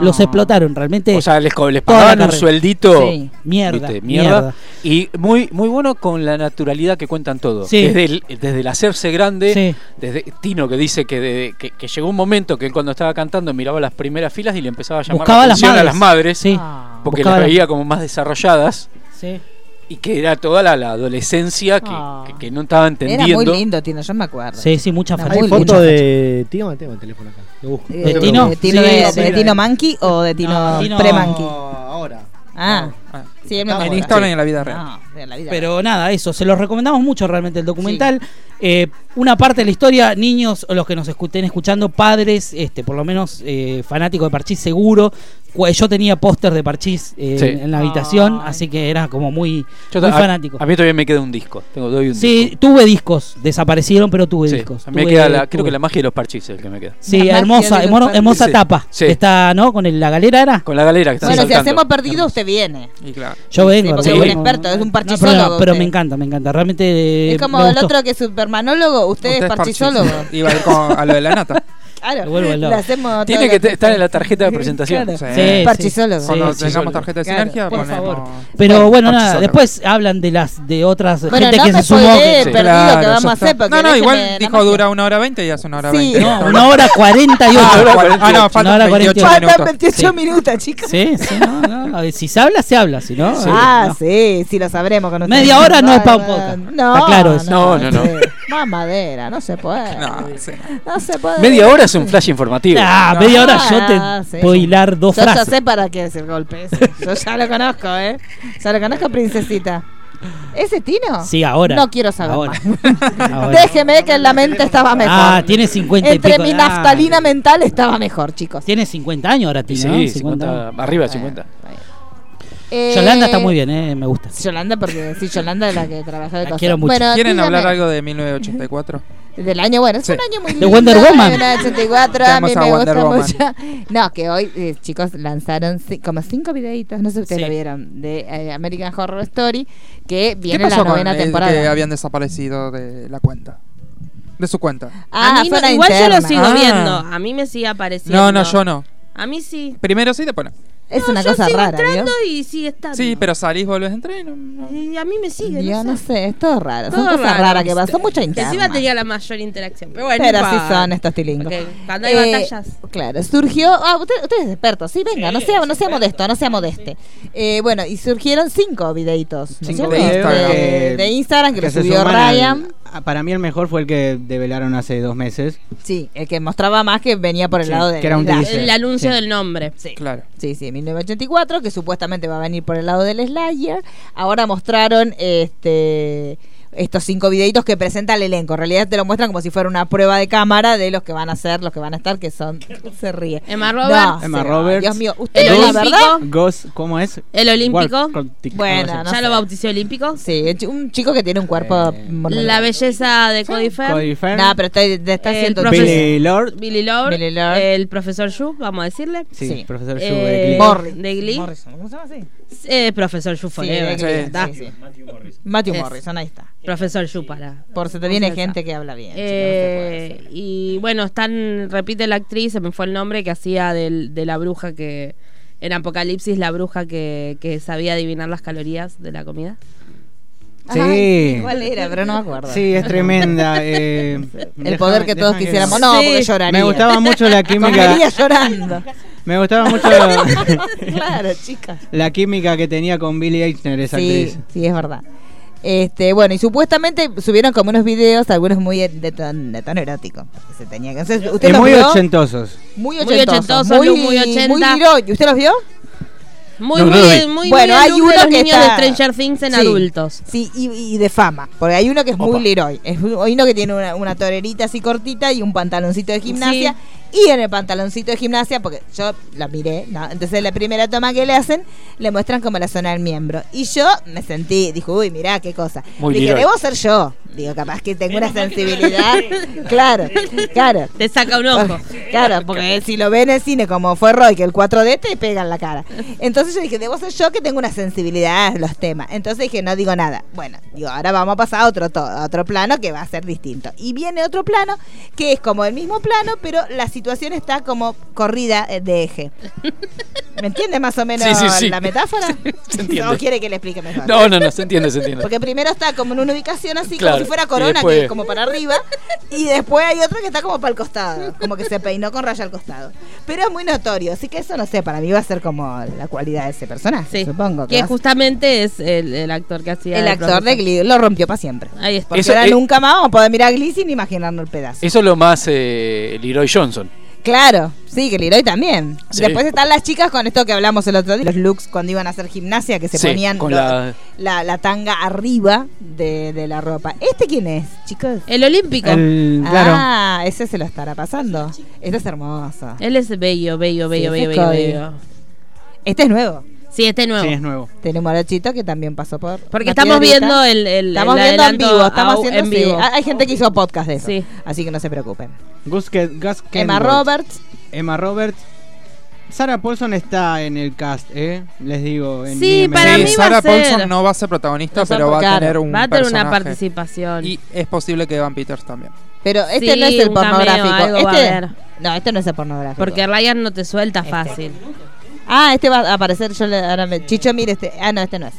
C: Los
B: Ah.
C: explotaron, realmente.
N: O sea, les, co- les
C: toda la
N: pagaban un
C: carrera.
N: sueldito.
C: Sí, mierda,
N: ¿viste?
C: mierda.
N: Y muy, muy bueno con la naturalidad que cuentan todo.
C: Sí.
N: Desde, el, desde el hacerse grande,
C: Sí.
N: desde Tino que dice que, de- que, que llegó un momento que él cuando estaba cantando miraba las primeras filas y le empezaba a llamar
C: Buscaba
N: la
C: las
N: atención a
C: madres.
N: las madres.
C: Sí.
B: Ah.
N: Porque
C: Buscaba
N: las
C: las-
N: veía como más desarrolladas.
C: Sí.
N: Y que era toda la, la adolescencia que, que- que no estaba entendiendo.
B: Ah. Era muy lindo, Tino, yo me acuerdo.
C: Sí, sí, mucha
B: Era
C: facha.
B: muy
E: Hay
B: lindo.
E: foto de. Tino, tengo el teléfono acá. Lo busco.
B: Eh,
E: No te
B: Tino?
E: preocupes.
B: ¿Tino, de,
E: Sí,
B: de
E: sí,
B: Tino Manqui o de Tino,
C: No, Tino-
B: pre-Manqui?
E: Ahora.
B: Ah, sí, él me
D: En
B: manda.
D: Instagram
B: Sí.
D: y en la vida real.
B: No, de la vida
C: Pero nada, eso, se los recomendamos mucho realmente el documental. Eh, una parte de la historia, niños, o los que nos escu- estén escuchando, padres, este, por lo menos eh, fanáticos de Parchís seguro. Cu- Yo tenía póster de Parchís eh,
N: Sí.
C: en, en la habitación, así que era como muy,
N: Yo
C: muy
N: ta- a-
C: fanático.
N: A, mí todavía me queda un disco. Tengo, doy un
C: sí, tuve discos, desaparecieron, pero tuve
N: Sí,
C: discos.
N: a mí me
C: Tuve-
N: queda la- creo
C: tuve.
N: que la magia de los parchís es el que me queda.
C: Sí,
B: magia
C: hermosa,
B: de los
C: hermo-
B: Parchís.
C: hermosa
N: Sí,
C: tapa.
N: sí.
C: Está, ¿no? Con el- la galera era.
N: Con la galera que están
B: Bueno, si
N: saltando.
B: hacemos perdido, usted viene.
D: Y claro.
C: Yo vengo.
B: porque
C: sí.
B: es un experto, es un
C: No,
B: parchizólogo.
C: pero, pero
B: usted.
C: me encanta, me encanta. Realmente. eh,
B: Es como
C: me
B: el
C: gustó.
B: otro que es supermanólogo, usted,
D: Usted
B: es
D: es parchís.
B: parchizólogo.
D: Iba a ir con- a lo de la nata.
B: Claro,
C: vuelvo
B: le
C: loco.
B: hacemos
N: Tiene
B: todo
N: que
B: lo
N: te- estar en la tarjeta de presentación.
B: Claro.
N: Sí.
C: Sí,
B: Parchizólogo.
C: sí,
D: Cuando
C: sí, parchizólogo.
D: tengamos tarjeta de
B: Claro,
D: sinergia,
B: por
D: ponemos.
C: Pero bueno,
D: Parchís
C: nada,
D: solo.
C: después hablan de las de otras
B: Bueno,
C: gente
B: no
C: que
B: me
C: se sumó.
B: spoileé,
C: que-
B: perdido
D: Claro,
B: que
D: ya
B: vamos a
D: está.
B: hacer. Porque
D: No, no,
B: déjeme
D: igual
B: nada
D: dijo
B: más que-
D: dura una hora veinte y hace una hora
B: Sí.
D: veinte.
C: No, una hora cuarenta y
D: Ah,
C: ocho.
D: bueno, ah, no, faltan
C: Una hora
D: 28
C: cuarenta y ocho.
B: Faltan 28 minutos, chicos.
C: Sí, sí, no, no, no, Si se habla, se habla, si no. eh,
B: ah,
C: no.
B: sí, sí lo sabremos con ustedes.
C: Media hora no es para un
B: Ah,
C: podcast.
B: No,
C: Está claro eso.
N: No, no, no.
B: Más madera, no se puede. No,
D: sí.
B: se puede.
N: Media hora es un flash informativo.
C: Ah, media hora yo te
B: Ah, sí.
C: puedo hilar dos
B: Yo ya
C: frases.
B: sé para qué es el golpe ese. Yo ya lo conozco, ¿eh? Ya lo conozco, princesita. ¿Ese Tino?
C: Sí, ahora.
B: No quiero saber
C: Ahora.
B: más.
C: Ahora.
B: Déjeme que en la mente estaba mejor.
C: Ah, tiene 50 y
B: Entre
C: pico
B: mi
C: de-
B: naftalina mental estaba mejor, chicos.
C: Tiene 50 años ahora,
N: Sí,
C: Tino. ¿no?
N: 50,
C: años.
N: arriba de 50.
B: Eh,
C: Yolanda está muy bien, eh, me gusta.
B: Yolanda, porque sí, Yolanda es la que trabajó de
C: La
B: cosas.
C: quiero mucho.
B: Bueno,
D: ¿Quieren
B: dígame,
D: hablar algo de 1984?
B: Del año, bueno, es
D: Sí.
B: un año muy
D: De
B: lindo.
D: Wonder Woman.
B: 1984, a mí
D: Tenemos a
B: me
D: Wonder
B: gusta
D: Woman.
B: mucho. No, que hoy, eh, chicos, lanzaron ci- como cinco videitos, no sé si ustedes
D: Sí.
B: lo vieron, de eh, American Horror Story, que
D: ¿Qué
B: viene la
D: pasó con
B: novena
D: el
B: temporada.
D: que habían desaparecido de la cuenta? De su cuenta.
B: Ah,
I: a mí no-
B: fue la
I: igual yo lo
B: interna.
I: sigo
D: Ah.
I: viendo. A mí me sigue apareciendo.
D: No, no, yo no.
I: A mí sí.
D: Primero sí, después no.
B: Es
I: No,
B: una
I: yo
B: cosa
I: sigo
B: rara,
I: entrando
B: ¿vio?
I: y sigue
B: Ah,
I: estando.
D: Sí, pero salís, volvés a entrar.
I: Y a mí me sigue.
B: Yo
I: no
B: no sé, es todo raro. Son
I: Todo
B: cosas
I: raro,
B: raras que
I: ¿viste?
B: pasan, mucha
I: Que encima
B: interna.
I: tenía la mayor interacción. Pero bueno,
B: Pero
I: no
B: así
I: importa.
B: son estos tilingos.
I: Porque cuando hay
B: Eh,
I: batallas.
B: Claro, surgió. Ah, usted, usted es experto, sí, venga, no sea, no sea modesto, no sea modeste. Eh, bueno, y surgieron cinco videitos. ¿no es
D: Cinco
B: cierto?
D: de Instagram.
B: De, de Instagram que, lo
H: se
B: subió
H: suman al-
B: Ryan.
H: a- para mí el mejor fue el que develaron hace dos meses.
B: Sí, el que mostraba más que venía por el
H: Sí,
B: lado de
H: que era un
B: la-
H: teaser. El anuncio Sí. del
I: nombre.
B: Sí.
D: Claro.
B: Sí, sí, 1984, que supuestamente va a venir por el lado del Slayer. Ahora mostraron este estos cinco videitos que presenta el elenco. En realidad te lo muestran como si fuera una prueba de cámara de los que van a ser, los que van a estar, que son... Se ríe.
I: Emma Roberts.
B: No,
H: Emma
B: se-
H: Roberts.
B: Dios mío, usted
I: El
B: la
I: Olímpico.
B: verdad...
H: Ghost, ¿cómo es?
I: El Olímpico.
H: Warcotic,
B: Bueno,
H: algo
B: no
I: ¿Ya
B: sé.
I: lo bautizó Olímpico? Eh,
B: Sí, el chi- un chico que tiene un cuerpo... monumental.
I: La belleza de Cody Fair.
H: Cody Fair.
B: No, pero está, está
I: El
B: haciendo...
I: profesor-
H: Billy Lord.
I: Billy Lord,
B: Billy Lord.
I: El profesor Yu, vamos a decirle.
H: Sí,
B: Sí.
H: profesor Yu
I: Eh,
H: de Glee.
C: Ah.
B: Morris.
I: de Glee.
B: Morrison, ¿cómo se llama así?
I: Eh, profesor Yu Forever.
B: Sí, de Glee,
I: ya está.
B: sí, sí. Matthew
I: Es
B: Morrison, ahí está.
I: Profesor Yu para.
B: Por si te viene
I: Entonces,
B: gente que habla bien. chicos, no se
I: Eh, y bueno, están, repite la actriz, se me fue el nombre, que hacía del- de la bruja que. En Apocalipsis, la bruja que, que sabía adivinar las calorías de la comida.
H: Sí.
B: Ay, ¿Cuál era? Pero no me acuerdo.
H: Sí, es tremenda. eh,
B: El poder que todos
H: déjame-
B: quisiéramos. No, porque
I: Sí.
B: lloraría.
H: Me gustaba mucho la química.
B: Comería llorando.
H: Me gustaba mucho
B: claro, chicas.
H: la química que tenía con Billy Eichner, esa
B: Sí,
H: actriz.
B: sí, es verdad. Este, bueno, y supuestamente subieron como unos videos, algunos muy de, de ton- de tono erótico. porque Se tenía que hacer. ¿Usted
H: Y
B: los
H: muy
B: vio?
H: ochentosos.
B: Muy
I: Muy
B: ochentosos.
I: ochentosos, luz muy ochenta.
B: miró. ¿Y usted los vio?
I: Muy, No, no muy- los vi. muy
B: Bueno,
I: muy
B: hay
I: luz de
B: uno
I: los
B: que
I: niños
B: está-
I: de Stranger Things en
B: Sí.
I: adultos.
B: Sí, y, y de fama. Porque hay uno que es muy Leroy. Es un- hay uno que tiene una, una torerita así cortita y un pantaloncito de gimnasia. Y en el pantaloncito de gimnasia, porque yo la miré, ¿no? Entonces la primera toma que le hacen, le muestran como la zona del miembro. Y yo me sentí, dije, uy, mirá qué cosa.
I: Muy
B: dije,
I: Leroy.
B: debo ser yo. Digo, capaz que tengo una sensibilidad. claro, claro.
I: Te saca un ojo.
B: Claro, porque si lo ve en el cine como fue Roy, que el 4D te pega en la cara. Entonces yo dije, debo ser yo que tengo una sensibilidad a los temas. Entonces dije, no digo nada. Bueno, digo, ahora vamos a pasar a otro, to- a otro plano que va a ser distinto. Y viene otro plano que es como el mismo plano, pero la situación está como corrida eh, de eje. ¿Me entiendes más o menos
N: Sí, sí, sí.
B: la metáfora?
N: entiende.
B: ¿O quiere que le explique mejor?
N: No, no, no, se entiende, se entiende.
B: Porque primero está como en una ubicación así,
N: Claro,
B: como si fuera
N: y
B: corona,
N: después-
B: que es como para arriba. Y después hay otro que está como para el costado, como que se peinó con raya al costado. Pero es muy notorio, así que eso no sé, para mí va a ser como la cualidad de ese personaje, supongo.
I: Que
B: va a ser-
I: justamente es el, el actor que hacía.
B: el
I: de
B: actor de
I: profesor.
B: Glee lo rompió para siempre.
I: Ahí está.
B: Porque
N: Eso
B: ahora
N: es-
B: nunca más vamos a poder mirar a Glee sin imaginarnos el pedazo.
N: Eso es lo más eh, Leroy Johnson.
B: Claro, sí, que Leroy también.
N: Sí.
B: Después están las chicas con esto que hablamos el otro día, los looks cuando iban a hacer gimnasia, que se
N: Sí,
B: ponían
N: con
B: lo-
N: la-
B: la, la tanga arriba de, de la ropa. ¿Este quién es, chicos?
I: El olímpico.
B: El-
I: claro.
B: Ah, ese se lo estará pasando. Este es hermoso.
I: Él es bello, bello, bello,
B: Sí, ese es
I: bello, bello,
B: Cody.
I: bello.
B: Este es nuevo.
I: Sí, este es nuevo. Sí, es
H: nuevo.
B: Tenemos a Rochito que también pasó por.
I: Porque
B: la
I: estamos
B: piedrita.
I: viendo el- el-
B: Estamos
I: el
B: viendo en
I: adelanto
B: vivo. Estamos
I: au-
B: haciendo
I: en
B: en
I: vivo.
B: vivo. Hay gente que hizo podcast de eso. Así que no se preocupen.
H: Gus Ke- Gus
B: Emma
H: Kenworth.
B: Roberts.
H: Emma Roberts. Sarah Paulson está en el cast, ¿eh? Les digo. En
I: Sí,
H: IMDb.
I: para mí va
D: Sarah
I: a ser-
D: Paulson no va a ser protagonista,
I: No sé
D: pero
I: por
D: va
I: qué.
D: a tener un
I: Va a tener una
D: personaje.
I: participación.
D: Y es posible que Van Peters también.
B: Pero este
I: Sí,
B: no es el
I: un cameo,
B: pornográfico.
I: algo va a haber.
B: este, no, este no es el pornográfico.
I: Porque Ryan no te suelta fácil.
B: Este. Ah, este va a aparecer. Yo le, ahora me- Chicho, mire este. Ah, no, este no es.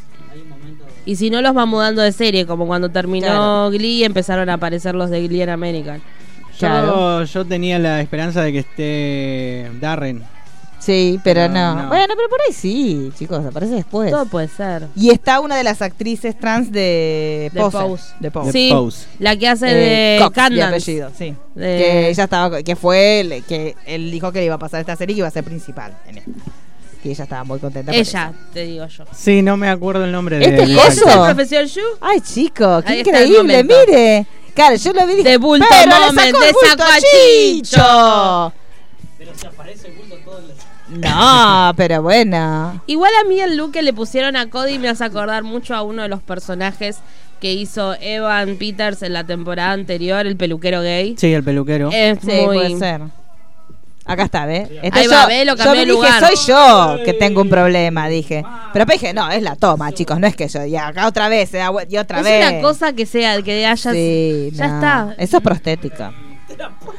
I: Y si no, los va mudando de serie, como cuando terminó
B: Claro.
I: Glee empezaron a aparecer los de Glee en American.
H: Yo, yo tenía la esperanza de que esté Darren.
B: Sí, pero no.
H: no.
B: Bueno, pero por ahí sí, chicos. Aparece después.
I: Todo puede ser.
B: Y está una de las actrices trans de
I: De
B: Pose.
I: Pose.
B: De Pose.
I: Sí, la que hace de
B: Cox, de
I: Candance.
B: apellido, sí.
I: De-
B: Que ella estaba, que fue el, que él dijo que le iba a pasar esta serie y que iba a ser principal en esta. Que ella estaba muy contenta. por
I: Ella, te digo yo.
H: Sí, no me acuerdo el nombre de
B: ¿Este
H: del
B: es
H: actor.
B: eso?
I: ¿Profesor Yu?
B: Ay, chicos, qué
I: Ahí está el
B: increíble,
I: momento.
B: mire. Claro, yo lo vi y dije,
I: De bulto
B: pero le
I: moment,
B: sacó el
I: le
B: bulto
I: sacó
B: a
I: a
B: Chicho.
I: Chicho.
B: No, pero bueno.
I: Igual a mí el look que le pusieron a Cody me hace acordar mucho a uno de los personajes que hizo Evan Peters en la temporada anterior, el peluquero gay.
H: Sí, el peluquero.
I: Es
B: Sí,
I: muy-
B: puede ser. Acá está, ¿ves? Este
I: Ahí
B: yo,
I: va, ve, lo
B: yo
I: cambió
B: me
I: de
B: dije,
I: lugar.
B: soy yo que tengo un problema, dije. Pero después dije, no, es la toma, chicos, no es que yo. Y acá otra vez, se da vuel- y otra
I: es
B: vez.
I: una cosa que sea, que haya...
B: Sí,
I: ya
B: no.
I: está.
B: Eso es prostética.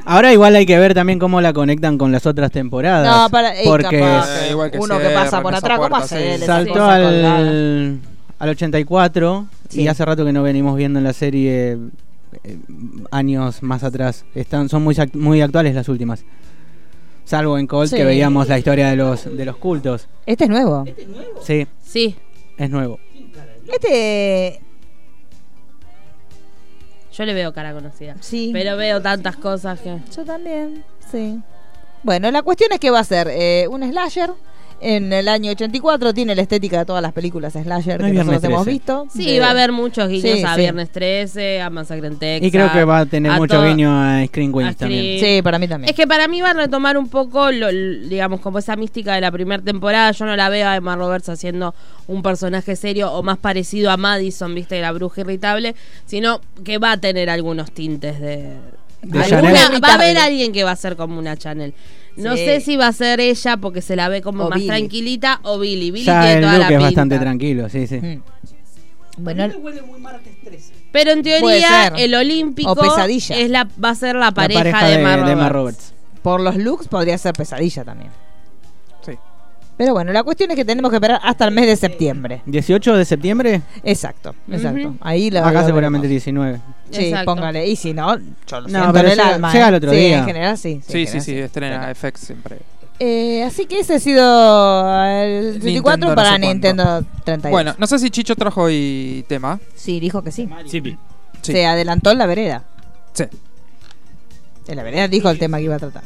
H: Ahora igual hay que ver también cómo la conectan con las otras temporadas.
B: No, para- ey,
H: porque
B: capaz
H: s-
D: Eh,
B: que Igual que uno que cierran pasa por esa atrás, ¿cómo puerta, hace sí. él esa
H: saltó
B: cosa
H: al,
B: colgada?
H: al 84 y
B: Sí.
H: hace rato que no venimos viendo en la serie eh, eh, años más atrás. Están son muy act- muy actuales las últimas. Salvo en Cold
B: Sí.
H: que veíamos la historia de los de los cultos.
B: Este es nuevo.
H: Sí.
I: Sí.
H: Es nuevo.
B: Este.
I: Yo le veo cara conocida.
B: Sí.
I: Pero veo tantas cosas que...
B: Yo también, sí. Bueno, la cuestión es que va a ser eh, un slasher. En el año 84 tiene la estética de todas las películas slasher
H: No
B: que
H: es
B: nosotros
H: Viernes
B: hemos
H: 13.
B: visto.
I: Sí,
B: De-
I: va a haber muchos guiños
B: Sí,
I: a
B: sí.
I: Viernes 13, a Masacre en Texas.
H: Y creo que va a tener mucho
I: todo-
H: guiño a Screen
I: a
H: Queens también.
I: Scream.
B: Sí, para mí también.
I: Es que para mí va a retomar un poco, lo, l- digamos, como esa mística de la primera temporada. Yo no la veo a Emma Roberts haciendo un personaje serio o más parecido a Madison, viste, la bruja irritable, sino que va a tener algunos tintes de...
H: De
I: alguna-
B: Chanel.
I: va a haber alguien que va a ser como una Chanel. No
B: Sí.
I: sé si va a ser ella porque se la ve como
B: O
I: más
B: Billie.
I: tranquilita o Billy. Billy
H: Ya
I: tiene
H: el
I: toda
H: look
I: la
H: es
I: pinta.
H: bastante tranquilo, sí, sí.
B: Mm. Bueno,
I: Pero en
B: Puede
I: teoría
B: ser.
I: el olímpico
B: O pesadilla.
I: es la, va a ser la pareja,
H: pareja
I: de,
H: de-
I: Emma
H: de Emma
I: Roberts.
B: por los looks podría ser pesadilla también. Sí. Pero bueno, la cuestión es que tenemos que esperar hasta el mes de septiembre.
H: 18 de septiembre.
B: Exacto, exacto.
H: Ujú.
B: Ahí la
H: Acá
B: la-
H: seguramente 19.
B: Sí,
I: Exacto.
B: póngale. Y si no, yo lo
H: No,
B: siento
N: Ah,
H: pero
B: en el
H: llega-
B: alma.
H: llega
B: ¿eh?
H: el otro
B: Sí,
H: día.
B: en general sí.
D: Sí, sí,
B: en
D: sí, estrena FX siempre.
B: Eh, así que ese ha sido el 64
D: Nintendo no
B: para
D: sé cuánto.
B: Nintendo 32.
D: Bueno, no sé si Chicho trajo hoy tema.
B: Sí, dijo que sí.
D: Sí.
B: Se adelantó en la vereda.
D: Sí.
B: En la vereda dijo el tema que iba a tratar.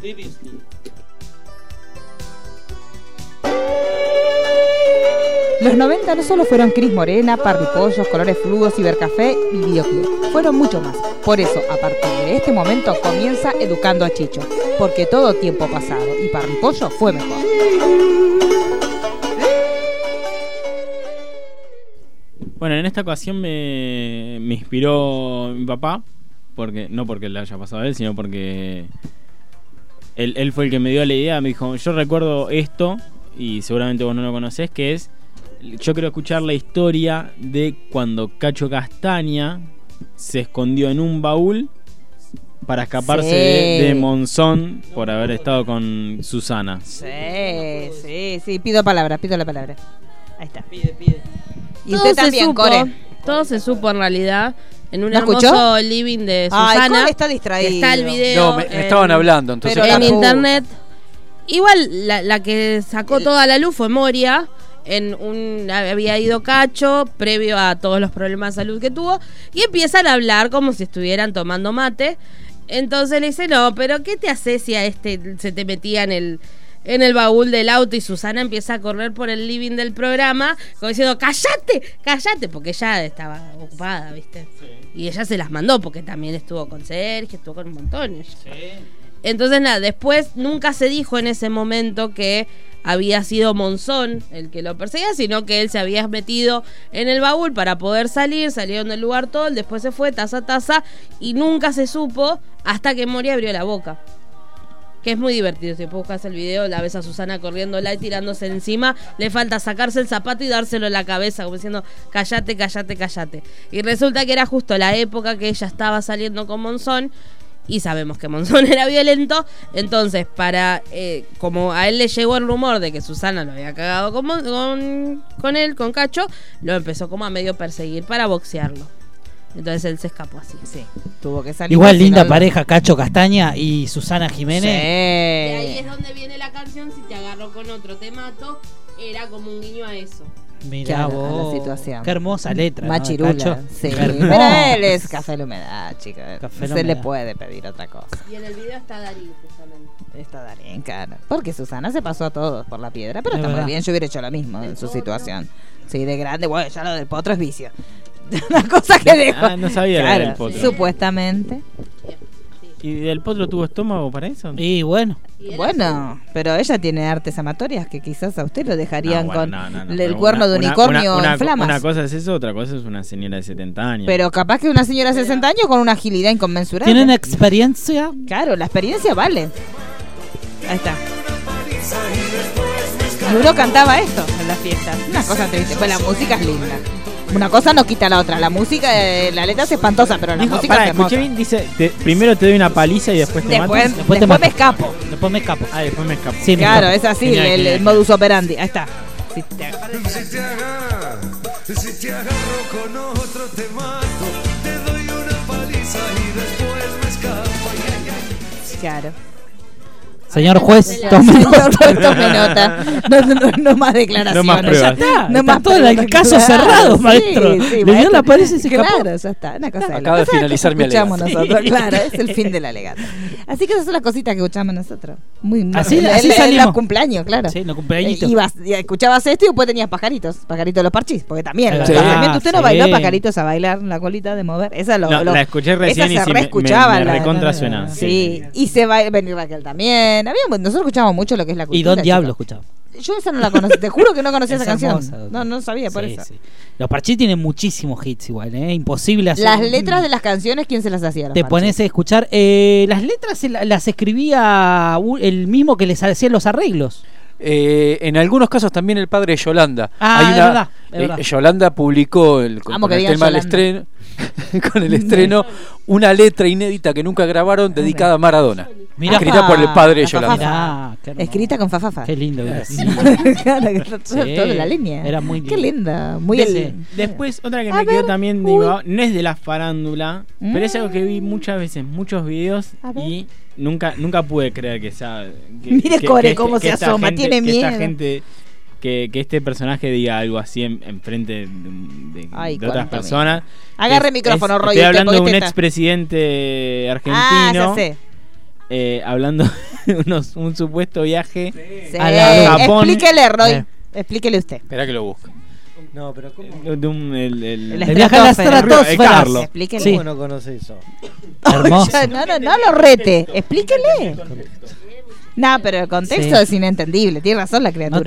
B: Los 90 no solo fueron Cris Morena, Parripollos, Colores Flugos, Cibercafé y Videoclub, fueron mucho más. Por eso, a partir de este momento comienza Educando a Chicho, porque todo tiempo pasado y Parripollo fue mejor.
M: Bueno, en esta ocasión me, me inspiró mi papá, porque no porque le haya pasado a él, sino porque él, él fue el que me dio la idea, me dijo, yo recuerdo esto, y seguramente vos no lo conocés, que es, yo quiero escuchar la historia de cuando Cacho Castaña se escondió en un baúl para escaparse
B: Sí.
M: de, de Monzón por haber estado con Susana.
B: Sí, sí, sí, pido palabra, pido la palabra. Ahí está. Pide, pide. Y
I: Todo
B: usted
I: se
B: también,
I: supo,
B: Core.
I: Todo se supo en realidad. En un
B: ¿No
I: hermoso
B: escuchó?
I: living de
B: Ay,
I: Susana.
B: Core está distraído.
I: Está el video.
N: No, me- me
I: en-
N: estaban hablando, entonces- Pero
I: en
N: la puta.
I: internet. Igual la, la que
B: Eh,
I: sacó toda la luz fue Moria. En un, había ido Cacho, previo a todos los problemas de salud que tuvo, y empiezan a hablar como si estuvieran tomando mate. Entonces le dice, no, pero ¿qué te hace si a este se te metía en el, en el baúl del auto y Susana empieza a correr por el living del programa, como diciendo, cállate, cállate, porque ella estaba ocupada, ¿viste? Y ella se las mandó porque también estuvo con Sergio, estuvo con un montón. ella. Entonces, nada, después nunca se dijo en ese momento que había sido Monzón el que lo perseguía, sino que él se había metido en el baúl para poder salir, salieron del lugar todo, después se fue taza a taza y nunca se supo hasta que Mori abrió la boca. Que es muy divertido, si buscas el video, la ves a Susana corriéndola y tirándose encima, le falta sacarse el zapato y dárselo en la cabeza, como diciendo, callate, callate, callate. Y resulta que era justo la época que ella estaba saliendo con Monzón y sabemos que Monzón era violento. Entonces, para eh, como a él le llegó el rumor de que Susana lo había cagado con, Mon- con, con él, con Cacho, lo empezó como a medio perseguir para boxearlo. Entonces él se escapó así. Sí.
B: Tuvo que salir.
C: Igual
B: porque si
C: linda
B: no-
C: pareja, Cacho Castaña y Susana Jiménez.
I: De ahí es donde viene la canción, si te agarro con otro te mato, era como un guiño a eso.
C: Mirá
B: Claro, a la
C: vos.
B: situación.
C: Qué hermosa letra. ¿no?
B: Machirula.
C: Cacho.
B: Sí.
C: Qué
B: Pero
C: hermosa.
B: él es café la humedad, chicos.
C: Café
B: No
C: la
B: se le
C: humedad.
B: puede pedir otra cosa.
I: Y en el video está Darío justamente.
B: Está Darín, cara. Porque Susana se pasó a todos por la piedra, pero
I: Es
B: está muy
I: verdad.
B: bien. Yo hubiera hecho lo mismo en su situación. Sí, de grande, bueno, ya lo del potro es vicio. Una cosa que
M: Ah,
B: dejo.
M: no sabía lo
B: Claro,
M: del potro.
B: Supuestamente.
M: ¿Y del potro tuvo estómago para eso?
C: Y bueno.
B: Bueno, pero ella tiene artes amatorias que quizás a usted lo dejarían
M: No, bueno,
B: con
M: no, no, no,
B: el
M: pero
B: cuerno
M: una-
B: de
M: una-
B: unicornio
M: una- una-
B: en flamas.
M: Una cosa es eso, otra cosa es una señora de 70 años.
B: Pero capaz que una señora de 60 años con una agilidad inconmensurable.
M: Tienen
C: experiencia?
B: Claro, la experiencia vale. Ahí está. Duró cantaba esto en las fiestas. Una cosa triste, pues la música es linda. Una cosa no quita la otra. La música, eh, la letra es espantosa, pero la
M: Dijo,
B: música
M: Ah, pará,
B: es hermosa.
M: escuché bien, dice, te- primero te doy una paliza y después te
B: Después-
M: mato.
B: después me escapo.
C: Después me escapo.
M: Ah, después me escapo.
C: Sí, me
B: Claro, es así
M: Genial,
B: el,
M: genial.
B: el modus operandi. Ahí está. Sí, te-
O: Si te agarro, si te agarro con otro te mato, te doy una paliza y después me escapo. Ay, ay, ay.
B: Claro.
C: Señor juez, tome
B: Señor
C: nota.
B: juez, tome nota. No, no, no, no más declaraciones.
C: No más pruebas.
B: Ya está.
C: Está todo el
B: pruebas.
C: caso cerrado, maestro. Le dio
B: maestro.
C: la pared y se
B: Claro,
C: escapó.
B: ya está. Una cosa
N: Acaba de
B: loco. ¿Sabes
N: finalizar
B: qué
N: mi
B: escuchamos
N: alegato.
B: nosotros,
N: Sí.
B: claro, es el fin del alegato. Así que esas son las cositas que escuchamos nosotros. Muy, muy
C: Así-
B: el-
C: así
B: el- el-
C: salimos.
B: Los cumpleaños, claro.
C: Sí, los cumpleañitos.
B: Eh, ibas- y escuchabas esto y después tenías pajaritos. Pajaritos de los parchís, porque también.
C: Sí.
B: también usted no
C: Sí.
B: bailó pajaritos a bailar la colita de mover. Esa lo,
M: No,
B: lo-
M: la escuché
B: esa
M: recién y
B: se
M: sí, me- me-
B: reescuchaba
M: me
B: la-
M: recontra suena,
B: Sí, y se va a venir Raquel también. Habíamos- nosotros escuchábamos mucho lo que es la cultura.
C: Y Don
B: chicos.
C: Diablo escuchaba.
B: Yo esa no la conocía, te juro que no conocía
C: Es
B: esa canción.
C: hermosa.
B: No, no sabía por
C: Sí,
B: eso.
C: sí. Los parchís tienen muchísimos hits igual, ¿eh? Imposible hacer.
B: Las letras de las canciones, ¿quién se las hacía? los
C: Te
B: Parchís?
C: pones a escuchar. eh, las letras se la- las escribía u- el mismo que les hacía los arreglos.
N: Eh, en algunos casos también el padre de Yolanda. eh,
C: Ah, es verdad, es verdad.
N: Yolanda publicó el, con
B: Amo que
N: el
B: digan
N: tema del
B: Yolanda.
N: estreno. con el estreno una letra inédita que nunca grabaron dedicada a Maradona.
B: Mirá.
N: escrita por el padre de
B: Mirá,
N: Yolanda.
B: Escrita con fafafa. Qué
C: lindo.
B: claro, que está todo-
N: Sí.
B: todo en la línea.
N: Era muy
B: Qué linda. Muy
C: Des-
B: el-
M: Después, otra que
B: A
M: me
B: ver,
M: quedó también,
B: uy.
M: digo, no es de la farándula, pero es
B: Mm.
M: algo que vi muchas veces, muchos videos y nunca nunca pude creer que sea. Que,
B: Mire
M: que-
B: Core
M: que-
B: cómo
M: que
B: se
M: esta
B: asoma,
M: gente-
B: tiene
M: que esta
B: miedo.
M: gente- que, que este personaje diga algo así en, enfrente de, de-
B: Ay,
M: de otras
B: cuánto
M: personas.
B: miedo. Agarre el micrófono, Roy,
M: Estoy
B: usted,
M: hablando
B: porque
M: de
B: usted
M: un
B: está-
M: expresidente argentino.
B: Ah, ya sé.
M: eh, hablando de unos- un supuesto viaje
B: Sí.
M: a la- Japón.
B: Explíquele, Roy.
M: Eh,
B: Explíquele usted.
N: Espera que lo busque.
E: No, pero ¿cómo?
M: de un- el, el-
B: El viaje a la estratosfera.
M: Eh, Carlos.
B: Explíquele.
E: ¿Cómo no conoce eso?
M: Hermoso.
B: Ya, no, no, no lo rete. Explíquele. No, pero el contexto
E: Sí.
B: es inentendible. Tiene razón la criatura.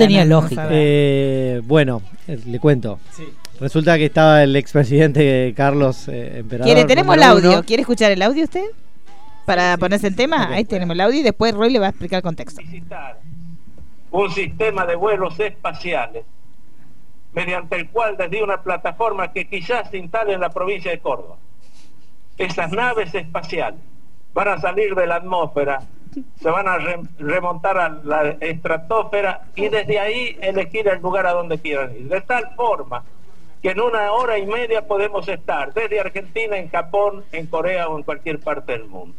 B: sabe.
E: Eh, bueno, eh, le cuento. Resulta que estaba el expresidente Carlos eh, Emperador.
B: ¿Quiere, tenemos el
E: número
B: audio.
E: uno.
B: ¿Quiere escuchar el audio usted? Para ponerse en tema. Ahí tenemos el audio y después Roy le va a explicar el contexto.
P: un sistema de vuelos espaciales mediante el cual desde una plataforma que quizás se instale en la provincia de Córdoba. Esas naves espaciales van a salir de la atmósfera, se van a re- remontar a la estratosfera y desde ahí elegir el lugar a donde quieran ir. De tal forma que en una hora y media podemos estar desde Argentina, en Japón, en Corea o en cualquier parte del mundo.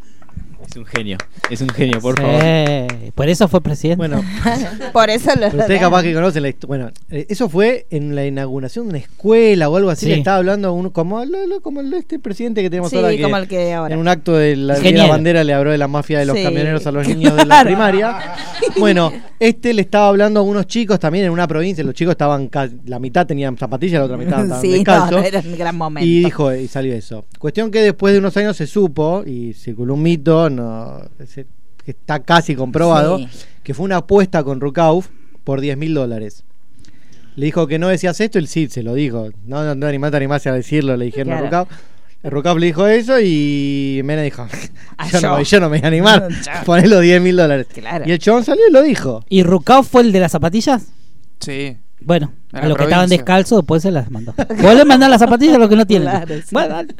M: Es un genio, es un genio, por
C: Sí,
M: favor.
C: Eh, Por eso fue presidente.
E: Bueno,
B: Por eso lo.
E: Pero ustedes capaz que conocen la histo- Bueno, eh, eso fue en la inauguración de una escuela o algo así.
C: Sí.
E: Le estaba hablando a uno como, lo- lo- como el- este presidente que tenemos
B: Sí,
E: ahora. Que
B: como el que ahora.
E: En un acto de la, de la
C: Ingeniero.
E: bandera le habló de la mafia de los
B: Sí.
E: camioneros a los niños de la
B: Claro.
E: primaria. Bueno, este le estaba hablando a unos chicos también en una provincia. Los chicos estaban. ca- La mitad tenían zapatillas, la otra mitad estaban
B: Sí,
E: descalzos.
B: no, era un gran momento.
E: Y dijo, y salió eso. Cuestión que después de unos años se supo, y circuló un mito, no, se- que está casi comprobado,
Q: Sí.
E: que fue una apuesta con Rukauf por 10 mil dólares. Le dijo que no decías esto, el sí se lo dijo. No, no, no animate, animate a decirlo, le dijeron a
B: Claro.
E: Rukauf. Rukauf le dijo eso y Mena dijo, yo,
C: yo.
E: No, yo no me voy a animar,
C: Chao.
E: poné los 10 mil dólares.
C: Claro.
E: Y el chabón salió y lo dijo.
C: ¿Y Rucao fue el de las zapatillas?
D: Sí.
C: Bueno,
D: En
C: a
D: la
C: los que estaban
D: provincia.
C: descalzos después se las mandó. Vos le mandás las zapatillas a los que no tienen.
B: Claro, sí.
C: Bueno, dale.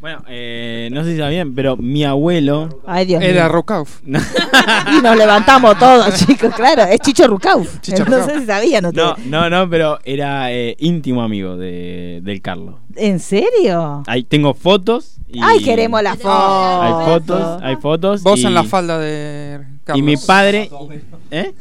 M: Bueno, eh, no sé si sabían, pero mi abuelo.
B: Ay, Dios mío.
D: Rukauf.
B: Y nos levantamos todos, chicos. Claro, es Chicho Rucauf.
M: Chicho
B: no sé
M: Rucauf.
B: si sabían ustedes.
M: No, no, no, pero era eh, íntimo amigo de, del Carlos.
B: ¿En serio?
M: Ahí tengo fotos. Y
B: Ay, queremos la foto.
M: Hay fotos, hay fotos.
D: Vos
M: y-
D: en la falda de Carlos.
M: Y mi padre. ¿Eh?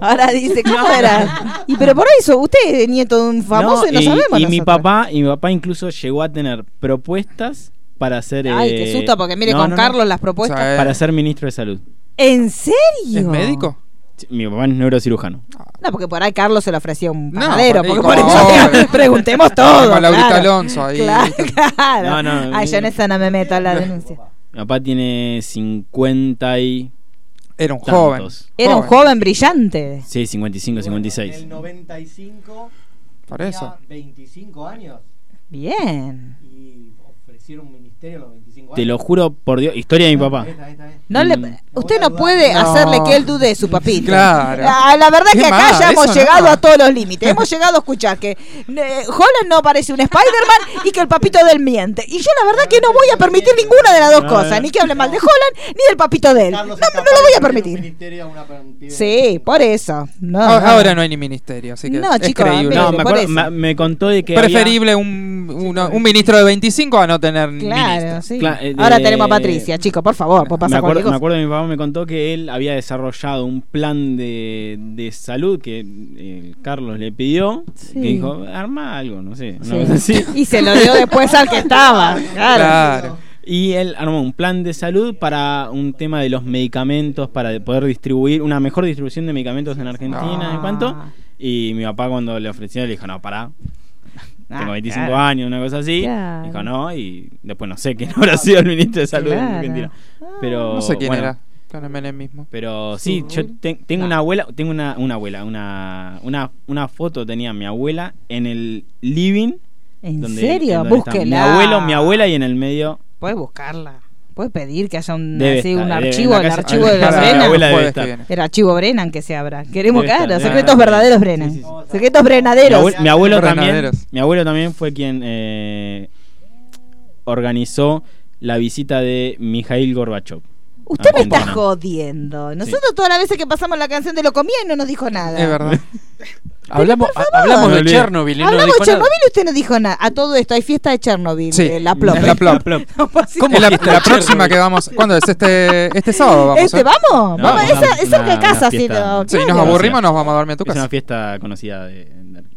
B: Ahora dice, ¿cómo era? Y pero por eso, usted es nieto de un famoso y no
M: y,
B: sabemos.
M: y mi
B: nosotros.
M: papá, y mi papá incluso llegó a tener propuestas para ser.
B: Ay,
M: eh,
B: qué susto, porque mire, con Carlos las propuestas- O sea, eh.
M: Para ser ministro de salud.
B: ¿En serio?
M: Sí, Mi papá es neurocirujano.
B: No, porque por ahí Carlos se le ofrecía un panadero.
M: por ahí,
B: porque por
M: como
B: eso
M: ahora.
B: preguntemos todo.
M: Como Laurita
B: claro.
M: Alonso ahí.
B: Claro, claro.
M: No, no,
B: Ay, yo en
M: mi-
B: esa no me meto a la denuncia.
M: Mi papá tiene 50 y.
D: Era un
B: joven. Era un joven brillante.
M: Sí, 55, 56.
E: 95,
M: Por eso.
E: 25 años.
B: Bien.
E: Y ofrecieron un ministerio a los 25
M: Te lo juro por Dios. Historia de mi papá.
B: No le, usted no puede
M: Mm. No.
B: hacerle que él dude de su papito. Ah,
M: Claro.
B: La, la verdad
M: Qué
B: que acá
M: mal,
B: ya hemos
M: eso
B: llegado
M: no.
B: a todos los límites. Hemos llegado a escuchar que eh, Holland no parece un Spider-Man y que el papito de él miente. Y yo la verdad que no voy a permitir ninguna de las dos
M: No,
B: cosas.
M: no.
B: Ni que hable mal de Holland ni del papito de él. No, no lo voy a permitir. Sí, por eso. No, no.
M: Ah,
D: Ahora, Ah, ahora no hay ni ministerio, así que
B: Ah, No,
D: es
B: chicos,
D: creíble.
M: No, me, acuerdo- me- me contó de que. había-
D: Preferible un, una- un ministro de 25 a no tener
B: Claro, sí.
M: Cla- eh,
B: Ahora
M: de-
B: tenemos a Patricia, chicos, por favor, pues
M: me
B: pasa
M: acuerdo,
B: cualquier
M: me
B: cosa.
M: acuerdo que mi papá me contó que él había desarrollado un plan de, de salud que eh, Carlos le pidió.
B: Sí.
M: Que dijo, arma algo, no sé. una
B: Sí.
M: cosa así.
B: Y se lo dio después al que estaba. Claro.
M: Y él armó un plan de salud para un tema de los medicamentos, para poder distribuir, una mejor distribución de medicamentos en Argentina,
B: Ah.
M: en cuanto. Y mi papá cuando le ofreció le dijo, no, pará.
B: Ah,
M: Tengo 25
B: claro.
M: años, una cosa así.
B: Claro.
M: Dijo, no, y después no sé quién habrá sido el ministro de Salud
D: Claro.
M: en Argentina.
B: Ah.
M: Pero,
D: No sé quién
M: bueno,
D: era. Con el menemismo.
M: Pero sí, yo te- tengo una abuela, tengo una, una abuela, una, una, una foto tenía mi abuela en el living.
B: ¿En
M: donde-
B: serio?
M: en donde está Mi
B: Búsquela.
M: abuelo, mi abuela y en el medio
B: Puedes buscarla. Puedes pedir que haya un,
M: Debe
B: así,
M: estar,
B: un
M: debe-
B: archivo,
M: en
B: el
M: la casa-
B: archivo de
M: en la casa de mi
B: Brennan.
M: abuela debe Jueves que estar. viene.
B: El archivo Brennan que se abra. Queremos que
M: Debe
B: haga
M: estar, debe
B: secretos
M: estar.
B: verdaderos Brennan. Secretos
M: Mi,
B: Brennaderos.
M: abue- mi abuelo también.
D: Granaderos.
M: Mi abuelo también fue quien eh, organizó la visita de Mijail Gorbachev.
B: Usted
M: a
D: Ah,
B: me está
M: Argentina.
B: jodiendo. Nosotros todas las veces que pasamos la canción de lo comía y no nos dijo nada.
N: Es verdad. hablamos hablamos
M: Me
N: de
M: olvidé.
N: Chernobyl y no
B: Hablamos
N: dijo
B: de
N: nada.
B: Chernobyl y usted no dijo nada. A todo esto, hay fiesta de Chernobyl.
D: Sí,
B: eh, la plop.
D: es la plop.
B: ¿Cómo
D: Es la,
B: fiesta
D: la
B: de
D: próxima
B: Chernobyl?
D: que vamos. ¿Cuándo es? Este, este sábado vamos.
B: ¿Este
D: ¿eh?
B: vamos? Vamos, esa, esa es que casa, sí. no,
D: Si nos
B: claro.
D: aburrimos, nos vamos a dormir a tu
M: Es una
D: casa.
M: fiesta conocida de,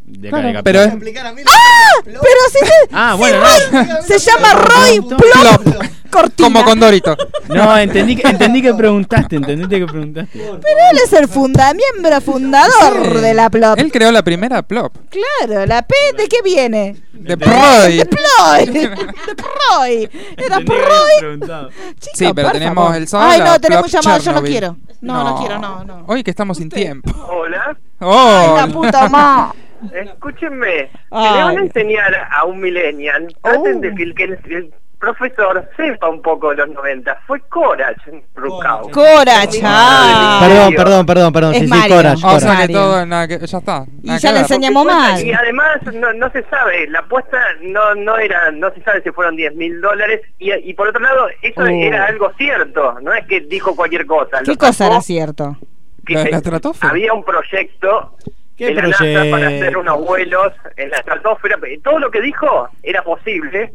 M: de acá
D: Claro.
M: de Capital.
D: Pero es-
B: ¡Ah! Pero si se,
M: Ah,
B: si
M: bueno,
B: Roy se llama Roy Plop. Cortina.
D: Como Condorito.
M: No, entendí, que- entendí que preguntaste, entendiste que preguntaste.
B: Pero él es el funda, miembro fundador de la plop.
D: Él creó la primera plop.
B: Claro, la P de qué viene?
D: De Proy.
B: De Ploy. De Proy. Era Proy.
D: Sí,
B: Chico,
D: pero
B: por
D: tenemos
B: favor.
D: el sábado.
B: Ay,
D: la
B: no, tenemos
D: plop
B: un llamado, yo no
D: Chernobyl.
B: quiero. No, no quiero, no,
D: Hoy que estamos sin tiempo.
Q: Hola.
D: Oh.
Q: Ay, la puta ma- Escúchenme, si le van a enseñar a un millennial, traten
B: Uh.
Q: de que, que el, el profesor sepa un poco de los 90. Fue Corach en Rucao.
B: Corach, ah.
E: Perdón, perdón, perdón, perdón.
B: Es
E: Sí, sí,
B: Mario.
E: Corach.
D: O sea que
E: Corach.
D: todo, nada que- ya está. Nada que ver.
B: mal.
Q: Y además no, no se sabe, la apuesta no no era, no se sabe si fueron 10 mil dólares y, y por otro lado eso
B: Oh.
Q: era algo cierto, no es que dijo cualquier cosa.
B: ¿Qué
Q: Lo
B: cosa
Q: sacó
B: era cierto?
Q: que se- había un proyecto
E: ¿Qué
Q: en la NASA para
E: proyecto?
Q: hacer unos vuelos en la estratosfera. Todo lo que dijo era posible,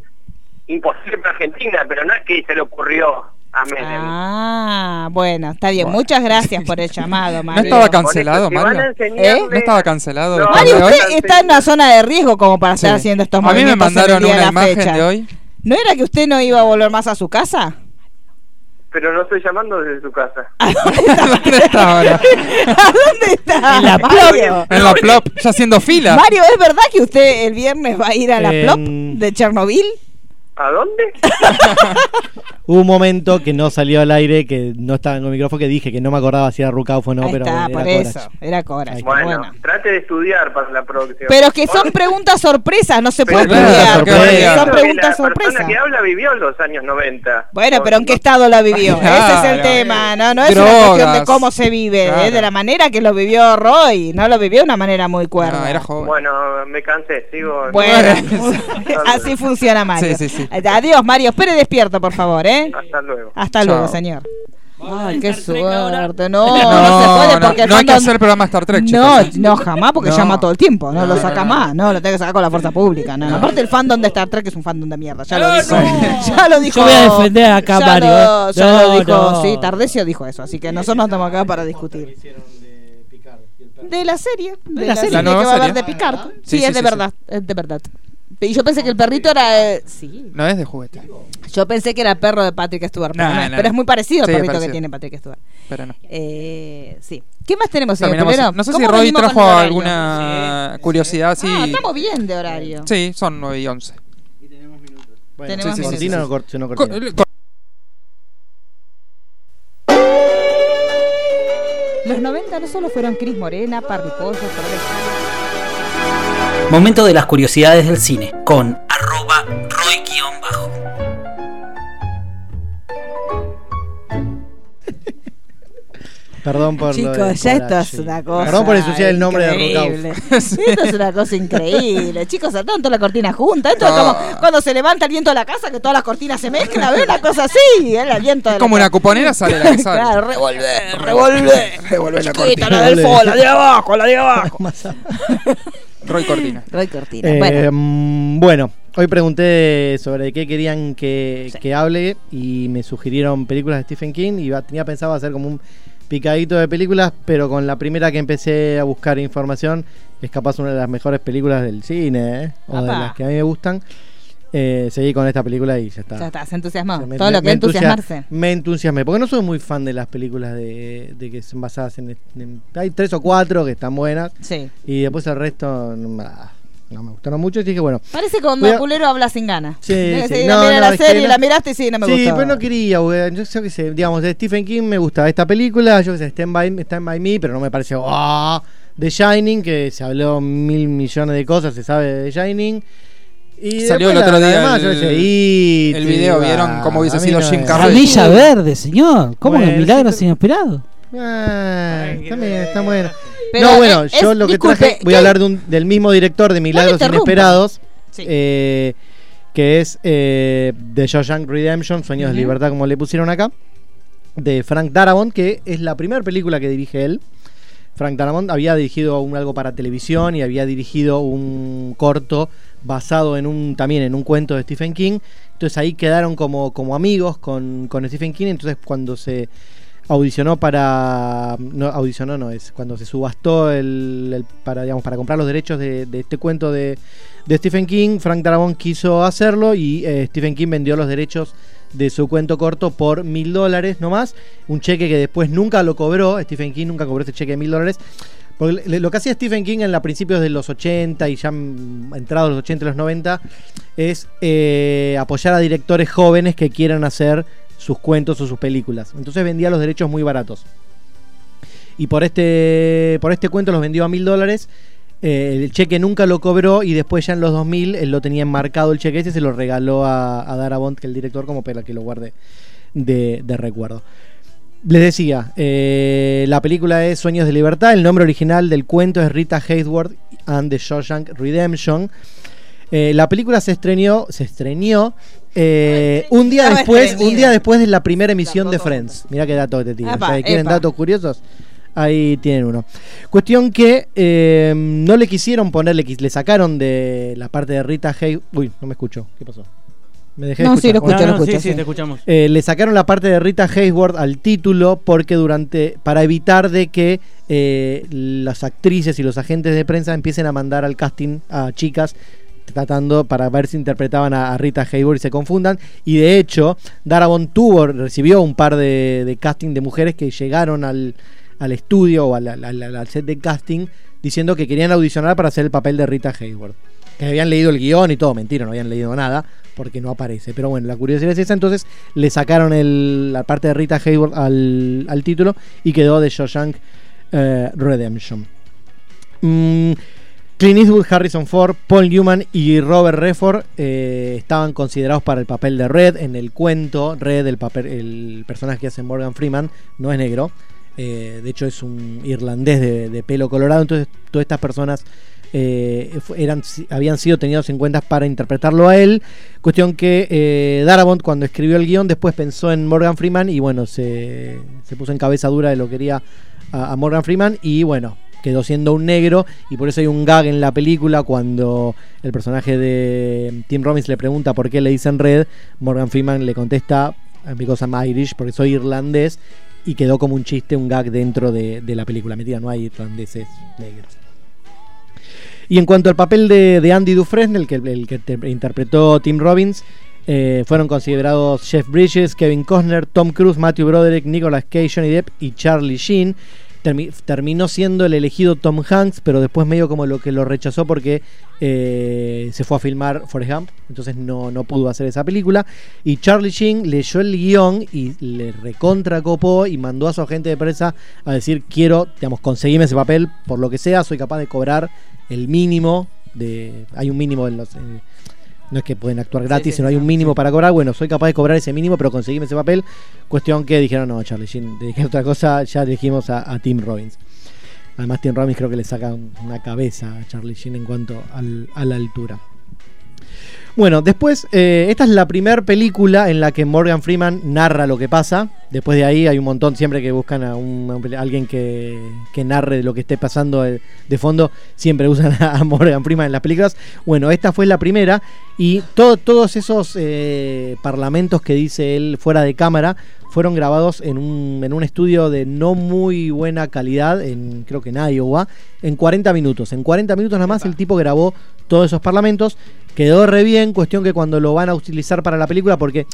Q: imposible para Argentina, pero no es que se le ocurrió a Menem.
B: Ah, bueno, está bien. Muchas gracias por el llamado,
D: ¿No
B: Mario.
D: estaba cancelado,
Q: Con esto te van a
D: Mario?
B: ¿Eh?
Q: enseñarle-
D: ¿No estaba cancelado? el
B: Mario,
D: torneo?
B: usted está en una zona de riesgo como para estar
D: Sí.
B: haciendo estos
D: A mí me
B: movimientos en el
D: mandaron
B: día de
D: una
B: la
D: imagen
B: fecha.
D: de hoy.
B: ¿No era que usted no iba a volver más a su casa?
Q: Pero no estoy llamando desde su casa.
D: ¿Dónde está ahora?
B: ¿Dónde está?
D: En la
B: Mario?
D: En la plop, ya haciendo fila.
B: Mario, ¿es verdad que usted el viernes va a ir a la
E: Em.
B: plop de Chernobyl?
Q: ¿A dónde?
E: Hubo un momento que no salió al aire, que no estaba en el micrófono, que dije que no me acordaba si era Rucauf o no, pero
B: está,
E: era
B: por
E: Corach.
B: eso. Era Cora.
Q: Bueno, trate de estudiar para la próxima.
B: Pero es que son preguntas sorpresas, no se puede
Q: Pero claro,
B: estudiar.
Q: porque
B: porque Son
Q: la
B: preguntas
Q: persona
B: sorpresas.
Q: que habla vivió los años 90.
B: Bueno, pero ¿en qué estado la vivió? Ese es el
Q: Claro.
B: tema, ¿no? No es una
Q: Drogas.
B: cuestión de cómo se vive,
Q: Claro.
B: es de la manera que lo vivió Roy. No lo vivió de una manera muy cuerda.
Q: Bueno, me cansé, sigo.
B: Bueno, así funciona Mario.
Q: Sí, sí, sí.
B: Adiós, Mario. Espere despierto, por favor, ¿eh?
Q: Hasta luego.
B: Hasta
D: Chao.
B: luego, señor. Ay, qué suerte. No,
D: No,
B: no se puede
D: no,
B: porque el
D: no hay que
B: fandom-
D: hacer programa Star Trek,
B: No,
D: chicos. ¿eh?
B: no, jamás porque
D: No.
B: llama todo el tiempo. No,
D: No,
B: lo
D: no,
B: saca
D: no.
B: más. No, lo tengo que sacar con la fuerza pública. No, no. Aparte, el fandom de Star Trek es un fandom de mierda. Ya lo dijo. Ya lo dijo.
C: Yo voy a defender acá,
B: ya
C: Mario,
B: Lo,
C: ¿eh?
B: ya
C: No,
B: lo dijo.
C: no.
B: Sí, Tardecio dijo eso. Así que nosotros no estamos acá para discutir. De la serie. De, la
C: la serie.
B: serie,
C: La
B: que
C: nueva
B: va a haber
C: serie.
B: de Picard.
D: Sí,
B: Sí,
D: sí,
B: es de
D: sí,
B: verdad. Es de verdad. Y yo pensé que el perrito era. eh, sí.
D: No es de juguete.
B: Yo pensé que era perro de Patrick Stewart, pero,
D: No,
B: no es,
D: no,
B: pero
D: no.
B: es muy parecido al
D: Sí, es
B: perrito
D: parecido.
B: que tiene Patrick Stewart.
D: Pero no.
B: Eh, sí. ¿Qué más tenemos, señor
D: Terminamos-
B: Pulero?
D: No sé si
B: ¿Cómo
D: Roy
B: venimos con
D: trajo
B: el horario?
D: alguna curiosidad. Sí.
B: Ah, estamos bien de horario.
D: Sí, son 9 y 11.
B: Tenemos
E: sí, sí,
B: minutos.
E: sí, sí. ¿Cortina o cor- si no cortina?
D: Co- co-
B: Los 90 no solo fueron Cris Morena, Parricoso,
R: Momento de las curiosidades del cine con
C: Eh,
E: Perdón por lo de
B: Chicos, ya esto
E: Corach,
B: es
E: sí.
B: una cosa.
E: Perdón por ensuciar el nombre de
B: increíble.
E: Rucauf.
B: Esto es una cosa increíble. Chicos, saltaron toda la cortina junta. Esto
D: Ah.
B: es como cuando se levanta el viento de la casa, que todas las cortinas se mezclan. ¿Ves? Una cosa así. ¿eh? El viento de la
D: Como
B: casa.
D: una cuponera sale la que sale.
B: Claro,
E: Ah.
B: revolver, revolver.
D: Revolver la
B: Chiquita,
D: cortina.
B: la del fo, la de abajo, la de abajo.
D: Roy Cortina.
B: Roy Cortina.
E: Eh,
B: bueno.
E: mm, bueno, hoy pregunté sobre qué querían que, que hable y me sugirieron películas de Stephen King y va- tenía pensado hacer como un picadito de películas, pero con la primera que empecé a buscar información, es capaz una de las mejores películas del cine, ¿eh? o de
B: Apa.
E: las que a mí me gustan, eh, seguí con esta película y ya está.
B: Ya está, se entusiasmó.
E: Me-
B: Todo
E: me-
B: lo que
E: me
B: es
E: entusia-
B: entusiasmarse.
E: Me entusiasmé, porque no soy muy fan de las películas de, de que son basadas en, en- Hay tres o cuatro que están buenas.
B: Sí.
E: Y después el resto no, ah, no me gustaron mucho. Y dije, bueno.
B: Parece que cuando
E: voy a-
B: el culero habla sin ganas.
E: Sí,
B: Mira,
E: sí.
B: sí,
E: No,
B: mira
E: no,
B: la
E: es que
B: serie,
E: no-
B: la miraste y sí, no me
E: sí,
B: gustó.
E: pero no quería, güey. Yo, yo qué sé, digamos, de Stephen King me gusta esta película, yo qué sé, Stand by, Stand by Me, pero no me parece. ¡Ah! The Shining, que se habló mil millones de cosas, se sabe de The Shining. Y
D: Salió el
E: después
D: otro
E: la-
D: día
E: además,
D: el-
E: yo qué sé, It,
D: el video,
E: bah,
D: vieron cómo hubiese
E: a mí
D: sido
E: no
D: Jim
E: me-
C: Ramilla Verde, señor. ¿Cómo
E: Bueno,
C: los milagros inesperados?
E: Ah, está bien, está bueno.
B: Pero,
E: no, bueno,
B: eh,
E: yo
B: es-
E: lo que
B: disculpe,
E: traje, voy a
B: ¿qué?
E: hablar de un- del mismo director de Milagros
B: interrumpa.
E: Inesperados,
B: Sí.
E: eh, que es eh, The Shawshank Redemption, Sueños de
H: Ujú.
E: Libertad, como le pusieron acá, de Frank Darabont, que es la primera película que dirige él. Frank Darabont había dirigido un, algo para televisión y había dirigido un corto basado en un también en un cuento de Stephen King. Entonces ahí quedaron como, como amigos con, con Stephen King. Entonces cuando se audicionó para no audicionó no es cuando se subastó el, el- para digamos para comprar los derechos de, de este cuento de, de Stephen King Frank Darabont quiso hacerlo y eh, Stephen King vendió los derechos de su cuento corto por mil dólares nomás un cheque que después nunca lo cobró Stephen King nunca cobró este cheque de mil dólares porque le- lo que hacía Stephen King en los principios de los 80 y ya mm, entrados los 80 y los 90 es eh, apoyar a directores jóvenes que quieran hacer sus cuentos o sus películas. Entonces vendía los derechos muy baratos. Y por este, por este cuento los vendió a mil dólares. Eh, el cheque nunca lo cobró y después ya en los 2000 él lo tenía enmarcado el cheque ese, se lo regaló a, a Darabont, que el director, como para que lo guarde de, de recuerdo. Les decía, eh, la película es Sueños de Libertad, el nombre original del cuento es Rita Hayworth and the Shawshank Redemption. Eh, la película se estrenó, se estrenó eh, un día
B: Estaba
E: después,
B: estreñida.
E: un día después de la primera emisión de Friends. Mira qué dato que te tiran.
B: Apa,
E: O sea, ¿Quieren
B: epa.
E: datos curiosos? Ahí tienen uno. Cuestión que eh, no le quisieron poner, le, quis- le sacaron de la parte de Rita Hay. Uy, no me escucho. ¿Qué pasó? Me dejé de
H: No, sí,
E: escuchar.
H: lo escucho, No, lo no, escucho, sí, sí, sí. te escuchamos.
E: Eh, le sacaron la parte de Rita Hayworth al título porque durante para evitar de que eh, las actrices y los agentes de prensa empiecen a mandar al casting a chicas tratando para ver si interpretaban a, a Rita Hayworth y se confundan y de hecho Darabont tuvo recibió un par de, de casting de mujeres que llegaron al, al estudio o al, al- al- al set de casting diciendo que querían audicionar para hacer el papel de Rita Hayworth que habían leído el guión y todo, mentira, no habían leído nada, porque no aparece. Pero bueno, la curiosidad es esa, entonces le sacaron el- la parte de Rita Hayworth al, al título y quedó de Shawshank eh, Redemption. Mm, Clint Eastwood, Harrison Ford, Paul Newman y Robert Redford eh, estaban considerados para el papel de Red en el cuento. Red, el, papel, el personaje que hace Morgan Freeman, no es negro. eh, de hecho, es un irlandés de, de pelo colorado. Entonces, todas estas personas eh, fu- eran, si- habían sido tenidos en cuenta para interpretarlo a él. Cuestión que eh, Darabont, cuando escribió el guión, después pensó en Morgan Freeman y bueno, se, se puso en cabeza dura de lo que quería a, a Morgan Freeman y bueno, quedó siendo un negro y por eso hay un gag en la película cuando el personaje de Tim Robbins le pregunta por qué le dicen red, Morgan Freeman le contesta because I'm Irish, porque soy irlandés y quedó como un chiste, un gag dentro de, de la película. Mentira, no hay irlandeses negros. Y en cuanto al papel de, de Andy Dufresne, el que, el que te- interpretó Tim Robbins, eh, fueron considerados Jeff Bridges, Kevin Costner, Tom Cruise, Matthew Broderick, Nicolas Cage, Johnny Depp y Charlie Sheen. Termi- terminó siendo el elegido Tom Hanks, pero después medio como lo que lo rechazó porque eh, se fue a filmar Forrest Gump, entonces no, no pudo hacer esa película. Y Charlie Sheen leyó el guión y le recontra copó y mandó a su agente de prensa a decir quiero, digamos, conseguirme ese papel por lo que sea, soy capaz de cobrar el mínimo de... Hay un mínimo en los... en- no es que pueden actuar gratis,
H: sí,
E: sino hay un mínimo para cobrar. Bueno, soy capaz de cobrar ese mínimo, pero conseguime ese papel. Cuestión que dijeron, no, Charlie Sheen, te dije otra cosa, ya dijimos a, a Tim Robbins. Además, Tim Robbins creo que le saca un- una cabeza a Charlie Sheen en cuanto al- a la altura. Bueno, después, eh, esta es la primera película en la que Morgan Freeman narra lo que pasa. Después de ahí hay un montón, siempre que buscan a, un- a un- a alguien que, que narre lo que esté pasando de, de fondo, siempre usan a, a Morgan Freeman en las películas. Bueno, esta fue la primera y todo- todos esos eh, parlamentos que dice él fuera de cámara fueron grabados en un, en un estudio de no muy buena calidad, en, creo que en Iowa, en 40 minutos. En 40 minutos nada más el tipo grabó todos esos parlamentos. Quedó re bien, cuestión que cuando lo van a utilizar para la película, porque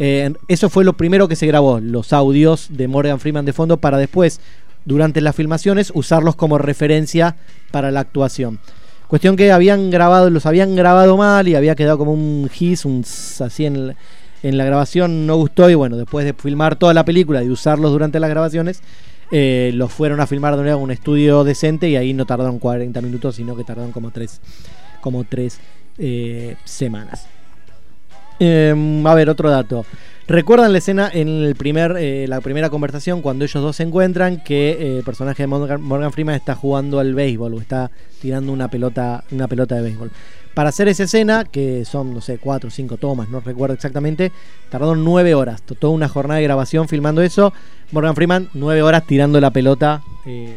E: eh, eso fue lo primero que se grabó, los audios de Morgan Freeman de fondo, para después, durante las filmaciones, usarlos como referencia para la actuación. Cuestión que habían grabado, los habían grabado mal y había quedado como un hiss, un ss, así en, la- en la grabación, no gustó y bueno, después de filmar toda la película y usarlos durante las grabaciones, eh, los fueron a filmar de nuevo a un estudio decente y ahí no tardaron 40 minutos, sino que tardaron como tres, como tres eh, semanas. Em, a ver, otro dato. ¿Recuerdan la escena en el primer, eh, la primera conversación cuando ellos dos se encuentran que eh, el personaje de Morgan, Morgan Freeman está jugando al béisbol o está tirando una pelota, una pelota de béisbol? Para hacer esa escena, que son, no sé, cuatro o cinco tomas, no recuerdo exactamente, tardaron nueve horas. to- Toda una jornada de grabación filmando eso. Morgan Freeman, nueve horas tirando la pelota. eh,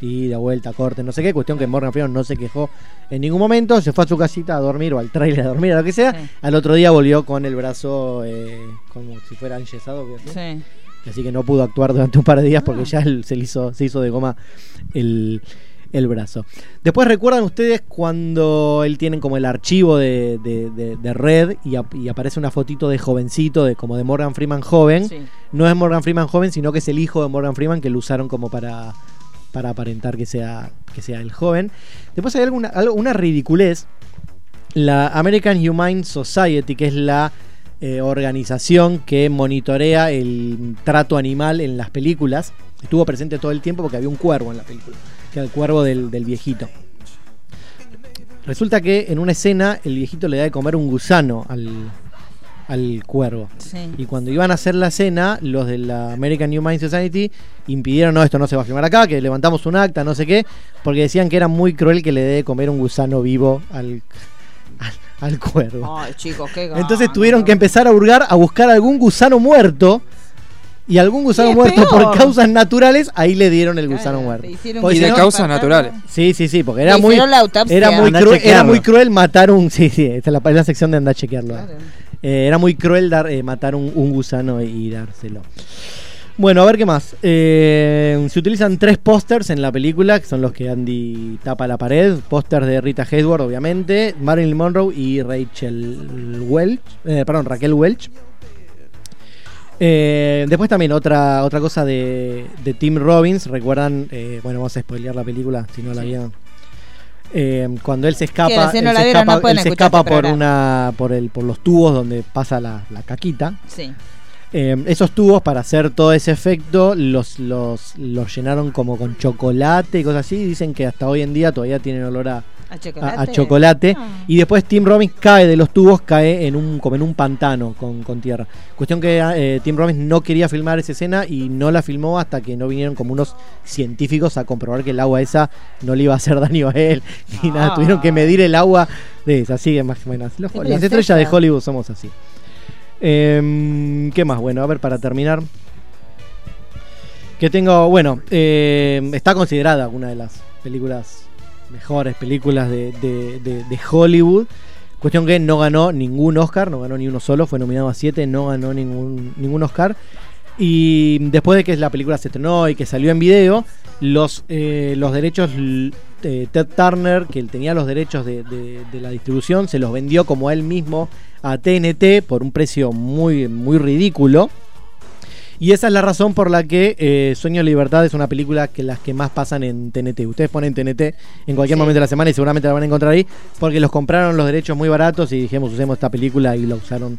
E: y de vuelta, corte, no sé qué. Cuestión que Morgan Freeman no se quejó en ningún momento. Se fue a su casita a dormir o al trailer a dormir, a lo que sea. Al otro día volvió con el brazo eh, como si fuera enyesado. obviamente.
B: Sí.
E: Así que no pudo actuar durante un par de días porque ya el- se, le hizo, se hizo de goma el, el brazo. Después recuerdan ustedes cuando él tiene como el archivo de, de- de- de red y, ap- y aparece una fotito de jovencito, de como de Morgan Freeman joven.
B: Sí.
E: No es Morgan Freeman joven, sino que es el hijo de Morgan Freeman que lo usaron como para, para aparentar que sea, que sea el joven. Después hay alguna, algo- una ridiculez. La American Humane Society, que es la eh, organización que monitorea el trato animal en las películas, estuvo presente todo el tiempo porque había un cuervo en la película, que era el cuervo del, del viejito. Resulta que en una escena el viejito le da de comer un gusano al, al cuervo.
B: Sí.
E: Y cuando iban a hacer la cena, los de la American Humane Society impidieron, no, esto no se va a filmar acá, que levantamos un acta, no sé qué, porque decían que era muy cruel que le dé de comer un gusano vivo al, al, al cuervo.
B: Ay, chicos, qué gana.
E: Entonces tuvieron que empezar a hurgar, a buscar algún gusano muerto. Y algún gusano
B: es
E: muerto
B: peor.
E: por causas naturales, ahí le dieron el gusano muerto.
B: hicieron
E: Porque
D: Y
E: si
D: de
E: no-
D: causas naturales.
E: Sí, sí, sí, porque era
B: Le
E: muy,
B: hicieron la autopsia.
E: era muy
B: Andá a
E: cruel, era
B: chequearlo.
E: muy cruel matar un, sí, sí, esta es la, es la sección de andar a chequearlo. Eh, era muy cruel dar, eh, matar un, un gusano y dárselo. Bueno, a ver qué más. Eh, se utilizan tres pósters en la película, que son los que Andy tapa la pared. Pósters de Rita Hayworth, obviamente, Marilyn Monroe y Rachel Welch, eh, perdón, Raquel Welch. Eh, después también otra, otra cosa de, de Tim Robbins, recuerdan, Eh, bueno, vamos a spoilear la película si no la vieron. Eh, cuando él se
B: Sí, la
E: escapa,
B: escena
E: él
B: no la
E: se
B: vieron, no
E: escapa,
B: pueden
E: él se
B: escuchar
E: escapa
B: este
E: por
B: programa.
E: una por el por los tubos donde pasa la, la caquita.
B: Sí.
E: Eh, esos tubos para hacer todo ese efecto los, los, los llenaron como con chocolate y cosas así. Dicen que hasta hoy en día todavía tienen olor a,
B: ¿A
E: a-
B: Ah, chocolate?
E: a chocolate. Y después Tim Robbins cae de los tubos, cae en un, como en un pantano con, con tierra. Cuestión que eh, Tim Robbins no quería filmar esa escena y no la filmó hasta que no vinieron como unos científicos a comprobar que el agua esa no le iba a hacer daño a él. Ni nada, tuvieron que medir el agua de esa. Así que más o menos. los-
B: Qué
E: las estrellas de
B: princesa.
E: Hollywood somos así. Em, ¿Qué más? Bueno, a ver, para terminar. Que tengo, bueno, eh, está considerada una de las películas, mejores películas de, de- de- de Hollywood. Cuestión que no ganó ningún Oscar, no ganó ni uno solo, fue nominado a siete, no ganó ningún, ningún Oscar. Y después de que la película se estrenó y que salió en video, los, eh, los derechos, l- eh, Ted Turner, que él tenía los derechos de, de- de la distribución, se los vendió como a él mismo a TNT por un precio muy, muy ridículo. Y esa es la razón por la que eh, Sueño de Libertad es una película que las que más pasan en TNT. Ustedes ponen TNT en cualquier
B: Sí.
E: momento de la semana y seguramente la van a encontrar ahí, porque los compraron los derechos muy baratos y dijimos usemos esta película y la usaron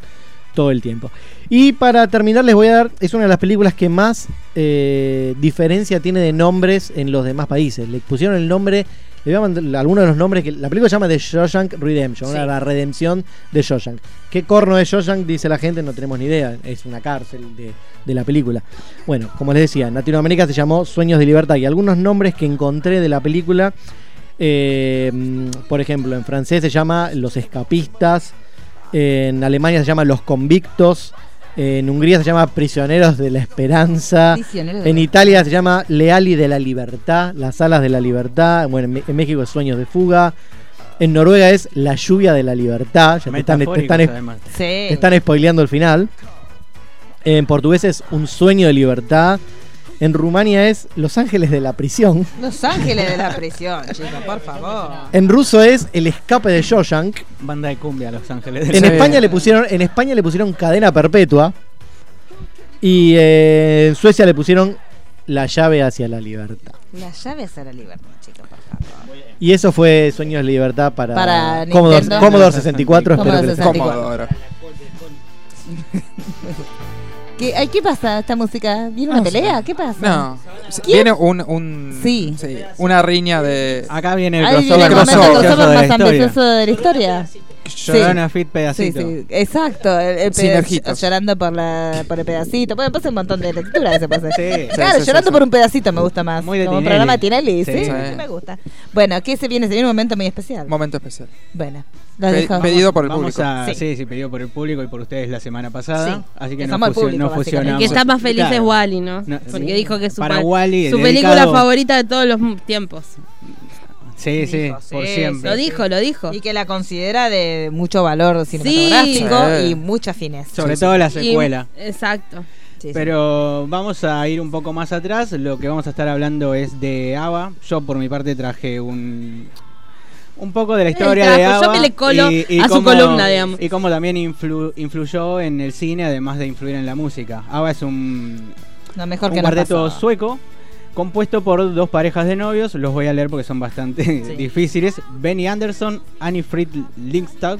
E: todo el tiempo. Y para terminar les voy a dar, es una de las películas que más eh, diferencia tiene de nombres en los demás países. Le pusieron el nombre, le voy a mandar algunos de los nombres que la película se llama The Shawshank Redemption,
B: Sí.
E: ¿no? la redención de Shawshank. ¿Qué corno es Shawshank? Dice la gente, no tenemos ni idea, es una cárcel de, de la película. Bueno, como les decía, en Latinoamérica se llamó Sueños de Libertad y algunos nombres que encontré de la película, eh, mm, por ejemplo, en francés se llama Los Escapistas, en Alemania se llama Los Convictos, en Hungría se llama Prisioneros de la Esperanza,
B: Prisioneros de
E: en
B: la-
E: Italia se llama Leali de la Libertad, Las Alas de la Libertad, bueno, en Me- en México es Sueños de Fuga. En Noruega es la lluvia de la libertad. Ya te están, te están-
H: Metafóricos, además.
B: Sí.
E: te están spoileando el final. En portugués es Un sueño de libertad. En Rumania es Los ángeles de la prisión.
B: Los Ángeles de la prisión, chicos, por favor.
E: En ruso es El escape de Shoshank.
H: Banda de cumbia Los Ángeles.
E: En España le pusieron en España le pusieron cadena perpetua. Y eh, en Suecia le pusieron la llave hacia la libertad.
B: La llave es a la libertad, chicos, por favor.
E: Y eso fue Sueños de Libertad para,
B: Para
E: Commodore,
B: Nintendo.
E: Commodore 64. espero que les-
B: Commodore 64. ¿Qué, ay, ¿Qué pasa esta música? ¿Viene una
D: No sé.
B: pelea? ¿Qué pasa?
D: No. Se-
B: ¿Quién?
D: Viene un, un-
B: Sí.
D: una riña de.
H: Acá viene
B: Ahí viene el momento crossover más ambicioso de la historia.
H: Llorona Fit pedacito.
B: Sí, sí, exacto. El, el peda-
H: Sinergitos.
B: llorando por, la, por el pedacito. Bueno, pasa un montón de lecturas que se puede hacer.
H: Sí.
B: claro,
H: Sí, sí,
B: llorando
H: sí, sí.
B: por un pedacito me gusta más.
H: de
B: Como
H: Tinelli.
B: programa de Tinelli, sí,
H: Sí.
B: sí,
H: Sí.
B: me gusta. Bueno, ¿qué se viene? Se viene un momento muy especial.
D: Momento especial.
B: Bueno, lo
H: Pe-
B: dejo.
H: Vamos a- sí. sí, pedido por el público y por ustedes la semana pasada.
B: Sí.
H: Así que no,
B: Somos el
H: fusion-
B: público,
H: no
B: básicamente.
H: fusionamos.
I: El que está más feliz es
H: Claro.
I: Wally, ¿no?
H: No,
I: Porque
H: sí.
I: dijo que es su,
H: Para
I: pa-
H: Wally,
I: su
H: dedicado-
I: película favorita de todos los mu- tiempos.
H: Sí, sí, por
B: Sí,
H: siempre.
B: sí, sí.
I: lo dijo.
B: Y que la considera de mucho valor cinematográfico
H: Sí.
B: y mucha fineza.
H: Sobre todo la secuela.
I: Exacto.
H: Pero vamos a ir un poco más atrás. Lo que vamos a estar hablando es de ABBA. Yo, por mi parte, traje un. Un poco de la historia de
I: trajo, yo
H: ABBA
I: me le colo a su columna, digamos.
H: Y cómo también influ- influyó en el cine, además de influir en la música. ABBA es un,
B: Lo mejor
H: un
B: que nos
H: cuarteto
B: pasó.
H: sueco compuesto por dos parejas de novios. Los voy a leer porque son bastante difíciles. Benny Anderson, Annie Frid Lindstad,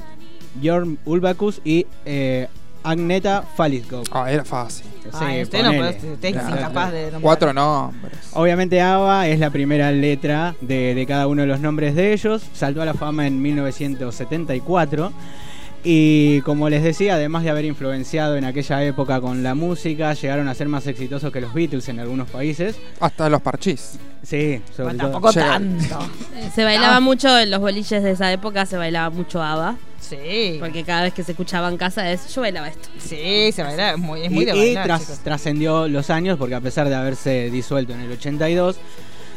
H: Björn Ulvakus y eh, Agneta Falisgov.
D: Ah, era fácil.
B: Ay, usted no puede- usted es incapaz de nombrar.
D: Cuatro nombres.
H: Obviamente ABBA es la primera letra de, de cada uno de los nombres de ellos. Saltó a la fama en 1974. Y como les decía, además de haber influenciado en aquella época con la música, llegaron a ser más exitosos que los Beatles en algunos países.
D: Hasta los parchís.
H: Sí, sobre
D: Bueno,
H: todo.
D: tampoco Llegaron.
I: Eh, Se bailaba mucho en los bolillos de esa época, se bailaba mucho ABBA.
B: Sí.
I: Porque cada vez que se escuchaba en casa es, yo bailaba esto.
B: Sí, se bailaba, es muy, es
H: y, y tras- trascendió los años porque a pesar de haberse disuelto en el 82,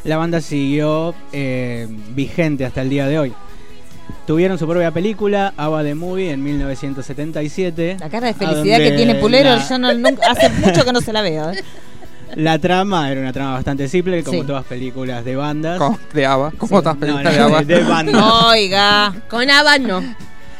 H: la banda siguió eh, vigente hasta el día de hoy. Tuvieron su propia película, Ava the Movie, en 1977.
B: La cara de
H: a
B: felicidad que
H: donde
B: tiene Pulero,
H: la-
B: yo no, nunca- hace mucho que no se la veo. ¿eh?
H: La trama era una trama bastante simple, como
B: Sí.
H: todas películas de bandas.
D: Co- De ABBA. ¿Cómo estás
H: No,
D: película
H: no,
D: de ABBA?
H: de bandas.
B: Oiga.
I: Con ABBA no.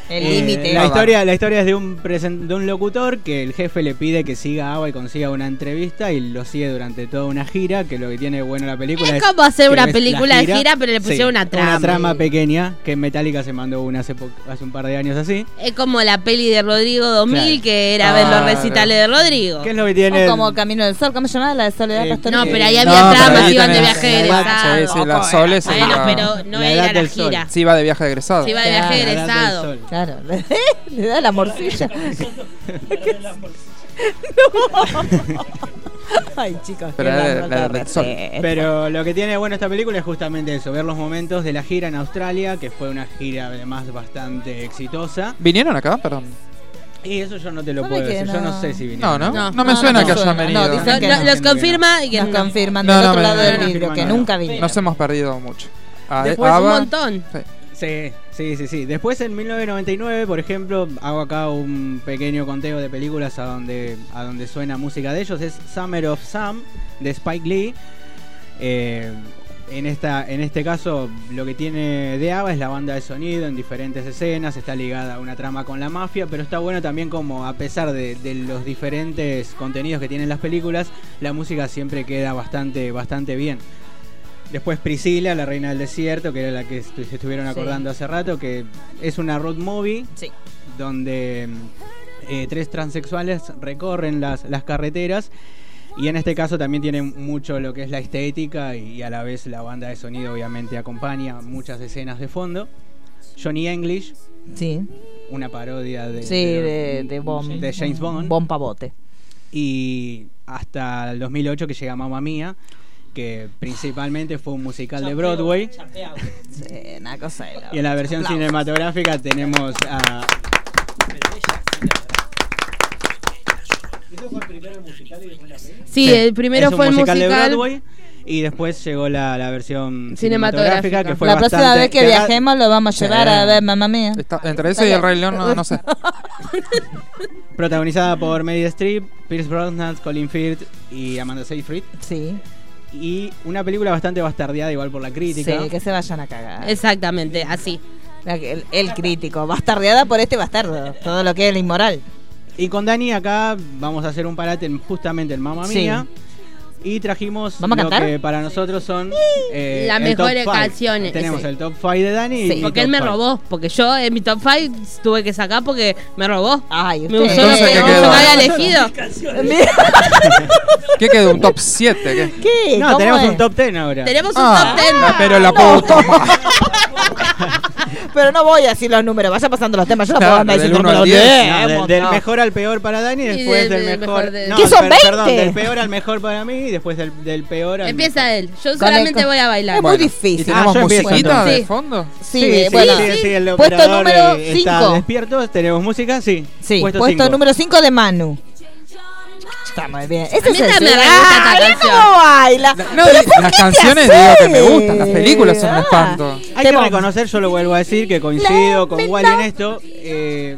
B: El
H: Eh,
B: límite.
D: Ah,
H: La historia, la historia es de un, presen- de un locutor que el jefe le pide que siga a ABBA y consiga una entrevista y lo sigue durante toda una gira, que lo que tiene bueno la película
I: Es
H: es...
I: como hacer
H: que
I: una
H: ves
I: película de gira, pero le pusieron una trama.
H: Una trama pequeña, que Metallica se mandó una hace, po- hace un par de años así.
I: Es como la peli de Rodrigo 2000,
H: Claro.
I: que era ver
H: Claro.
I: los recitales de Rodrigo.
H: ¿Qué es lo que tiene?
B: Ah. O como Camino del Sol, ¿cómo se llamaba? La de
H: Eh,
B: Soledad Pastor.
I: no, pero ahí había tramas, iban de viaje de
D: Sí,
I: egresado.
D: sí, la Sole se
I: Bueno,
D: iba-
I: pero no La era edad la del sol. gira.
D: Sí, iba de viaje de egresado.
I: Se iba de viaje de egresado.
B: Claro, le da la morcilla. no. Ay, chicos. qué
D: Pero la-
B: mal,
D: la-
B: falta de
D: la- sol.
B: respeto.
H: Pero lo que tiene bueno esta película es justamente eso, ver los momentos de la gira en Australia, que fue una gira además bastante exitosa.
D: ¿Vinieron acá? Perdón.
H: Y eso yo no te lo
B: ¿Sabe
H: puedo
B: que
H: decir, yo
B: no?
H: no sé si
D: No,
H: vinieron.
D: no. No, me suena que hayan venido.
B: dicen que
I: No,
B: no.
I: Los confirma y que
B: Nos
I: no.
B: confirman
D: No,
B: del
D: no,
B: otro
D: me-
B: lado
D: no,
B: del
D: no,
B: vidrio, que
D: no, no. eh,
B: nunca vinieron.
D: Nos hemos perdido mucho. Ah, A-
I: Después un
D: ABBA,
I: montón.
H: Sí, sí, sí, sí. Después en 1999, por ejemplo, hago acá un pequeño conteo de películas a donde, a donde suena música de ellos. Es Summer of Sam de Spike Lee. Eh, en, esta, en este caso, lo que tiene de ABBA es la banda de sonido en diferentes escenas. Está ligada a una trama con la mafia, pero está bueno también como, a pesar de, de los diferentes contenidos que tienen las películas, la música siempre queda bastante, bastante bien. Después Priscila, la reina del desierto, que era la que estu- se estuvieron
B: Sí.
H: acordando hace rato, que es una road movie
B: Sí.
H: donde mm, eh, tres transexuales recorren las, las carreteras y en este caso también tiene mucho lo que es la estética y, y a la vez la banda de sonido obviamente acompaña muchas escenas de fondo. Johnny English,
B: Sí.
H: una parodia de,
B: Sí, de, de Bom.
H: de James Bond.
B: Bom Pavote.
H: Y hasta el 2008 que llega Mamma Mía, que principalmente fue un musical de Broadway.
B: Sí, una cosa de la
H: Y en la versión
B: Aplausos.
H: cinematográfica tenemos a.
I: Sí, el primero
H: Es un
I: fue el musical.
H: de Broadway y después llegó la, la versión
I: Cinematográfica.
H: cinematográfica que fue
B: la próxima
H: bastante-
B: vez que
H: era-
B: viajemos lo vamos a llevar
H: Sí.
B: a ver, mamá mía.
D: Está- entre eso y el Rey León, no, no sé.
H: Protagonizada por Meryl Streep, Pierce Brosnan, Colin Firth y Amanda Seyfried.
B: Sí.
H: Y una película bastante bastardeada igual por la crítica.
B: Sí, que se vayan a cagar.
I: Exactamente, así.
B: El, el crítico, bastardeada por este bastardo, todo lo que es el inmoral.
H: Y con Dani acá vamos a hacer un parate en- justamente en Mamma
B: Sí.
H: Mía. Y trajimos
B: ¿Vamos a
H: lo
B: cantar?
H: que para nosotros son eh,
I: Las
H: el top
I: mejores
H: five.
I: canciones.
H: Tenemos
I: Sí.
H: el top 5 de Dani. y
I: Sí,
H: mi
I: porque él
H: top
I: me
H: five.
I: robó. Porque yo en mi top 5 tuve que sacar porque me robó.
B: Ay,
I: me usó lo
D: Entonces,
I: que
D: ¿qué
I: yo
D: quedó?
I: no había elegido.
D: ¿Qué quedó? ¿Un top 7? ¿Qué?
B: ¿Qué?
H: No,
D: ¿Cómo
H: tenemos
D: es?
I: Ah.
H: un top 10 ahora.
I: Tenemos un
D: Ah,
I: top 10.
D: Pero la puta madre.
B: Pero no voy a decir los números, vaya pasando los temas. Yo no puedo andar diciendo eh, números.
H: No, del, del mejor al peor para Dani y
I: Y
H: después
I: del-
H: del,
I: del
H: mejor.
I: mejor de-
H: no,
I: ¿Qué son
H: per- Perdón,
I: 20?
H: del peor al mejor para mí y después del, del peor al.
I: Empieza él. Yo
H: Con
I: solamente
H: el-
I: voy a bailar.
H: Es muy Bueno, ah, difícil. ¿y tenemos
I: yo empiezo,
H: musiquita
I: entonces.
H: de
I: Sí.
D: fondo?
B: Sí, bueno.
H: sí, sí, el
B: Puesto
H: operador,
B: número
H: eh, está
B: cinco.
H: despierto, tenemos música, sí.
B: Sí, puesto, número 5 de Manu. Está muy bien. Ese
I: A mí
B: es el
I: esta me
B: sí. Ah,
I: agrada esta
B: mirá
I: canción.
B: cómo baila. Pero ¿por
D: las
B: qué te
D: canciones
B: haces? Ah.
D: digo que me gustan, las películas son un espanto.
H: Hay que reconocer, yo lo vuelvo a decir, que coincido con Wally en esto. eh,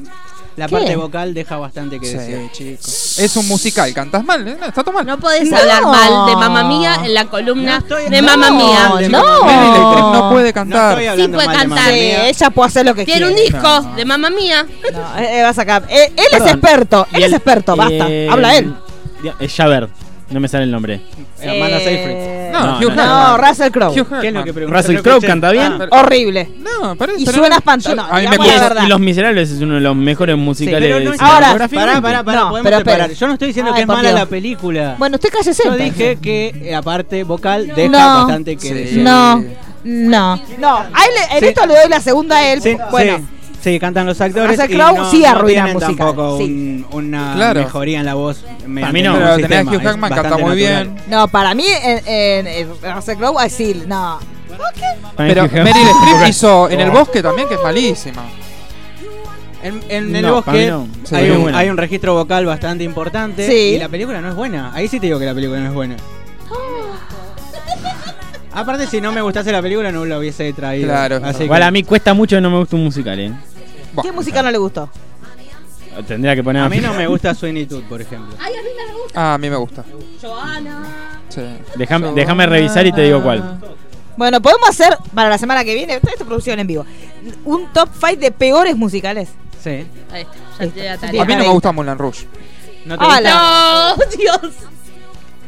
H: la
D: ¿Qué?
H: parte vocal deja bastante que
D: Sí,
H: decir.
D: Es un musical, cantas mal, ¿eh? está todo mal.
I: No podés hablar mal de Mamá Mía en la columna de Mamá Mía.
D: Meryl Streep no puede cantar.
B: Sí, puede cantar. Sí, ella puede hacer lo que
I: Tiene
B: quiera.
I: un disco de Mamá Mía.
B: No, eh, eh, vas acá. Eh, él es experto, él es experto, basta.
M: Eh,
B: Habla él.
M: Di- eh, Javert, no me sale el nombre.
H: Amanda Seyfried.
B: No,
M: Hugh
B: no,
M: Jackman.
B: Russell Crowe.
M: Hugh Jackman. ¿Qué es lo que pregunté? Russell Crowe canta bien.
B: Ah, Horrible.
D: No, parece.
B: Y suena espantoso. No,
M: Y
B: digamos la
M: es-
B: verdad.
M: y Los Miserables es uno de los mejores musicales
H: pero no
M: de
H: es-
B: Ahora,
H: Pará, pará, pará,
B: No,
H: podemos
B: pero
H: separar.
B: espera.
H: Yo no estoy diciendo
B: Ay,
H: que es
B: por
H: mala
B: Dios.
H: la película.
B: Bueno, usted cállese.
H: Yo
B: entonces.
H: dije que eh, la parte vocal deja
B: No.
H: bastante que
B: Sí.
H: decir.
B: No, no, no. Ahí le- en
H: Sí.
B: esto le doy la segunda a él. bueno,
H: Sí, sí, cantan los actores.
B: Russell
H: y
B: Crowe
H: no-
B: sí
H: no
B: arruina
H: tienen
B: música,
H: Tampoco
B: sí.
H: un- una
M: Claro.
H: mejoría en la voz.
M: Para mí no. Pero tenés a Hugh Jackman, canta muy bien.
B: no, para mí, en, en, en Russell Crowe, ah, sí, no.
D: Pero
M: Hugh Jackman.
D: Meryl Streep hizo En el
M: No.
D: bosque también, que es malísima.
H: En, en el
D: No, para mí
H: bosque
D: no. Sí,
H: hay,
D: muy
H: un,
D: buena.
H: hay un registro vocal bastante importante
B: Sí.
H: y la película no es buena. Ahí sí te digo que la película no es buena.
B: Ah.
H: Aparte, si no me gustase la película, no la hubiese traído.
M: Claro.
H: Así que-
M: Igual a mí cuesta mucho que no me gusta un musical, ¿eh?
B: ¿Qué música no le gustó?
M: Tendría que poner
H: A mí no me gusta Sweeney Todd, por ejemplo.
D: Ah, a mí me gusta.
M: Déjame déjame revisar y te digo cuál.
B: Bueno, podemos hacer para la semana que viene, esta es producción en vivo, un top 5 de peores musicales.
H: Sí.
I: Ahí está, ya te da tarea.
D: A mí no me gusta Moulin Rouge.
H: No
I: ¡Hala! ¡No! Oh, ¡Dios!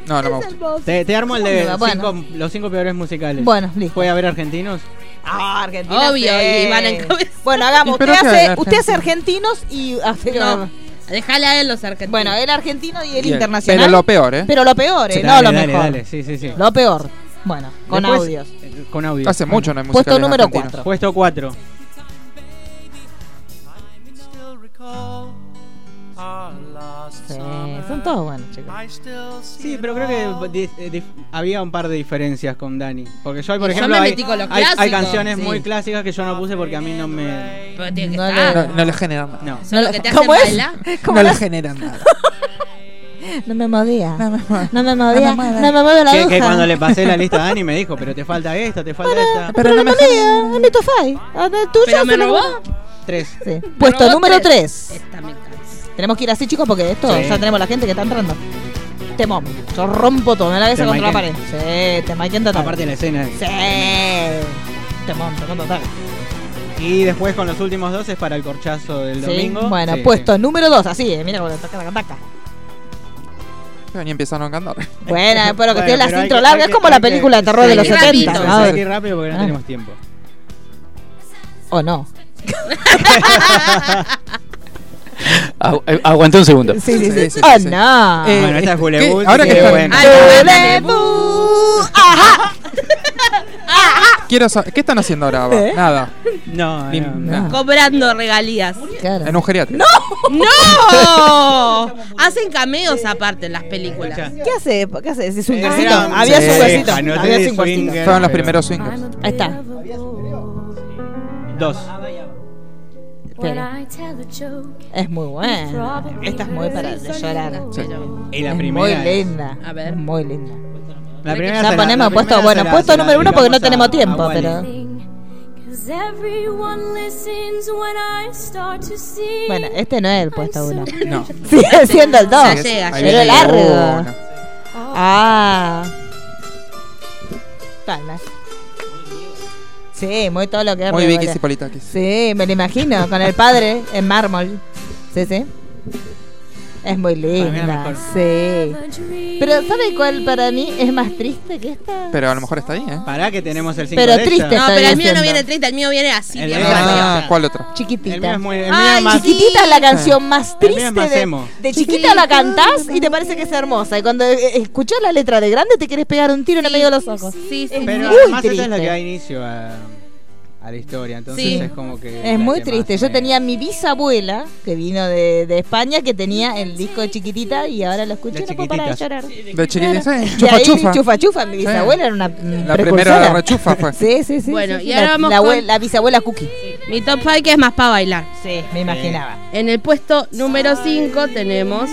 D: No, no me gusta.
I: salvó.
H: Te, te armo el de
I: Boluda, bueno.
H: cinco- los cinco peores musicales.
B: Bueno,
H: ¿Puede haber argentinos?
B: Ah, Argentina.
I: Obvio,
B: sí.
I: y van a encabezar.
B: Bueno, hagamos,
H: Y pero
B: usted
H: que
B: hace,
H: Argentina.
B: usted hace argentinos y hace-
I: No, dejale a él los argentinos.
B: Bueno, el argentino y el
D: Bien,
B: internacional.
D: pero lo peor, ¿eh?
B: Pero lo peor,
H: Sí,
B: eh, no
H: dale,
B: lo
H: dale,
B: mejor.
H: dale, sí, sí, sí.
B: Lo peor. Bueno, con
H: Después-
B: audios.
H: eh, Con audio.
D: Hace mucho no hay
B: Puesto
D: musicales
B: número
D: argentinos.
B: cuatro.
H: Puesto 4.
B: Sí, Eh, son todos buenos, chicos.
H: Sí, pero creo que di- eh, dif- había un par de diferencias con Dani. Porque yo, por
I: Y yo
H: ejemplo,
I: me
H: hay,
I: metí con los
H: hay- hay
I: clásicos,
H: canciones
I: sí.
H: muy clásicas que yo no puse porque a mí no me.
I: Pero tiene que
H: No
I: estar.
D: No, no le generan nada.
H: No.
I: Son los que te
B: ¿Cómo
I: hacen
B: es?
I: bailar.
B: ¿Cómo
D: No le
B: es?
D: generan nada.
B: No me movía. No me movía. No me movía. No me mueve la
H: Que,
B: aguja.
H: que cuando le pasé la lista a Dani me dijo, pero te falta esto, te falta esta.
B: Pero no me movía. En mi top five. Ah, no, tuyo
I: Pero me
B: se lo-
I: robó.
H: Tres.
B: Sí. Puesto
I: robó
B: número
I: tres.
B: 3. Tenemos que ir así, chicos, porque esto
H: Sí.
B: ya tenemos la gente que está entrando. Temón. Yo rompo todo. Me la beso
H: Tema
B: contra la pared.
H: Iken.
B: Sí, tema Iken total.
H: Aparte de la escena.
B: Sí. Temón, temón total.
H: Y después con los últimos dos es para el corchazo del
B: Sí,
H: domingo.
B: Bueno,
H: Sí,
I: pues,
B: puesto número 2. Así, eh, mira cómo le toca la cantaca.
D: Pero Ah, ni empezaron a cantar.
B: Bueno, después lo que
H: Bueno,
B: tiene
H: pero
B: la
H: hay
B: intro
H: que-
B: larga
H: hay
B: es
H: que-
B: como la
H: hay que-
B: película de terror de
H: sí,
B: los Ah,
H: hay que ir
B: 70.
H: rápido,
B: ¿no?
H: hay que ir rápido porque no
B: Ah.
H: tenemos tiempo.
B: ¿O no?
N: Agu- eh, aguantá un segundo.
B: Sí, sí, sí.
N: Sí, sí,
B: ¡Oh,
N: sí.
B: no!
D: Eh,
H: bueno, esta es
D: ¿qué?
H: Bulebull.
D: Ahora
H: sí
D: que
H: que
D: está-
H: bueno.
I: Uh,
B: ¡Bulebu! ¡Ajá!
D: Quiero sa- ¿Qué están haciendo ahora? Ava?
B: ¿Eh?
D: Nada.
H: No,
D: Ni-
H: no,
D: nada.
B: Ah.
I: Cobrando regalías.
D: En un geriatra.
I: ¡No! Hacen cameos aparte en las películas.
B: ¿Qué hace? ¿Qué hace? ¿Es un
H: Eh,
B: huesito?
H: eran-
B: Había
D: sí,
B: su huesito.
H: no sé
B: Había
H: si
B: su huesito.
H: swinger,
D: Fueron los
H: pero-
D: primeros swingers.
B: Ahí está.
H: Dos.
B: Espera. Es muy buena. Esta es muy para de llorar.
H: Y la
B: Es
H: primera.
B: Muy
H: es-
B: linda. Muy linda.
H: La primera
B: Ya
H: se la-
B: ponemos
H: la
B: puesto,
H: primera
B: bueno,
H: se la-
B: puesto
H: se la
B: número uno porque no tenemos
H: dedicamos a-
B: tiempo,
H: a Wally.
B: pero-
L: Cause everyone listens when I start to see.
B: Bueno, este no es el puesto uno.
D: No.
B: Sigue siendo el dos.
I: Ya llega,
D: Ahí
I: ya
B: Pero
D: viene la
B: largo.
D: una.
B: Ah. Palmas. Sí, muy todo lo que es
D: Muy
B: Rivera.
D: Vicky Politakis.
B: Sí, me lo imagino, con el padre en mármol. Sí, sí. Es muy linda. Sí. Pero ¿sabe cuál para mí es más triste que esta?
D: Pero a lo mejor está ahí, ¿eh?
H: Pará que tenemos el 5
B: Pero
H: de esta.
B: triste.
I: No, pero el mío
B: diciendo.
I: no viene 30, el mío viene así.
H: El
I: bien
H: mío es
I: vacío.
D: Ah, ¿cuál otro?
H: El mío
B: Chiquitita.
H: es muy. El mío
I: Ay,
H: es más.
I: sí.
B: Chiquitita es la canción
H: El
B: más
H: mío es
B: triste.
H: más
B: de,
H: emo.
B: de chiquita la cantás y te parece que es hermosa. Y cuando eh, escuchás la letra de grande te quieres pegar un tiro en el medio de los ojos.
I: Sí, sí,
B: Es
I: sí.
H: Pero
B: muy
H: además esa es la
B: triste.
H: que da inicio a. a a la historia. Entonces
B: Sí.
H: es como que.
B: Es muy triste. Yo tenía mi bisabuela, que vino de, de España, que tenía el disco de chiquitita y ahora lo escuché y no puedo parar de llorar.
D: De chiquitita,
B: Claro.
D: sí.
B: Y
D: Chufa,
B: ahí,
D: chufa.
B: chufa, chufa. Mi
D: Sí.
B: bisabuela era una
D: La
B: precursora.
D: primera rechufa fue.
B: Sí, sí, sí.
I: Bueno,
B: sí,
I: y
B: sí.
I: ahora
B: La-
I: vamos
B: la,
I: con-
B: abue- la bisabuela Cookie.
I: Mi top 5 que es más para bailar.
B: Sí, me imaginaba.
I: En el puesto número 5 tenemos.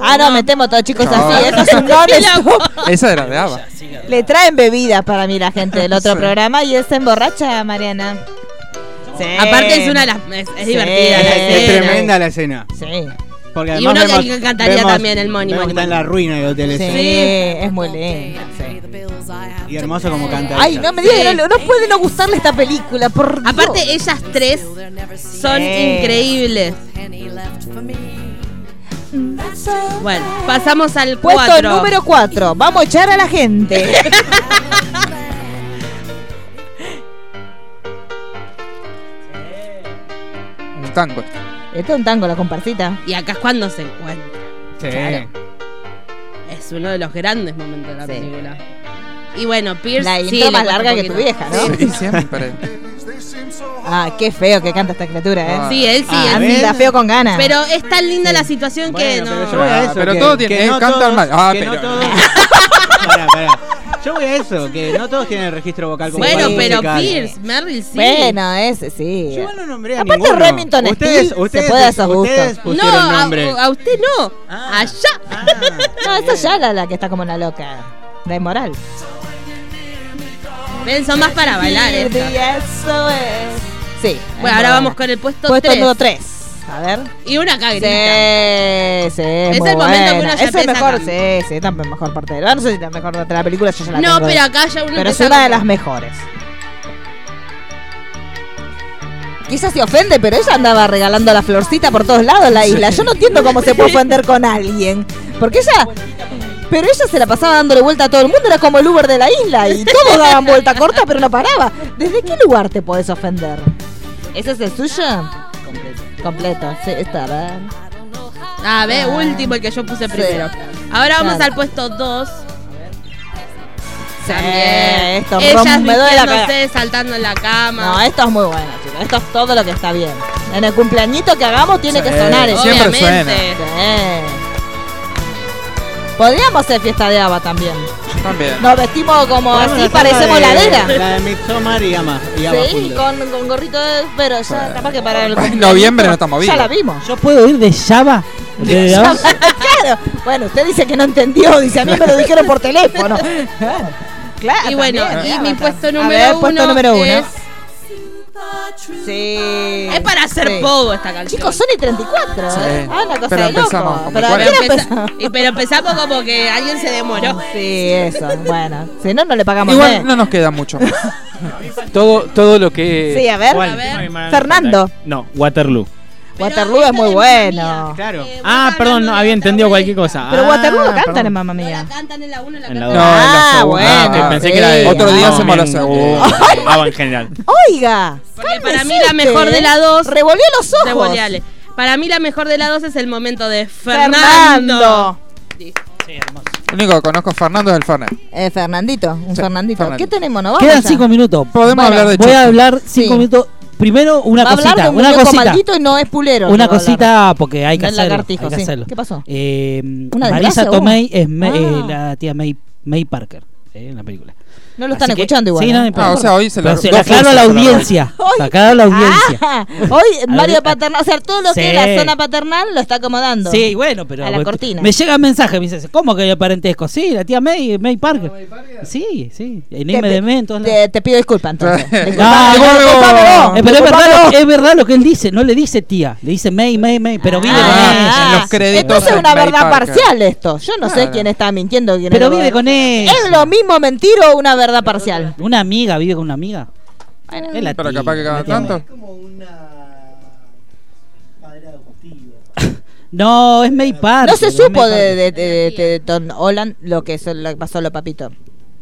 B: Ah, no, metemos todo, chicos, así.
I: No.
B: Eso es un non-stop.
D: Esa era de Ava.
B: Le traen bebidas para mí la gente del otro
D: Sí.
B: programa y es emborracha, Mariana. Sí.
I: Aparte es una de las. Es, es
B: Sí.
I: divertida la
B: Es
I: escena.
H: Tremenda la escena.
B: Sí.
H: Porque
I: Y
H: además
I: uno que-
H: vemos-
I: que cantaría
H: vemos-
I: también el Money,
H: vemos que
I: Money,
H: Está en
I: Money.
H: la ruina del hotel
B: Sí,
H: ese.
B: es muy linda.
H: Y hermoso como canta.
B: Ay,
H: ella.
B: no me digas, que no, no puede no gustarle esta película. Por
I: Aparte, ellas tres son increíbles. Bueno, pasamos al
B: Puesto
I: 4.
B: número 4. Vamos a echar a la gente.
D: Un tango.
B: Esto es un tango, la comparsita.
I: Y acá es cuando se encuentra.
H: Sí.
I: Claro. Es uno de los grandes momentos de la
B: Sí.
I: película. Y bueno, Pierce.
B: La
I: sí,
B: intro
I: le
B: más
I: cuesta
B: larga
I: un
B: que tu
I: poquito.
B: vieja, ¿no?
D: Sí, siempre.
B: Ah, qué feo que canta esta criatura, ¿eh?
I: Sí, él sí,
B: Ah,
I: él sí.
B: Anda feo con ganas.
I: Pero es tan linda la situación que no.
H: Yo voy a eso,
D: pero
H: que-
D: todo tiene-
H: que
D: eh,
H: no
D: cantan
H: todos-
D: mal. Ah,
H: que no
D: pero-
H: todos- Pará, pará. Yo voy a eso, que no todos tienen el registro vocal como
I: bueno,
H: para
I: pero
H: musical.
I: Pierce, Meryl sí.
B: Bueno, ese sí.
H: Yo no nombré a
B: Aparte,
H: ninguno.
B: Remington
H: ustedes,
B: Steele
H: ustedes,
B: se puede a esos
H: ustedes
B: gustos.
I: no,
H: pusieron
I: a,
H: nombre. Ah.
I: a usted no. Allá.
B: No, esa ya la, la que está como una loca. La inmoral.
I: Ven, son más para bailar. estas.
B: Eso es. Sí.
I: Bueno, ahora vamos con el puesto 3.
B: Puesto número 3. A ver.
I: Y una
B: Sí,
I: cagrita.
B: sí, es
I: Ah, el
B: muy
I: momento que
B: buena.
I: uno ya
B: Es el
I: empieza
B: mejor,
I: a
B: sí, sí, es la mejor parte de la, no sé si la mejor parte de la película, yo ya la
I: No,
B: tengo
I: pero
B: de-
I: acá ya uno
B: Pero es
I: empieza
B: una
I: a-
B: de las mejores. Quizás se ofende, pero ella andaba regalando la florcita por todos lados en la isla. Yo no entiendo cómo se puede ofender con alguien. Porque ella... Pero ella se la pasaba dándole vuelta a todo el mundo, era como el Uber de la isla y todos daban vuelta corta, pero no paraba. ¿Desde qué lugar te podés ofender? ¿Ese es el suyo? Completo. Completo, sí, está, ¿verdad?
I: A
B: Ah.
I: ver, último, el que yo puse primero. Ahora vamos
B: Claro.
I: al puesto 2.
B: Sí,
I: También.
B: esto
I: Ellas
B: rompe- me duele la
I: vistiéndose, saltando en la cama.
B: No, esto es muy bueno, chicos. Esto es todo lo que está bien. En el cumpleañito que hagamos tiene que
D: Sí,
B: sonar eso.
D: siempre
I: Obviamente.
B: Sí. Podríamos hacer fiesta de haba también.
D: También.
B: Nos vestimos como
H: Podemos
B: así,
H: hacer
B: parecemos
H: la de-
B: ladera.
H: La de Midsommar y Ama. Y Ama
B: Sí,
H: juntos.
B: con, con gorrito de... Pero ya, capaz que para el
D: En
B: cumpleañito
D: noviembre no estamos
B: Ya
D: vivos.
B: la vimos.
C: Yo puedo ir de Java. De la-
B: claro. Bueno, usted dice que no entendió. Dice, a mí me lo dijeron por teléfono. Claro. Claro,
I: Y bueno,
B: también,
I: y
B: ¿no?
I: mi puesto
B: A
I: número
B: ver,
I: uno.
B: puesto número uno.
I: Es,
B: Sí.
I: es para hacer
B: Sí.
I: pogo esta canción.
B: Chicos, son y 34. ¿eh? Ah, una cosa
D: Pero
B: de loco.
D: empezamos con
B: Pero,
D: cuarenta.
B: ¿a qué hora
I: Empeza-
B: empezamos?
I: y, pero empezamos como que alguien se demoró.
B: Sí, eso. Bueno, si no, no le pagamos. ¿eh?
D: Igual no nos queda mucho.
N: Todo, todo lo que.
B: Sí, a ver.
N: ¿Cuál?
I: A ver.
B: Fernando.
M: No, Waterloo.
B: Waterloo es muy bueno.
H: Claro.
M: Ah, perdón, no, había entendido cualquier cosa.
B: Pero
M: Ah,
B: Waterloo lo cantan
M: perdón.
B: en Mamma Mía.
I: Cantan en la 1 la
M: En la
I: cantan.
M: dos.
B: Ah,
M: Ah,
B: bueno.
M: pensé
B: sí.
M: que era de-
D: Otro día
M: Ah,
D: hacemos la
M: bien,
D: segunda.
M: eh, Ava en general.
B: Oiga.
I: Porque para mí
B: cálmese,
I: la mejor de la 2.
B: Revolvió los ojos.
I: Revoleale. Para mí la mejor de la 2 es el momento de Fernando.
B: Fernando.
D: El único que conozco es Fernando es el Fernet.
B: Eh, Fernandito. Un
D: Sí,
B: Fernandito.
D: Fernando.
B: ¿Qué tenemos? ¿No vamos
C: Quedan
B: ya?
C: cinco minutos.
D: Podemos hablar de
C: Voy a
D: Chucky.
C: hablar
B: Sí.
C: cinco minutos. Primero, una
B: Va a hablar de
C: cosita.
B: un
C: Una
B: muñeco
C: cosita.
B: maldito y no es pulero.
C: Una
B: que va a hablar.
C: cosita, porque hay que
B: Del
C: hacerlo.
B: lagartijo,
C: hay que
B: sí.
C: hacerlo.
B: ¿Qué pasó?
C: Eh,
B: Una
C: Marisa
B: desgracia,
C: Tomei es
B: Ah.
C: Ma- eh, la tía May, May Parker eh, en la película.
B: No lo están
C: Así que-
B: escuchando igual.
C: Sí,
B: ¿eh?
C: no, no importa.
D: Ah, o sea, hoy se la-
C: Pero se
D: dos
C: aclaro a la
D: veces se la
C: audiencia.
B: Hoy-
C: Se aclaro a la audiencia.
B: Ah, hoy
C: A
B: Mario
C: ver,
B: Paternal, o sea, todo lo que
C: Sí.
B: es la zona paternal lo está acomodando.
C: Sí, bueno, pero.
B: A la cortina.
C: Me llega un mensaje, me dice, ¿cómo que hay parentesco? Sí, la tía May, May Parker. Sí, sí. Enigma de Men, todos lados.
B: te, te pido disculpas entonces.
C: Ah,
B: Disculpame,
C: gordo.
B: disculpame vos,
C: Eh, pero es
B: disculpame
C: verdad,
B: vos.
C: lo- es verdad lo que él dice, no le dice tía, le dice May, May, May, pero vive con ella.
D: en los créditos
B: Ah, Entonces es
D: de
B: una
D: May
B: verdad
D: Parker.
B: parcial esto. Yo no sé
D: Claro.
B: quién está mintiendo. Quién
C: Pero
B: es lo-
C: vive con ella.
B: ¿Es lo mismo mentir o una verdad parcial?
C: Una amiga, vive con una amiga.
B: Bueno,
C: Es la
D: Pero
C: tía,
D: capaz que cada
C: la tía
D: tanto.
C: May. No, es May Parker.
B: no se
C: es
B: supo
C: May
B: de,
C: Parker.
B: de, de- de Don Holland lo que, es- lo que pasó a los papitos.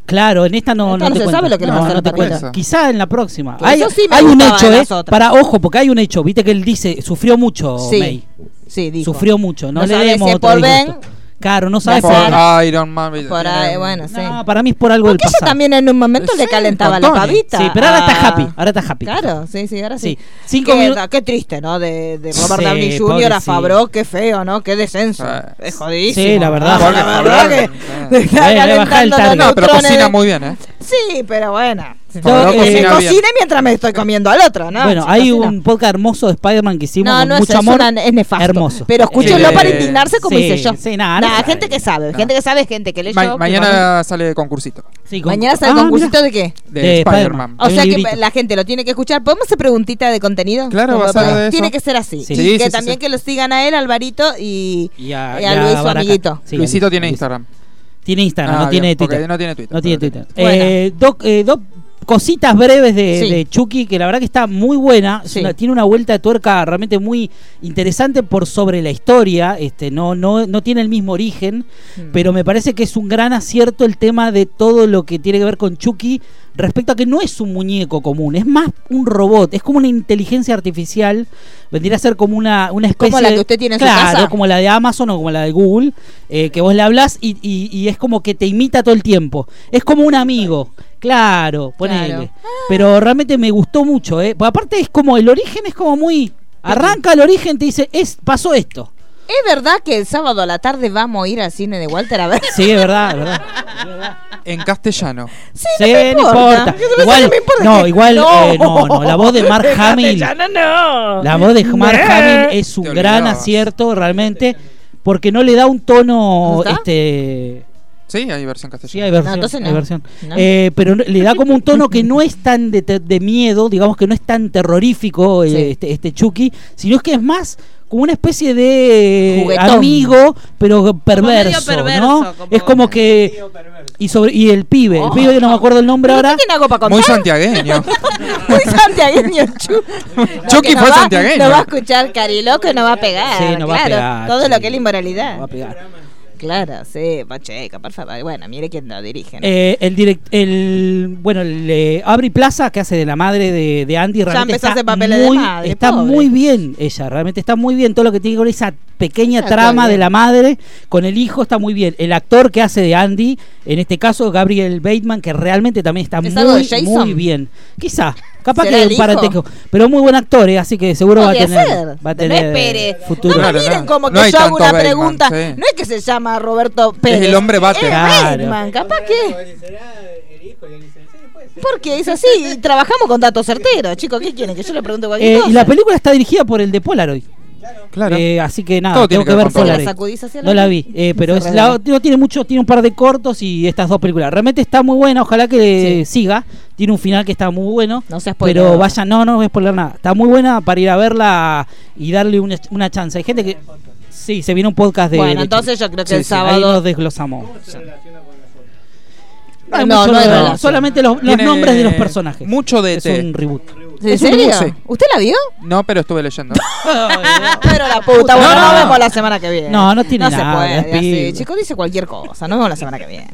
C: Claro, en esta no,
B: Esta no
C: no, te
B: se
C: cuento.
B: sabe lo que le
C: no,
B: pasó a
C: no
B: la
C: te
B: pareja.
C: cuento. Quizá en la próxima.
B: Que
C: Hay,
B: eso sí me
C: hay un
B: gustaba
C: hecho,
B: de
C: ¿eh?
B: las otras.
C: Para, ojo, porque hay un hecho. Viste que él dice, sufrió mucho
B: Sí,
C: Oh, May.
B: sí, dijo.
C: Sufrió mucho. No,
B: No
C: le
B: sabe
C: demos
B: si es
C: otro
B: por
C: disgusto.
B: Ben,
C: caro, no sabes
D: Por
C: por qué.
D: Iron Man.
B: Por ahí, bueno, sí.
C: No, para mí es por algo del
B: que
C: pasado.
B: ella también en un momento le calentaba la
C: Contones.
B: pavita.
C: Sí, pero ahora está
B: a-
C: happy, ahora está happy.
B: Claro, sí, sí, ahora sí.
C: Sí. Cinco
B: qué,
C: minu-
B: qué triste, ¿no? De, de Robert
C: Sí,
B: Downey Jr.
C: pobrecito.
B: a Favreau, qué feo, ¿no? Qué descenso.
D: Ah.
B: Es jodidísimo.
C: Sí, la verdad.
B: Ah, la verdad que- de estar
C: Eh, le bajá el
B: calentando
C: target.
B: los
C: No, pero
B: neutrones
C: cocina
B: de-
C: muy bien, ¿eh?
B: Sí, pero bueno.
C: Favreau
B: Yo, eh,
C: cocina
B: cocine
C: bien.
B: mientras me estoy comiendo al otro, ¿no?
C: bueno,
B: Si
C: hay
B: cocina-
C: un podcast hermoso de Spider-Man que hicimos
B: No,
C: con
B: no es-
C: mucho
B: es
C: amor.
B: una- es nefasto.
C: Hermoso.
B: Pero escúchenlo
C: Eh,
B: para indignarse como
C: sí,
B: hice yo.
C: sí, nada,
B: Nah,
C: no sabe.
B: gente que sabe, gente que sabe, es gente que leyó.
D: Ma-
B: que
D: mañana sale concursito.
B: ¿Mañana
C: Ah,
B: sale el concursito de qué?
D: De,
C: Mm.
D: Spider-Man.
B: O sea que la gente lo tiene que escuchar. ¿Podemos hacer preguntita de contenido?
D: Claro,
B: Como
D: va a ser
B: para-
D: de eso.
B: Tiene que ser así.
D: Sí.
B: Y
D: Sí,
B: que
D: sí, sí,
B: también
D: sí.
B: que lo sigan a él, Alvarito y,
C: y a,
B: y Eh, a Luis, su amiguito.
D: Luisito tiene Instagram.
C: Tiene Instagram,
D: Ah,
C: no, tiene
D: bien, porque
C: Twitter.
D: no tiene Twitter,
C: No tiene
D: pero
C: Twitter.
D: tiene Twitter.
C: Eh, dos, eh, dos cositas breves de,
D: Sí.
C: de Chucky, que la verdad que está muy buena. Es
B: Sí.
C: una- tiene una vuelta de tuerca realmente muy interesante por sobre la historia. Este, no, no, no tiene el mismo origen,
B: Hmm.
C: pero me parece que es un gran acierto el tema de todo lo que tiene que ver con Chucky respecto a que no es un muñeco común, es más un robot, es como una inteligencia artificial, vendría a ser como una, una especie
B: Como la
C: de-
B: que usted tiene en su
C: Claro,
B: casa.
C: como la de Amazon o como la de Google, eh, que vos le hablas y, y- y es como que te imita todo el tiempo. Es como un amigo, claro, ponele.
B: Claro.
D: Ah.
C: Pero realmente me gustó mucho, ¿eh? Porque aparte es como el origen, es como muy. Arranca el origen, te dice, es, pasó esto.
B: ¿Es verdad que el sábado a la tarde vamos a ir al cine de Walter a ver?
C: Sí, es verdad, es verdad.
D: En castellano.
B: Sí,
C: Sí, no importa. Igual, no, igual, eh, no. no, la voz de Mark
B: Déjate,
C: Hamill.
B: ya no, no.
C: La voz de Mark
B: Eh.
C: Hamill es un
B: Te
C: gran
B: olvidabas.
C: acierto, realmente, porque no le da un tono,
D: ¿No está?
C: este,
D: Sí, hay versión castellana.
C: sí, hay versión, hay versión.
D: No.
C: Eh, pero no- le da como un tono que no es tan de, te- de miedo, digamos que no es tan terrorífico eh,
B: Sí.
C: este, este Chucky, sino es que es más como una especie de eh,
B: Juguetón.
C: amigo, pero perverso,
B: perverso, Oh.
C: ¿no? es como que y sobre y el pibe, el pibe no me acuerdo el nombre ahora.
B: tiene algo para contar?
C: Muy
D: santiagueño.
B: Muy santiagueño, Chu.
C: Chucky
B: que nos
C: fue
B: va-
C: santiagueño.
B: Nos va a
D: eh.
B: escuchar Cariloco y nos va a pegar.
C: Sí, nos
B: claro,
C: va a pegar,
B: todo
C: sí.
B: lo que es la inmoralidad.
C: Va a pegar.
B: Claro, sí, Pacheco, por favor. Bueno, mire quién lo dirige. ¿no?
C: Eh, el direct, el bueno, el eh, Aubrey Plaza que hace de la madre de, de Andy
B: Ya
C: realmente
B: empezó a
C: está,
B: hacer papeles de
C: muy,
B: madre,
C: está
B: pobre.
C: muy bien ella, realmente está muy bien todo lo que tiene que ver esa pequeña
B: Está todo
C: trama de
B: bien.
C: la madre con el hijo está muy bien. El actor que hace de Andy, en este caso Gabriel Bateman, que realmente también está
B: ¿Es algo de
C: muy
B: Jason?
C: muy bien. Quizá, capaz
B: ¿Será
C: que
B: el
C: un parentesco, pero muy buen actor, eh, así que seguro va a
B: Podría
C: tener
B: ser.
C: va a tener
B: no espere.
C: futuro.
B: No me miren
D: Ah,
B: como que yo hago una pregunta. No es que se llama Roberto Pérez.
C: el hombre Batman.
B: Es
C: Claro.
B: Batman, capaz que. Porque es así, y trabajamos con datos certeros, chicos. ¿Qué quieren? Que yo le pregunte cualquier
C: Eh,
B: cosa.
C: y la película está dirigida por el de Polaroid.
D: Claro.
C: Eh, así que nada,
D: Todo
C: tengo
D: tiene
C: que,
D: que ver
C: ver
D: con Polaroid.
C: Polaroid.
D: La
B: sacudís hacia la
C: no la
B: luz.
C: vi, eh, pero
B: Se
C: es
B: revela.
C: la, no tiene mucho, tiene un par de cortos y estas dos películas. Realmente está muy buena, ojalá que siga. Tiene un final que está muy bueno.
B: No seas
C: Pero vaya, no, no voy a spoiler nada. Está muy buena para ir a verla y darle una, una chance. Hay gente que. Sí, se viene un podcast de.
B: Bueno,
C: de
B: entonces
C: Chucky.
B: yo creo que
C: Sí,
B: el
C: sí, ahí
B: sábado-
C: nos desglosamos. No, hay
B: No,
C: mucho
B: no hay
C: de-
B: relación.
C: Solamente los, los
D: Tiene
C: nombres de los personajes.
D: Mucho de
C: Es un reboot.
B: ¿En
D: Es un
B: serio?
D: dulce.
B: ¿Usted la vio?
D: No, pero estuve leyendo.
B: Pero la puta, bueno,
D: No,
B: nos
D: no.
B: vemos la semana que viene.
D: No, no tiene
B: No se
D: nada,
B: puede,
D: pibe.
B: así. Chicos, dice cualquier cosa. Nos vemos la semana que viene.